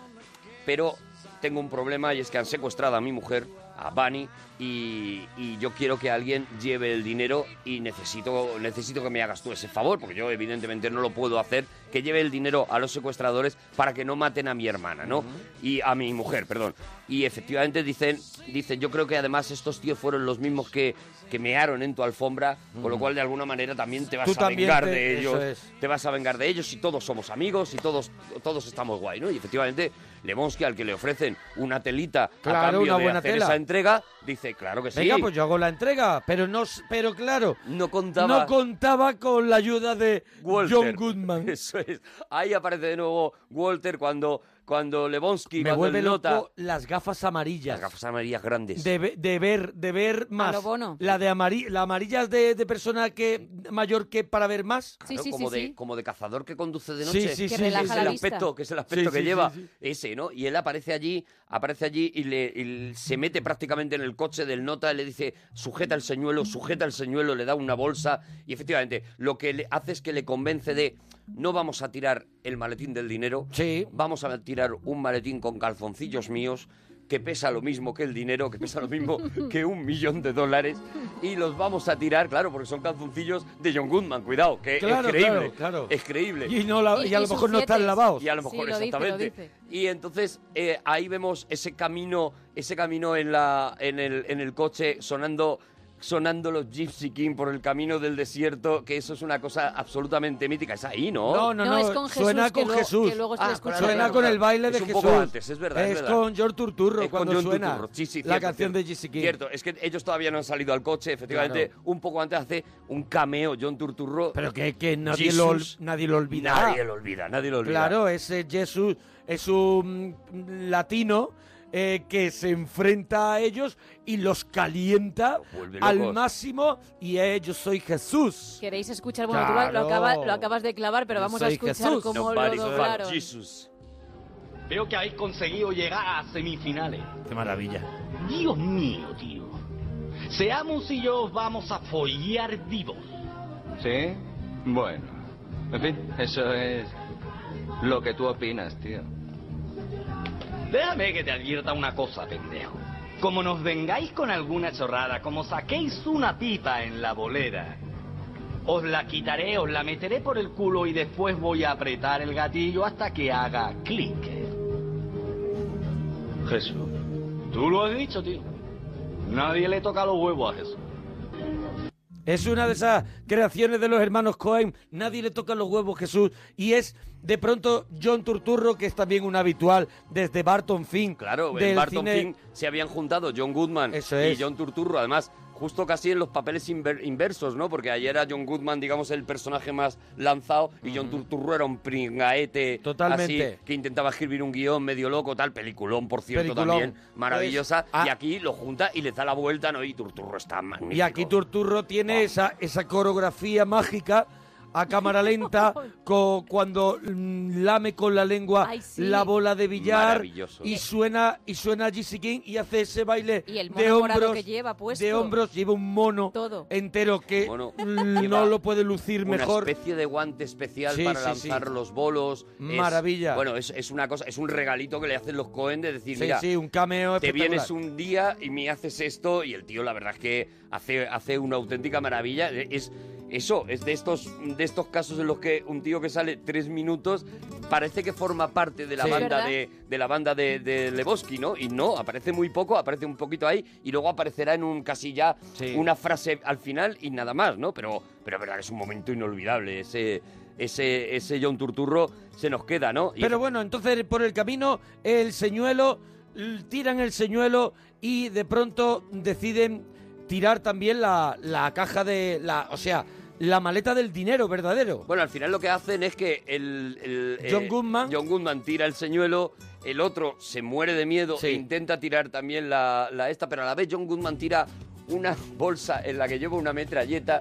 B: pero tengo un problema y es que han secuestrado a mi mujer, a Bunny, y, y yo quiero que alguien lleve el dinero y necesito, necesito que me hagas tú ese favor, porque yo evidentemente no lo puedo hacer, que lleve el dinero a los secuestradores para que no maten a mi hermana, ¿no? Y a mi mujer, perdón. Y efectivamente dicen, dicen, yo creo que además estos tíos fueron los mismos que, que mearon en tu alfombra, con lo
D: Ujú.
B: cual de alguna manera también te vas
D: Tú
B: a
D: también
B: vengar
D: te-
B: de ellos
D: eso es.
B: te vas a vengar de ellos y todos somos amigos y todos, todos estamos guay, ¿no? Y efectivamente, Lebowski, al que le ofrecen una telita
D: Claro,
B: a cambio
D: una
B: de
D: buena
B: hacer
D: tela.
B: esa entrega, dice, claro que sí.
D: Venga, pues yo hago la entrega, pero no, s- pero claro,
B: no contaba-
D: no contaba con la ayuda de
B: Walter.
D: John Goodman.
B: *laughs* Eso es. Ahí aparece de nuevo Walter cuando, cuando Lebowski,
D: Me
B: cuando
D: vuelve
B: él nota...
D: loco las gafas amarillas.
B: Las gafas amarillas grandes.
D: De, ve- de ver, de ver más.
B: lo Bono.
D: La de amari- la amarilla es de, de persona que mayor que para ver más.
B: Claro, como, de, como de cazador que conduce
D: Sí,
B: de noche.
D: sí, Que sí,
B: que
D: relaja
B: es
D: la
B: el
D: vista.
B: aspecto, que es el aspecto
D: Sí,
B: que
D: sí,
B: lleva
D: sí, sí.
B: ese, ¿no? Y él aparece allí, aparece allí y, le, y se mete prácticamente en el coche del nota y le dice, sujeta el señuelo, sujeta el señuelo, le da una bolsa y efectivamente lo que le hace es que le convence de no vamos a tirar el maletín del dinero, vamos a tirar un maletín con calzoncillos míos que pesa lo mismo que el dinero, que pesa lo
D: *laughs*
B: mismo que un millón de dólares, y los vamos a tirar, claro, porque son calzoncillos de John Goodman, cuidado, que
D: Claro,
B: es creíble,
D: claro, claro.
B: es creíble.
D: Y no la- Y- y a y lo sus mejor no están
B: siete.
D: lavados.
B: Y a lo
D: Sí,
B: mejor,
D: lo dice, lo
B: exactamente.
D: dice.
B: Y entonces eh, ahí vemos ese camino, ese camino en la, en el, en el coche sonando sonando los Gypsy King por el camino del desierto, que eso es una cosa absolutamente mítica. Es ahí, ¿no?
D: No, no, No, no, es con suena Jesús, que con luego- Jesús. que luego se lo
B: Ah,
D: escucha.
B: claro,
D: Suena
B: claro,
D: con
B: claro.
D: el baile
B: Es
D: de
B: un poco
D: Jesús.
B: antes, es verdad.
D: Es
B: verdad.
D: con George Turturro
B: Es con
D: cuando
B: John
D: suena
B: Turturro. Sí, sí,
D: la
B: cierto,
D: canción
B: cierto.
D: de Gypsy King.
B: Cierto, es que ellos todavía no han salido al coche, efectivamente. Un poco antes hace un cameo John Turturro.
D: Pero que, que nadie, lo, ol-
B: Jesús.
D: nadie lo olvida.
B: Nadie lo olvida, nadie lo olvida.
D: Claro, ese Jesús es un latino eh, que se enfrenta a ellos y los calienta
B: vuelve
D: al
B: locos.
D: máximo. Y eh, yo soy Jesús.
H: ¿Queréis escuchar? Bueno, tú lo,
D: Claro.
H: acaba- lo acabas de clavar, pero vamos a
D: Soy
H: escuchar
D: Jesús.
H: cómo
D: Nobody
H: lo
D: but
H: doblaron.
B: Jesus.
X: Veo que habéis conseguido llegar a semifinales.
D: Qué maravilla.
X: Dios mío, tío. Seamos y yo os vamos a follar vivos.
J: ¿Sí? Bueno. En fin, eso es lo que tú opinas, tío.
X: Déjame que te advierta una cosa, pendejo. Como nos vengáis con alguna chorrada, como saquéis una pipa en la bolera, os la quitaré, os la meteré por el culo y después voy a apretar el gatillo hasta que haga clic. Jesús. Tú lo has dicho, tío. Nadie le toca los huevos a Jesús.
D: Es una de esas creaciones de los hermanos Cohen. Nadie le toca los huevos, Jesús. Y es de pronto John Turturro, que es también un habitual desde Barton Fink.
B: Claro, en
D: del
B: Barton
D: cine-
B: Fink se habían juntado John Goodman
D: es.
B: y John Turturro, además justo casi en los papeles inver- inversos, ¿no? Porque ayer era John Goodman, digamos, el personaje más lanzado y John Turturro era un pringaete
D: Totalmente.
B: así, que intentaba escribir un guión medio loco, tal, peliculón, por cierto,
D: Peliculón.
B: también, maravillosa,
D: Pues, ah.
B: y aquí lo junta y le da la vuelta, ¿no? Y Turturro está magnífico.
D: Y aquí Turturro tiene esa, esa coreografía mágica a
H: *laughs*
D: cámara lenta co- cuando mm, lame con la lengua
B: Ay, sí.
D: la bola de billar
B: Maravilloso.
D: y suena y suena Gypsy King y hace ese baile
H: Y el
D: de
H: mono morado
D: hombros
H: que lleva puesto.
D: de hombros lleva un mono
H: Todo.
D: entero que
B: mono
D: mm,
B: lleva
D: *laughs* no lo puede lucir
B: una
D: mejor
B: especie de guante especial
D: Sí,
B: para
D: sí, sí.
B: lanzar los bolos. Es-
D: Maravilla.
B: bueno, es, es una cosa, es un regalito que le hacen los Cohen de decir,
D: sí
B: mira,
D: sí un cameo
B: te
D: espectacular.
B: vienes un día y me haces esto y el tío la verdad es que hace, hace una auténtica maravilla. E, Es eso, es de estos, de estos casos en los que un tío que sale tres minutos parece que forma parte de la
D: Sí.
B: banda
D: ¿Verdad?
B: de, de la banda de, de Lebowski, ¿no? Y no, aparece muy poco, aparece un poquito ahí y luego aparecerá en un casi ya
D: Sí.
B: una frase al final y nada más, ¿no? Pero, pero es verdad que es un momento inolvidable ese. Ese, ese John Turturro se nos queda, ¿no? Y
D: Pero bueno, entonces por el camino el señuelo, l- tiran el señuelo y de pronto deciden tirar también la, la caja de la, o sea, la maleta del dinero verdadero.
B: Bueno, al final lo que hacen es que el, el,
D: John Goodman.
B: John Goodman tira el señuelo, el otro se muere de miedo
D: Sí.
B: e intenta tirar también la, la esta, pero a la vez John Goodman tira una bolsa en la que lleva una metralleta.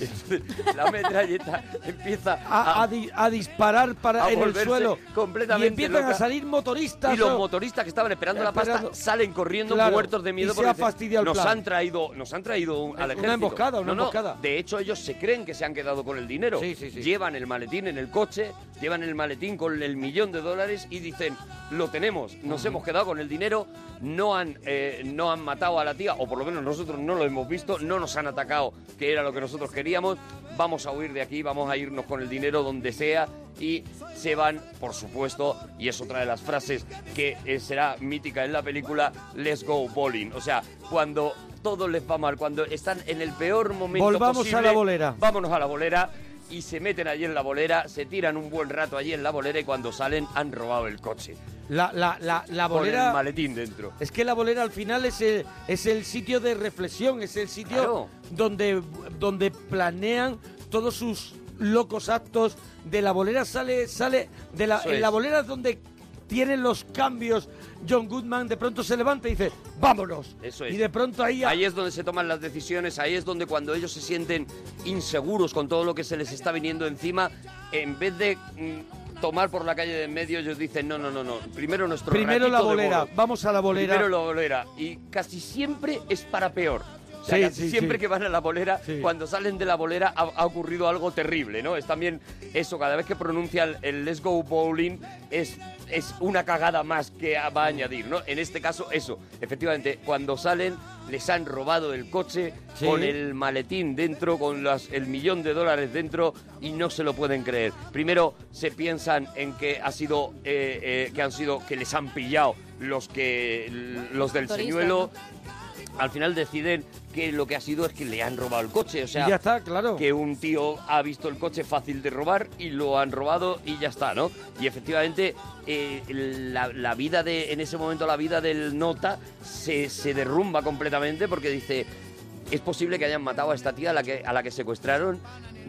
B: Entonces, la metralleta
D: *laughs*
B: empieza
D: A, a di- a disparar para,
B: a
D: en el
B: volverse
D: suelo.
B: completamente
D: y empiezan
B: loca.
D: a salir motoristas.
B: Y los
D: Ah, ¿no?
B: motoristas que estaban esperando la pasta
D: Esperando.
B: salen corriendo
D: Claro.
B: muertos de miedo
D: Y se ha
B: dicen,
D: fastidiado el
B: nos
D: plan".
B: han traído nos han traído un, al
D: una
B: ejército".
D: emboscada, una
B: No, no,
D: emboscada.
B: de hecho ellos se creen que se han quedado con el dinero llevan el maletín en el coche llevan el maletín con el millón de dólares y dicen lo tenemos nos
D: Ujú.
B: hemos quedado con el dinero no han eh, no han matado a la tía o por lo menos nosotros no lo hemos visto no nos han atacado que era lo que nosotros queríamos vamos a huir de aquí vamos a irnos con el dinero donde sea y se van, por supuesto, y es otra de las frases que eh, será mítica en la película, Let's Go Bowling. O sea, cuando todo les va mal, cuando están en el peor momento
D: Volvamos a
B: posible,
D: la bolera.
B: Vámonos a la bolera y se meten allí en la bolera, se tiran un buen rato allí en la bolera y cuando salen han robado el coche.
D: La, la, la, la
B: Con
D: bolera.
B: el maletín dentro.
D: Es que la bolera al final es el, es el sitio de reflexión, es el sitio
B: Claro.
D: donde, donde planean todos sus locos actos. De la bolera sale, sale de la,
B: Eso
D: en
B: es.
D: la bolera es donde tienen los cambios. John Goodman de pronto se levanta y dice, vámonos.
B: Eso es.
D: Y de pronto ahí
B: Ahí es donde se toman las decisiones, ahí es donde cuando ellos se sienten inseguros con todo lo que se les está viniendo encima, en vez de mm, tomar por la calle de en medio, ellos dicen, no, no, no, no, primero nuestro
D: primero la
B: ratito de
D: bolera,
B: bolos.
D: vamos a la bolera.
B: Primero la bolera. Y casi siempre es para peor. O sea,
D: Sí,
B: casi
D: sí,
B: siempre
D: sí.
B: que van a la bolera, cuando salen de la bolera ha, ha ocurrido algo terrible, ¿no? Es también eso, cada vez que pronuncia el, el Let's Go Bowling es, es una cagada más que a- va a añadir, ¿no? En este caso, eso. Efectivamente, cuando salen les han robado el coche
D: Sí.
B: con el maletín dentro, con las, el millón de dólares dentro y no se lo pueden creer. Primero se piensan en que ha sido eh, eh, que han sido que les han pillado los que los del
D: Turistas,
B: señuelo. Al final deciden que lo que ha sido es que le han robado el coche, o sea,
D: Y ya está, claro.
B: que un tío ha visto el coche fácil de robar y lo han robado y ya está, ¿no? Y efectivamente eh, la, la vida de, en ese momento la vida del nota se, se derrumba completamente porque dice, es posible que hayan matado a esta tía a la que, a la que secuestraron,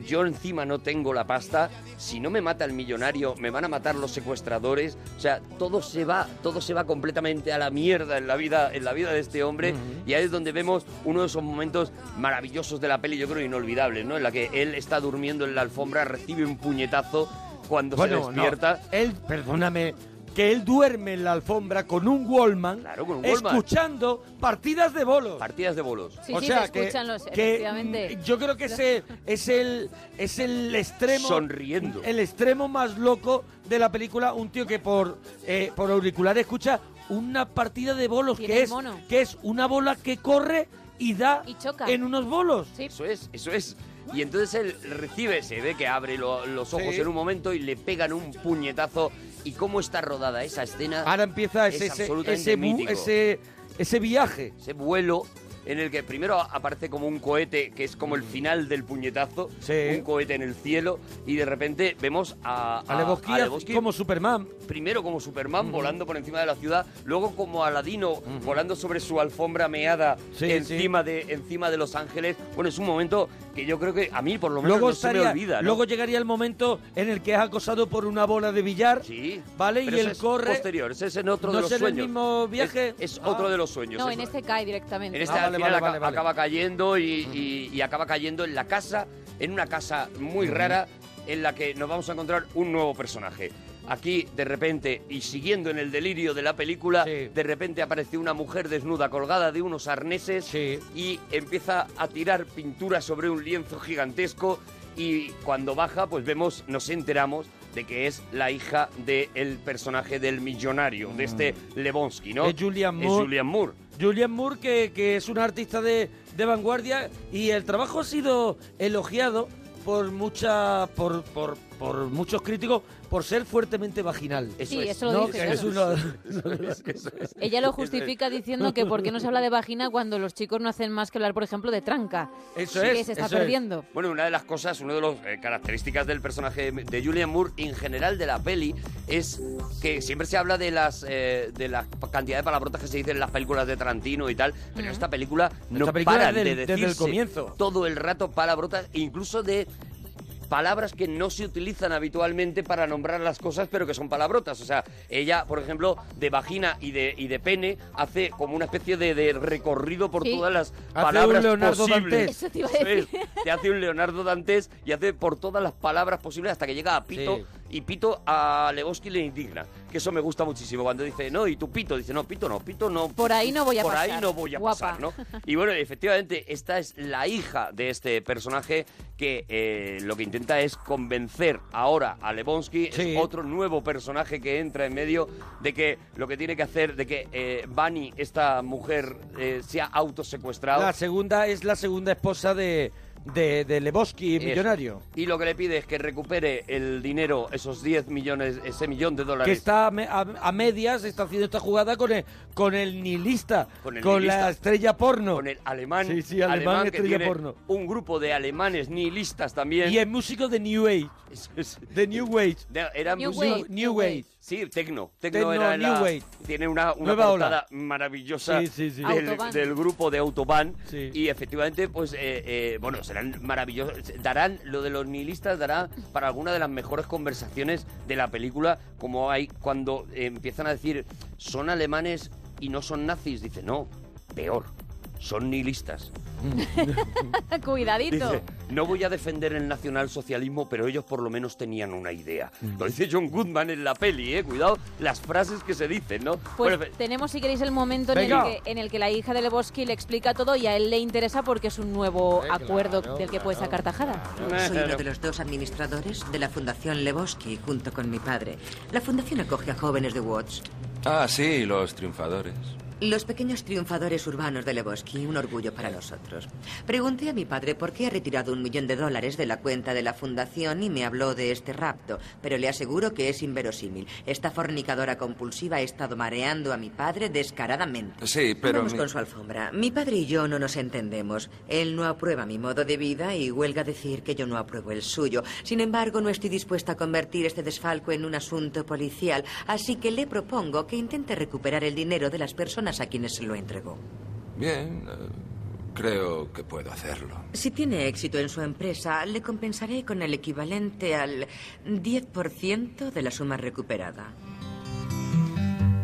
B: yo encima no tengo la pasta, si no me mata el millonario me van a matar los secuestradores, o sea, todo se va, todo se va completamente a la mierda en la vida, en la vida de este hombre y ahí es donde vemos uno de esos momentos maravillosos de la peli, yo creo inolvidables, ¿no? En la que él está durmiendo en la alfombra, recibe un puñetazo cuando se
D: Bueno, no.
B: despierta.
D: Él, perdóname, que él duerme en la alfombra con un Wallman,
B: con un Walkman.
D: escuchando partidas de bolos.
B: Partidas de bolos.
H: Sí, sí, se escuchan los- efectivamente.
D: yo creo que ese es el es el extremo
B: Sonriendo.
D: el extremo más loco de la película, un tío que por eh, por auricular escucha una partida de bolos
H: Tiene
D: que
H: el
D: es
H: mono.
D: que es una bola que corre y da
H: Y choca.
D: en unos bolos.
B: Eso es, eso es. Y entonces él recibe, se ve que abre lo- los ojos
D: Sí.
B: en un momento y le pegan un puñetazo. ¿Y cómo está rodada esa escena?
D: Ahora empieza
B: Es
D: ese ese
B: absolutamente
D: ese, bu-
B: mítico.
D: ese ese viaje.
B: Ese vuelo en el que primero aparece como un cohete, que es como
D: Mm.
B: el final del puñetazo. Un cohete en el cielo. Y de repente vemos Ah, a...
D: A Lebowski
B: Lebowski
D: como Superman.
B: primero como Superman volando por encima de la ciudad, luego como Aladino volando sobre su alfombra meada
D: Sí,
B: encima, De, encima de Los Ángeles. Bueno, es un momento que yo creo que a mí por lo menos
D: Luego,
B: no se me
D: estaría-
B: olvida. ¿no?
D: luego llegaría el momento en el que es acosado por una bola de billar, ¿vale?
B: Pero
D: y
B: ese
D: él
B: es
D: corre.
B: posterior, ese es en otro
D: ¿No
B: de los
D: es en el
B: sueños.
D: mismo viaje?
B: Es, es
D: Ah.
B: otro de los sueños.
H: No,
B: es
H: en este cae directamente.
B: En esta al final aca- acaba, cayendo y, y- y acaba cayendo en la casa, en una casa muy
D: Ujú.
B: rara en la que nos vamos a encontrar un nuevo personaje. Aquí, de repente, y siguiendo en el delirio de la película, de repente aparece una mujer desnuda colgada de unos arneses y empieza a tirar pintura sobre un lienzo gigantesco y cuando baja, pues vemos, nos enteramos de que es la hija del personaje del millonario, de este Lebonsky, ¿no?
D: Mm. Es Julian
B: Es
D: Moore.
B: Julian Moore.
D: Julian Moore, que, que es un artista de, de vanguardia, y el trabajo ha sido elogiado por mucha por, por, por muchos críticos por ser fuertemente vaginal.
H: Eso Sí, es. eso lo
D: No,
H: dice,
D: que es
H: claro.
D: *laughs* uno-
H: Ella
B: *laughs*
H: lo justifica diciendo que por qué no se habla de vagina cuando los chicos no hacen más que hablar, por ejemplo, de tranca.
B: Eso
H: Que
B: es,
H: se está
B: eso es.
H: perdiendo.
B: Bueno, una de las cosas, una de las eh, características del personaje de- de Julian Moore y en general de la peli es que siempre se habla de las eh, de la p- cantidad de palabrotas que se dicen en las películas de Tarantino y tal, pero en esta película no
D: Esta película
B: paran
D: es del-
B: de
D: desde el
B: decirse
D: comienzo.
B: todo el rato palabrotas, incluso de palabras que no se utilizan habitualmente para nombrar las cosas, pero que son palabrotas. O sea, ella, por ejemplo, de vagina y de, y de pene, hace como una especie de, de recorrido por
H: Sí.
B: todas las
H: Hace un
B: palabras
D: Leonardo
B: posibles.
D: Dantes. Eso
H: te iba a decir.
B: Eso es. Te hace un Leonardo Dantes y hace por todas las palabras posibles hasta que llega a Pito.
D: Sí.
B: Y Pito a Legoski le indigna, que eso me gusta muchísimo. Cuando dice, no, y tu Pito, dice, no, Pito no, Pito no.
H: Por ahí no voy a
B: por
H: pasar.
B: ahí no voy a
H: Guapa.
B: pasar, ¿no? Y bueno, efectivamente, esta es la hija de este personaje que eh, lo que intenta es convencer ahora a Lebonsky,
D: Sí.
B: es otro nuevo personaje que entra en medio de que lo que tiene que hacer, de que eh, Bunny, esta mujer, eh, sea autosecuestrada.
D: La segunda es la segunda esposa de, de, de Lebowski,
B: Eso.
D: millonario.
B: Y lo que le pide es que recupere el dinero, esos 10 millones, ese millón de
D: Que
B: dólares.
D: está a, me- a- a medias, está haciendo esta jugada con el, con el nihilista, con,
B: Con el
D: la
B: nihilista.
D: estrella porno.
B: Con el alemán,
D: Sí, sí, alemán,
B: alemán que
D: estrella
B: tiene
D: porno.
B: un grupo de alemanes nihilistas también.
D: Y es músico de New Age. De New Age.
B: De- era
D: New
B: música-
D: Wave, New Wave.
B: Sí, Tecno.
D: Tecno,
B: Tecno era
D: New
B: la-
D: Wave.
B: Tiene una, una
D: Nueva ola.
B: portada maravillosa
D: Sí, sí, sí.
B: Del,
D: Autobahn.
B: del grupo de Autobahn. Y efectivamente, pues, eh, eh, bueno, serán maravillosos. Darán, lo de los nihilistas dará para alguna de las mejores conversaciones de la película, como hay cuando eh, empiezan a decir, son alemanes y no son nazis. Dice, no, peor, son nihilistas.
H: *laughs* Cuidadito.
B: Dice, no voy a defender el nacionalsocialismo, pero ellos por lo menos tenían una idea.
D: Mm.
B: Lo dice John Goodman en la peli, ¿eh? Cuidado las frases que se dicen, ¿no?
H: Pues
B: Bueno, fe-
H: tenemos, si queréis, el momento en el,
B: Venga.
H: que, en el que la hija de Lebowski le explica todo y a él le interesa porque es un nuevo
Y: Eh,
H: acuerdo
Y: claro,
H: del que puede
Y: claro,
H: sacar tajada.
Y: Soy uno de los dos administradores de la Fundación Lebowski junto con mi padre. La fundación acoge a jóvenes de Watts,
J: Ah, sí, los triunfadores.
Y: los pequeños triunfadores urbanos de Lebowski, un orgullo para nosotros. Pregunté a mi padre por qué ha retirado un millón de dólares de la cuenta de la fundación y me habló de este rapto, pero le aseguro que es inverosímil. Esta fornicadora compulsiva ha estado mareando a mi padre descaradamente.
J: Sí, pero...
Y: Vamos
J: mi-
Y: con su alfombra. Mi padre y yo no nos entendemos. Él no aprueba mi modo de vida y huelga decir que yo no apruebo el suyo. Sin embargo, no estoy dispuesta a convertir este desfalco en un asunto policial, así que le propongo que intente recuperar el dinero de las personas a quienes se lo entregó.
J: Bien, eh, creo que puedo hacerlo.
Y: Si tiene éxito en su empresa, le compensaré con el equivalente al 10% de la suma recuperada.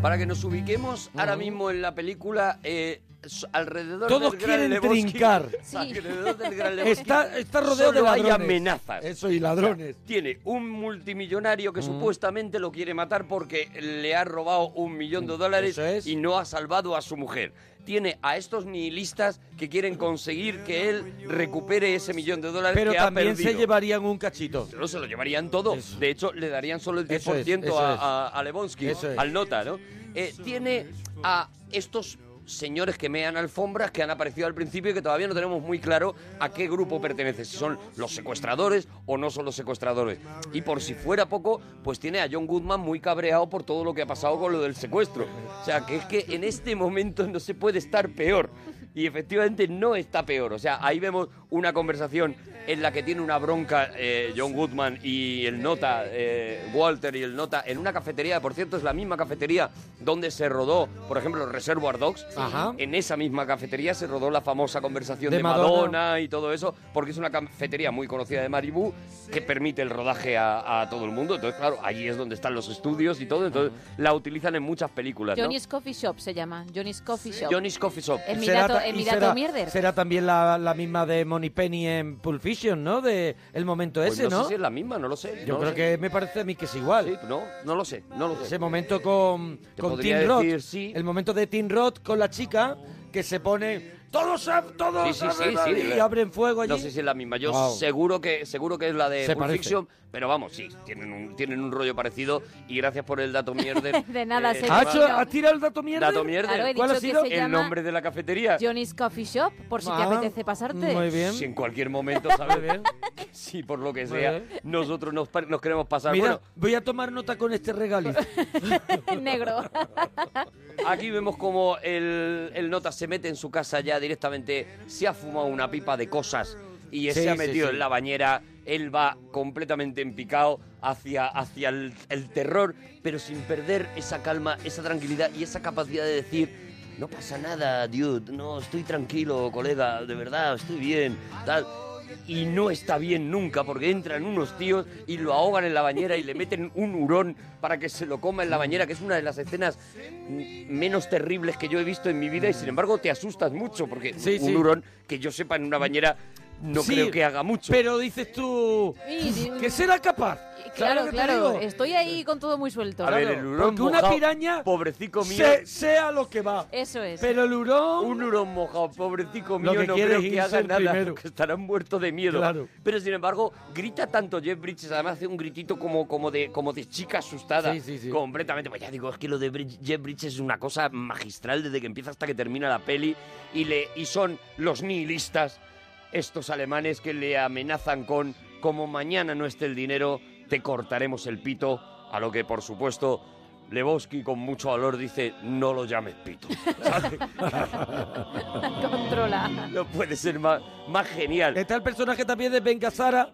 B: para que nos ubiquemos ahora mismo en la película, eh, s- alrededor
D: Todos
B: del gran
D: quieren
B: Lebowski- *laughs*
D: trincar. Sí.
B: Alrededor
D: *laughs*
B: del gran Lebowski
D: Está, está rodeado
B: solo
D: de
B: hay
D: ladrones.
B: amenazas.
D: Eso, y ladrones.
B: O sea, tiene un multimillonario que supuestamente lo quiere matar porque le ha robado un millón
D: Mm,
B: de dólares y no ha salvado a su mujer. Tiene a estos nihilistas que quieren conseguir que él recupere ese millón de dólares
D: Pero
B: que ha
D: también
B: perdido.
D: se llevarían un cachito.
B: No, se lo llevarían todo. De hecho, le darían solo el 10%
D: Eso es, eso
B: a,
D: es.
B: a- a Lebowski,
D: Eso es.
B: al nota, ¿no? Eh, tiene a estos señores que mean alfombras que han aparecido al principio y que todavía no tenemos muy claro a qué grupo pertenece, si son los secuestradores o no son los secuestradores. Y por si fuera poco, pues tiene a John Goodman muy cabreado por todo lo que ha pasado con lo del secuestro. O sea, que es que en este momento no se puede estar peor. Y efectivamente no está peor. O sea, ahí vemos una conversación en la que tiene una bronca eh, John Goodman y el Nota, eh, Walter y el Nota, en una cafetería. Por cierto, es la misma cafetería donde se rodó, por ejemplo, Reservoir Dogs.
D: Ajá.
B: En esa misma cafetería se rodó la famosa conversación
D: De
B: de, Madonna.
D: Madonna
B: y todo eso, porque es una cafetería muy conocida de Maribú que permite el rodaje a, a todo el mundo. Entonces, claro, allí es donde están los estudios y todo. Entonces, la utilizan en muchas películas. ¿no?
H: Johnny's Coffee Shop se llama. Johnny's Coffee Shop.
B: Johnny's Coffee Shop.
H: En mi
D: Será
H: dato-
D: ta-
H: en
D: y
H: mi dato
D: será-
H: mierder.
D: Será también la, la misma de Money Penny en Pulp Fiction, ¿no? De el momento
B: Pues
D: ese,
B: no,
D: ¿no?
B: sé si es la misma, no lo sé.
D: Yo
B: no lo
D: creo
B: sé.
D: que me parece a mí que es igual.
B: no, no lo sé, no lo sé.
D: Ese momento con,
B: Te
D: con
B: podría
D: Tim Roth.
B: decir sí.
D: El momento de Tim Roth con la chica que se pone... ¡Todos, a- todos!
B: Sí, sí, sí,
D: a-
B: sí,
D: y
B: de-
D: abren fuego allí.
B: No sé si es la misma. Yo
D: Wow.
B: seguro que seguro que es la de
D: Se
B: Pulp
D: parece.
B: Fiction, pero vamos, sí, tienen un, tienen un rollo parecido. Y gracias por el dato mierder.
H: *laughs* De nada,
B: Eh,
H: se
B: va-
D: ¿Ha, hecho- ha tirado el dato mierda?
B: Dato mierder.
H: Claro, he ¿Cuál dicho ha que sido? se
B: El
H: llama
B: nombre de la cafetería.
H: Johnny's Coffee Shop, por si te
B: Ah,
H: apetece pasarte.
B: Si en cualquier momento, *laughs* ¿sabes? si por lo que
D: Muy
B: sea,
D: bien.
B: nosotros nos, pa- nos queremos pasar.
D: Mira,
B: Bueno,
D: voy a tomar nota con este regalo.
B: *laughs*
H: Negro.
B: Aquí vemos como el, el nota se mete en su casa ya directamente, se ha fumado una pipa de cosas y
D: Sí,
B: se ha
D: sí,
B: metido
D: sí.
B: en la bañera. Él va completamente en picado hacia, hacia el, el terror, pero sin perder esa calma, esa tranquilidad y esa capacidad de decir, no pasa nada, dude, no, estoy tranquilo, colega, de verdad, estoy bien, tal. y no está bien nunca porque entran unos tíos y lo ahogan en la bañera y le meten un hurón para que se lo coma en la bañera, que es una de las escenas mm, menos terribles que yo he visto en mi vida y sin embargo te asustas mucho porque
D: Sí,
B: un
D: sí.
B: hurón que yo sepa en una bañera no
D: Sí,
B: creo que haga mucho.
D: Pero dices tú,
H: Sí,
D: ¿qué será capaz?
H: Claro,
D: que te
H: claro.
D: digo.
H: Estoy ahí con todo muy suelto.
B: A ver, el hurón
D: Porque una
B: mojao,
D: piraña
B: pobrecico mío,
D: Se- sea lo que va.
H: Eso es.
D: Pero el hurón...
B: Un hurón mojado, pobrecico
D: Lo
B: mío,
D: que
B: no
D: quiere
B: creo
D: es
B: que
D: irse
B: haga
D: el
B: nada,
D: primero.
B: *laughs* que estarán muertos de miedo.
D: Claro.
B: Pero sin embargo, grita tanto Jeff Bridges, además hace un gritito como, como, de, como de chica asustada.
D: Sí, sí, sí.
B: Completamente. Pues ya digo, es que lo de Brid- Jeff Bridges es una cosa magistral desde que empieza hasta que termina la peli. Y, le, y son los nihilistas, estos alemanes que le amenazan con, como mañana no esté el dinero, te cortaremos el pito. A lo que, por supuesto, Lebowski con mucho valor dice, no lo llames pito.
H: Controla.
B: No puede ser más, más genial.
D: Está el personaje también de Ben Gazzara,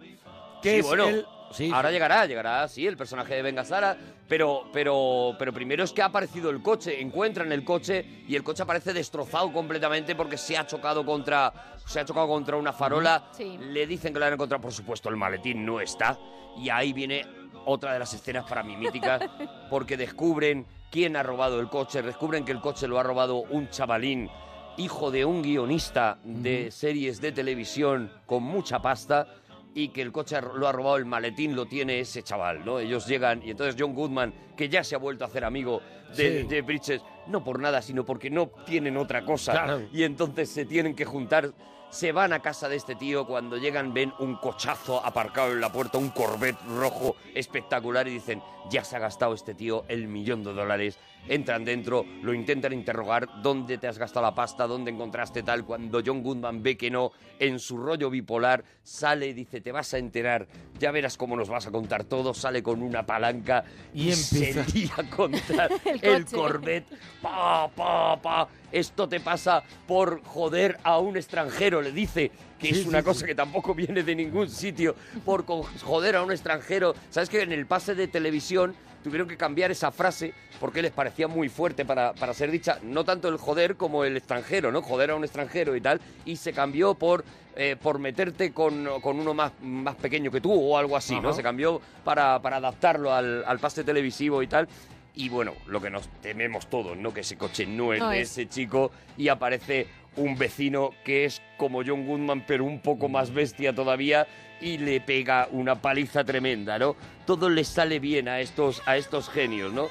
D: que
B: Sí,
D: es
B: bueno,
D: el...
B: ahora llegará, llegará, sí, el personaje de Venga Sara, pero, pero, pero primero es que ha aparecido el coche, encuentran el coche y el coche aparece destrozado completamente porque se ha chocado contra, se ha chocado contra una farola,
H: Sí.
B: le dicen que lo han encontrado, por supuesto el maletín no está y ahí viene otra de las escenas para mí míticas porque descubren quién ha robado el coche, descubren que el coche lo ha robado un chavalín hijo de un guionista de
D: Ujú.
B: series de televisión con mucha pasta y que el coche lo ha robado, el maletín lo tiene ese chaval, ¿no? Ellos llegan y entonces John Goodman, que ya se ha vuelto a hacer amigo de,
D: Sí.
B: de Bridges, no por nada, sino porque no tienen otra cosa.
D: Claro.
B: Y entonces se tienen que juntar, se van a casa de este tío, cuando llegan ven un cochazo aparcado en la puerta, un Corvette rojo espectacular y dicen, ya se ha gastado este tío el millón de dólares. Entran dentro, lo intentan interrogar, ¿dónde te has gastado la pasta? ¿Dónde encontraste tal? Cuando John Goodman ve que no, en su rollo bipolar, sale y dice, te vas a enterar, ya verás cómo nos vas a contar todo, sale con una palanca y,
D: Y
B: se
D: empieza.
B: lía a contar
D: El
B: el
D: coche.
B: Corvette. Pa, pa, pa. Esto te pasa por joder a un extranjero, le dice, que es una cosa que tampoco viene de ningún sitio, por con- joder a un extranjero. ¿Sabes que en el pase de televisión tuvieron que cambiar esa frase porque les parecía muy fuerte para, para ser dicha? No tanto el joder como el extranjero, ¿no? Joder a un extranjero y tal. Y se cambió por, eh, por meterte con, con uno más, más pequeño que tú o algo así, ¿no?
D: Ajá.
B: Se cambió para, para adaptarlo al, al pase televisivo y tal. Y bueno, lo que nos tememos todos, ¿no? Que ese coche no es
D: No
B: de
D: es.
B: ese chico y aparece un vecino que es como John Goodman, pero un poco más bestia todavía y le pega una paliza tremenda, ¿no? Todo les sale bien a estos, a estos genios, ¿no?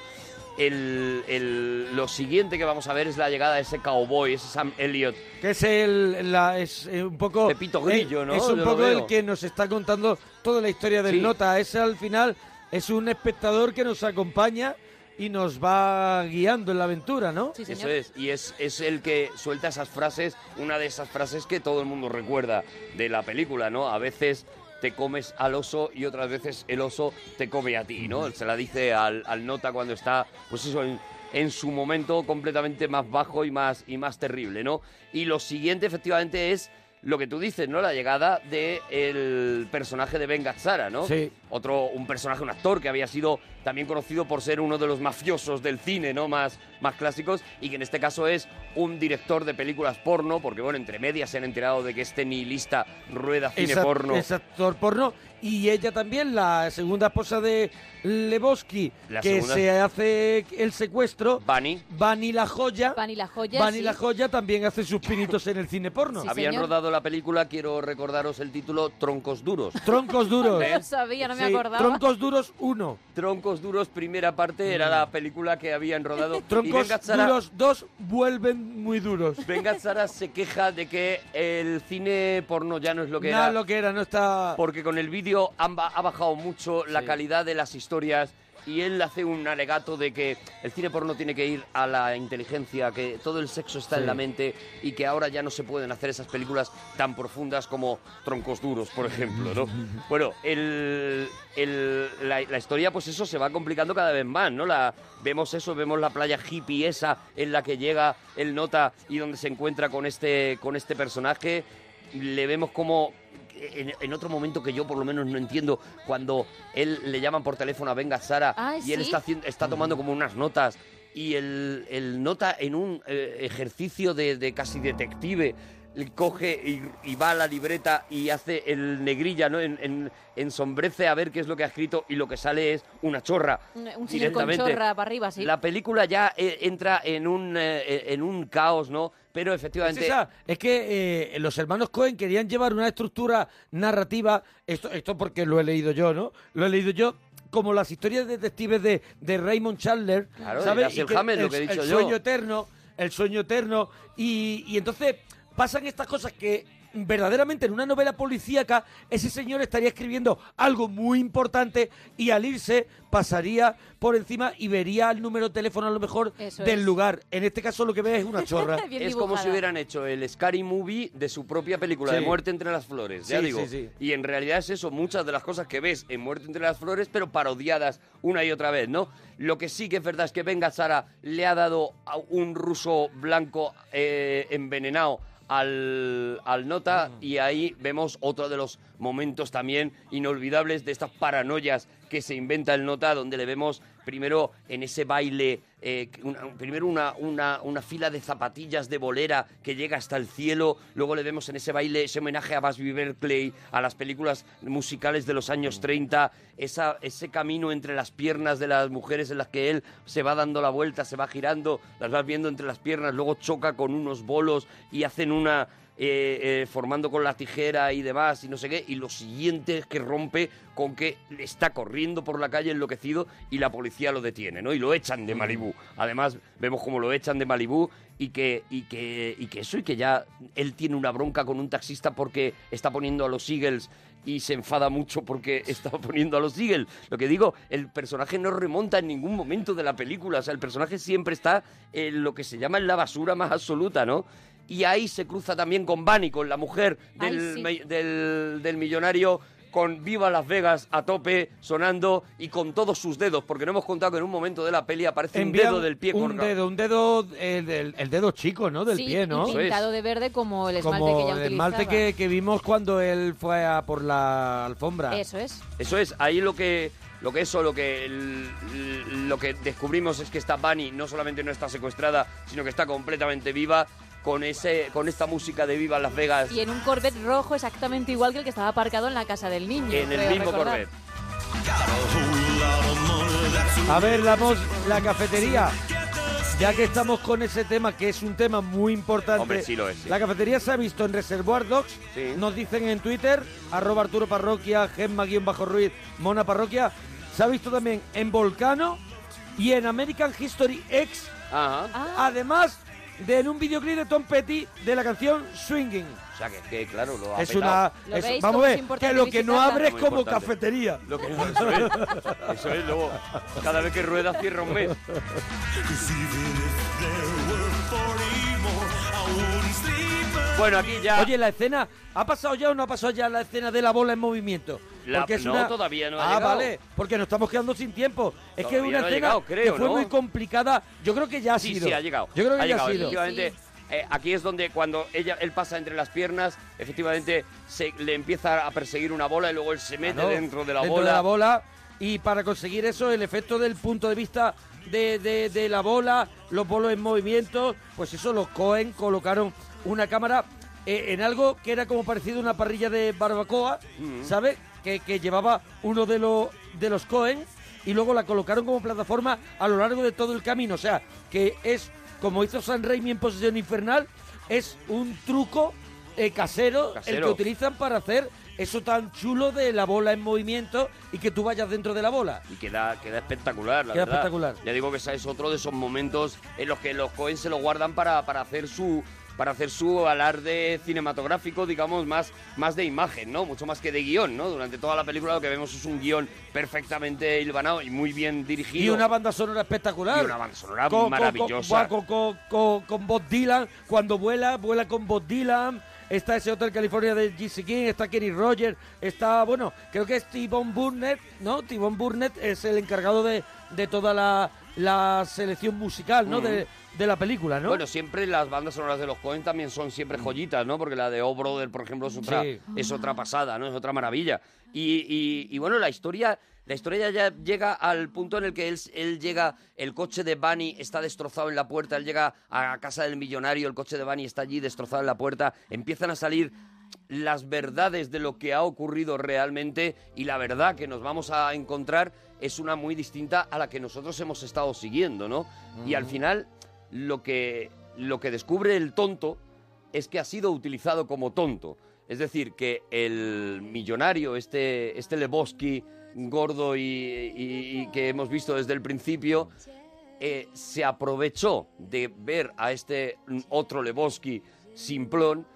B: El- el- lo siguiente que vamos a ver es la llegada de ese cowboy, ese Sam Elliott,
D: Que es el, la- es eh, un poco... Pepito
B: Grillo, ¿no?
D: Es
B: Yo
D: un
B: lo
D: poco
B: veo.
D: el que nos está contando toda la historia del
B: Sí.
D: Nota. Es al final, es un espectador que nos acompaña y nos va guiando en la aventura, ¿no?
B: Eso es, y es, es el que suelta esas frases, una de esas frases que todo el mundo recuerda de la película, ¿no? A veces te comes al oso y otras veces el oso te come a ti, ¿no? Se la dice al, al nota cuando está, pues eso, en, en su momento completamente más bajo y más, y más terrible, ¿no? Y lo siguiente efectivamente es lo que tú dices, ¿no? La llegada del personaje de Ben Gazzara, ¿no?
D: Sí.
B: otro un personaje, un actor que había sido también conocido por ser uno de los mafiosos del cine, ¿no? Más, más clásicos, y que en este caso es un director de películas porno, porque bueno, entre medias se han enterado de que este nihilista rueda cine
D: Es act-
B: porno.
D: es actor porno. Y ella también, la segunda esposa de Lebowski,
B: La
D: que
B: segunda-
D: se hace el secuestro.
B: Bani.
D: Bani la joya.
H: Pan y la joya.
D: Bani
H: sí.
D: la joya también hace sus pinitos en el cine porno.
B: Habían rodado la película, quiero recordaros el título, Troncos Duros.
D: Troncos duros.
H: No lo sabía, no me
D: Sí,
H: acordaba.
D: Troncos duros 1.
B: Troncos Duros, primera parte, era la película que habían rodado. y Ben
D: Troncos
B: Gazzara-
D: duros 2 vuelven muy duros.
B: Ben Gazzara se queja de que el cine porno ya no es lo que
D: Nada
B: era.
D: lo que era, no está...
B: Porque con el vídeo han ba- ha bajado mucho la calidad de las historias y él hace un alegato de que el cine porno tiene que ir a la inteligencia, que todo el sexo está
D: Sí.
B: en la mente y que ahora ya no se pueden hacer esas películas tan profundas como Troncos Duros, por ejemplo, ¿no? Bueno, el, el- la, la historia, pues eso se va complicando cada vez más, ¿no? La, vemos eso, vemos la playa hippie esa en la que llega el nota y donde se encuentra con este, con este personaje. Le vemos como en, en otro momento que yo por lo menos no entiendo, cuando él le llaman por teléfono a Venga Sara
D: Ah,
B: y él
D: ¿sí?
B: está, haciendo- está tomando como unas notas y el, el nota en un eh, ejercicio de, de casi detective coge y, y va a la libreta y hace el negrilla, ¿no? En, en- ensombrece a ver qué es lo que ha escrito y lo que sale es una chorra.
H: Un- Un señor con
B: directamente.
H: chorra para arriba, sí.
B: La película ya eh, entra en un, eh, en un caos, ¿no? Pero
D: Es,
B: efectivamente...
D: esa. Es que eh, los hermanos Cohen querían llevar una estructura narrativa, esto, esto porque lo he leído yo, ¿no? Lo he leído yo como las historias de detectives de, de Raymond Chandler,
B: Claro,
D: ¿sabes?
B: de Dashiell
D: Y que
B: Hammett, lo
D: el-
B: que he dicho
D: el
B: yo.
D: sueño eterno, el sueño eterno, y, y entonces pasan estas cosas que verdaderamente en una novela policíaca ese señor estaría escribiendo algo muy importante y al irse pasaría por encima y vería el número de teléfono a lo mejor
B: Eso
D: del
B: es.
D: lugar. En este caso lo que ve es
B: *laughs*
D: una chorra. *laughs*
B: es como si hubieran hecho el Scary Movie de su propia película, de
D: Sí.
B: Muerte entre las Flores, ya
D: Sí,
B: digo.
D: sí, sí.
B: Y en realidad es eso, muchas de las cosas que ves en Muerte entre las Flores, pero parodiadas una y otra vez, ¿no? Lo que sí que es verdad es que Venga Sara le ha dado a un ruso blanco eh, envenenado al, al Nota
D: Ah.
B: y ahí vemos otro de los momentos también inolvidables de estas paranoias que se inventa el Nota, donde le vemos primero en ese baile, eh, que una- primero una, una- una fila de zapatillas de bolera que llega hasta el cielo, luego le vemos en ese baile ese homenaje a Busby Berkeley, a las películas musicales de los años 30, esa, ese camino entre las piernas de las mujeres en las que él se va dando la vuelta, se va girando, las vas viendo entre las piernas, luego choca con unos bolos y hacen una... eh, eh, formando con la tijera y demás y no sé qué y lo siguiente es que rompe con que está corriendo por la calle enloquecido y la policía lo detiene no y lo echan de Malibú además vemos como lo echan de Malibú y que y que y que eso y que ya él tiene una bronca con un taxista porque está poniendo a los Eagles y se enfada mucho porque *laughs* está poniendo a los Eagles. Lo que digo, el personaje no remonta en ningún momento de la película. O sea, el personaje siempre está en lo que se llama en la basura más absoluta, ¿no? Y ahí se cruza también con Bunny, con la mujer
F: Ay,
B: del,
F: sí.
B: me- del- del millonario, con Viva Las Vegas a tope, sonando y con todos sus dedos, porque no hemos contado que en un momento de la peli aparece
D: Envía
B: un dedo del pie
D: un
B: cortado.
D: dedo un dedo el, el- el dedo chico no del
H: sí,
D: pie no
H: y pintado de verde como el esmalte que
D: como
H: ya
D: el
H: utilizaba.
D: esmalte que, que vimos cuando él fue a por la alfombra
H: Eso es.
B: Eso es, ahí lo que lo que eso, lo que el- lo que descubrimos es que esta Bunny no solamente no está secuestrada, sino que está completamente viva con ese con esta música de Viva Las Vegas
H: Y en un Corvette rojo exactamente igual que el que estaba aparcado en la casa del niño.
B: en el
H: creo
B: mismo
H: recordar.
B: Corvette.
D: a ver damos la cafetería ya que estamos con ese tema que es un tema muy importante
B: Hombre, sí lo es, sí.
D: la cafetería se ha visto en Reservoir Dogs nos dicen en Twitter arroba Arturo Parroquia Gemma guión bajo Ruiz Mona Parroquia se ha visto también en Volcano y en American History X además de en un videoclip de Tom Petty de la canción Swinging
B: O sea que, que, claro, lo ha
D: Es una.
B: petado.
D: es- vamos a ver, que lo que no abre es
B: Muy
D: como
B: importante.
D: cafetería.
B: Lo que no, eso es. Eso es, luego, cada vez que rueda cierra un mes. Bueno, aquí ya.
D: Oye, la escena. ¿Ha pasado ya o no ha pasado ya la escena de la bola en movimiento?
B: La- no, todavía no ha
D: Ah,
B: llegado.
D: vale, porque nos estamos quedando sin tiempo. Es que es
B: Todavía
D: una
B: no ha
D: escena
B: llegado, creo,
D: que fue
B: ¿no?
D: muy complicada. Yo creo que ya ha
B: sí,
D: sido.
B: Sí, ha llegado.
D: Yo creo que ya
B: ha llegado.
D: ha sido.
B: Efectivamente, eh, aquí es donde cuando ella, él pasa entre las piernas, efectivamente se, le empieza a perseguir una bola y luego él se mete
D: Claro,
B: dentro de la
D: Ah, dentro
B: bola.
D: de la bola. Y para conseguir eso, el efecto del punto de vista de, de- de la bola, los bolos en movimiento, pues eso, los Cohen colocaron una cámara eh, en algo que era como parecido a una parrilla de barbacoa,
B: Mm.
D: ¿sabes? Que, que llevaba uno de, los de los Cohen y luego la colocaron como plataforma a lo largo de todo el camino. O sea, que es, como hizo San Raimi en Posesión Infernal, es un truco eh, casero, el
B: Casero.
D: que utilizan para hacer eso tan chulo de la bola en movimiento y que tú vayas dentro de la bola.
B: Y queda, queda espectacular, la
D: Queda
B: verdad.
D: espectacular.
B: Ya digo que ese es otro de esos momentos en los que los Cohen se lo guardan para, para hacer su para hacer su alarde cinematográfico, digamos, más, más de imagen, ¿no? Mucho más que de guión, ¿no? Durante toda la película lo que vemos es un guión perfectamente hilvanado y muy bien dirigido.
D: Y una banda sonora espectacular.
B: Y una banda sonora
D: Con- con-
B: maravillosa.
D: Con, con, con- con Bob Dylan, cuando vuela, vuela con Bob Dylan. Está ese Hotel California de G.C. King, está Kenny Rogers, está, bueno, creo que es T-Bone Burnett, ¿no? T-Bone Burnett es el encargado de, de toda la, la selección musical, ¿no?
B: Mm.
D: De, de la película, ¿no? Mm.
B: Bueno, siempre las bandas sonoras de los Cohen también son siempre joyitas, ¿no? Porque la de O Brother, por ejemplo, es otra,
D: Sí.
B: es otra pasada, ¿no? Es otra maravilla. Y, y- y, bueno, la historia, la historia ya llega al punto en el que él, él llega, el coche de Bunny está destrozado en la puerta, él llega a casa del millonario, el coche de Bunny está allí destrozado en la puerta, empiezan a salir las verdades de lo que ha ocurrido realmente y la verdad que nos vamos a encontrar es una muy distinta a la que nosotros hemos estado siguiendo, ¿no? Y al
D: Mm.
B: final lo que, lo que descubre el tonto es que ha sido utilizado como tonto. Es decir, que el millonario, este, este Lebowski gordo y, y- y que hemos visto desde el principio, eh, se aprovechó de ver a este otro Lebowski simplón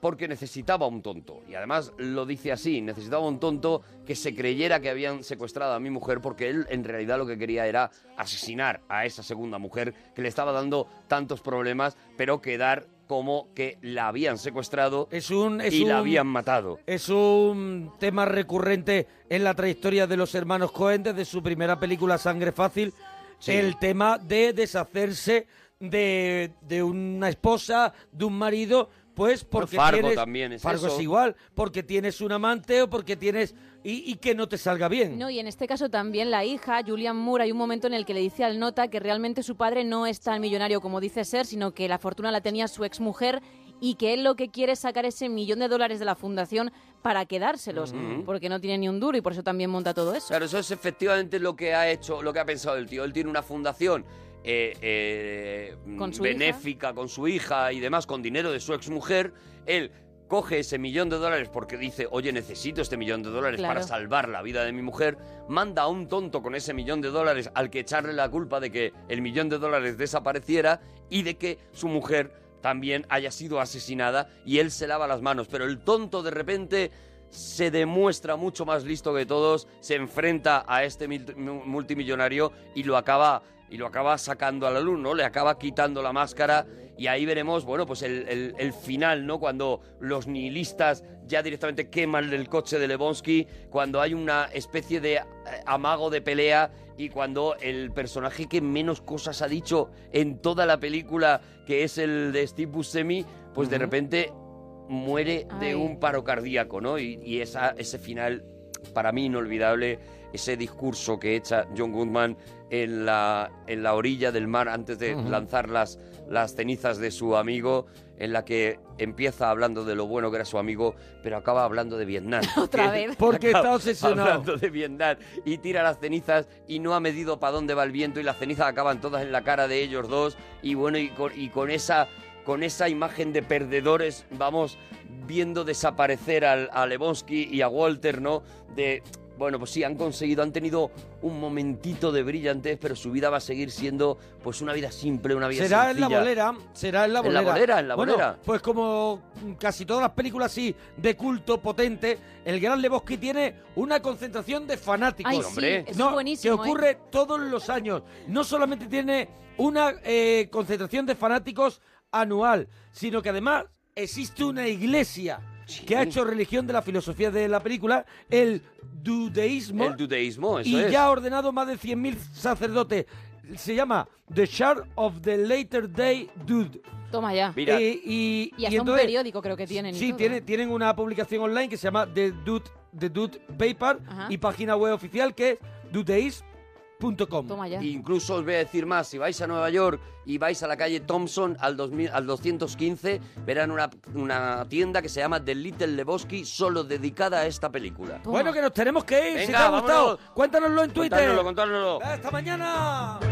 B: porque necesitaba un tonto. Y además lo dice así, necesitaba un tonto que se creyera que habían secuestrado a mi mujer porque él en realidad lo que quería era asesinar a esa segunda mujer que le estaba dando tantos problemas, pero quedar como que la habían secuestrado
D: es
B: y la
D: un-
B: habían matado.
D: Es un tema recurrente en la trayectoria de los hermanos Cohen desde su primera película Sangre Fácil.
B: Sí.
D: El tema de deshacerse de, de una esposa, de un marido, pues porque
B: Fargo
D: tienes-
B: también es
D: Fargo
B: eso.
D: es igual, porque tienes un amante o porque tienes... Y, y que no te salga bien.
H: No, y en este caso también la hija, Julian Moore, hay un momento en el que le dice al nota que realmente su padre no es tan millonario como dice ser, sino que la fortuna la tenía su exmujer y que él lo que quiere es sacar ese millón de dólares de la fundación para quedárselos,
B: Ujú.
H: porque no tiene ni un duro y por eso también monta todo eso.
B: Claro, eso es efectivamente lo que ha hecho, lo que ha pensado el tío. Él tiene una fundación eh, eh,
H: Con su
B: benéfica con su hija y demás, con dinero de su exmujer. Él coge ese millón de dólares porque dice, oye, necesito este millón de dólares
H: Claro.
B: para salvar la vida de mi mujer. Manda a un tonto con ese millón de dólares al que echarle la culpa de que el millón de dólares desapareciera y de que su mujer también haya sido asesinada y él se lava las manos. Pero el tonto de repente se demuestra mucho más listo que todos, se enfrenta a este mil- mu- multimillonario y lo acaba y lo acaba sacando a la luz, ¿no? Le acaba quitando la máscara y ahí veremos, bueno, pues el, el- el final, ¿no? Cuando los nihilistas ya directamente queman el coche de Lebowski, cuando hay una especie de eh, amago de pelea y cuando el personaje que menos cosas ha dicho en toda la película, que es el de Steve Buscemi, pues de
D: Ujú.
B: repente muere
D: Ay.
B: de un paro cardíaco, ¿no? Y, y esa, ese final, para mí inolvidable, ese discurso que echa John Goodman en la, en la orilla del mar antes de
D: Ujú.
B: lanzar las, las cenizas de su amigo, en la que empieza hablando de lo bueno que era su amigo, pero acaba hablando de Vietnam.
D: *laughs* Otra
B: Que-
D: vez. Porque está
B: acaba
D: obsesionado.
B: Hablando de Vietnam y tira las cenizas y no ha medido para dónde va el viento y las cenizas acaban todas en la cara de ellos dos y bueno, y con, y con esa... Con esa imagen de perdedores vamos viendo desaparecer al, a Lebowski y a Walter, ¿no? De, bueno, pues sí, han conseguido, han tenido un momentito de brillantez, pero su vida va a seguir siendo, pues, una vida simple, una vida
D: Será en la
B: sencilla.
D: bolera, será en la
B: En
D: bolera.
B: la bolera, en la
D: Bueno,
B: bolera.
D: pues como mm, casi todas las películas así de culto potente, el Gran Lebowski tiene una concentración de fanáticos.
H: Ay, sí, Hombre. eso es
D: No,
H: buenísimo, ¿eh?
D: Que ocurre todos los años. No solamente tiene una eh, concentración de fanáticos anual, sino que además existe una iglesia que ha hecho religión de la filosofía de la película, el dudeísmo.
B: El dudeísmo, eso
D: y
B: es.
D: ya ha ordenado más de 100.000 sacerdotes. Se llama The Shard of the Later Day Dude.
H: Toma ya.
D: Eh, y,
H: Ah. y hasta
D: y entonces-
H: un periódico creo que tienen. y
D: Sí,
H: todo.
D: tiene, tienen una publicación online que se llama The Dude, The Dude Paper
H: Ajá.
D: y página web oficial que es dudeis.com.
B: Incluso os voy a decir más, si vais a Nueva York y vais a la calle Thompson al, 2000 al 215, verán una, una tienda que se llama The Little Lebowski, solo dedicada a esta película.
D: Bueno, que nos tenemos que ir. si te
B: Venga,
D: ha gustado,
B: vámonos.
D: cuéntanoslo en Twitter.
B: Contárnoslo, contárnoslo.
D: Hasta mañana.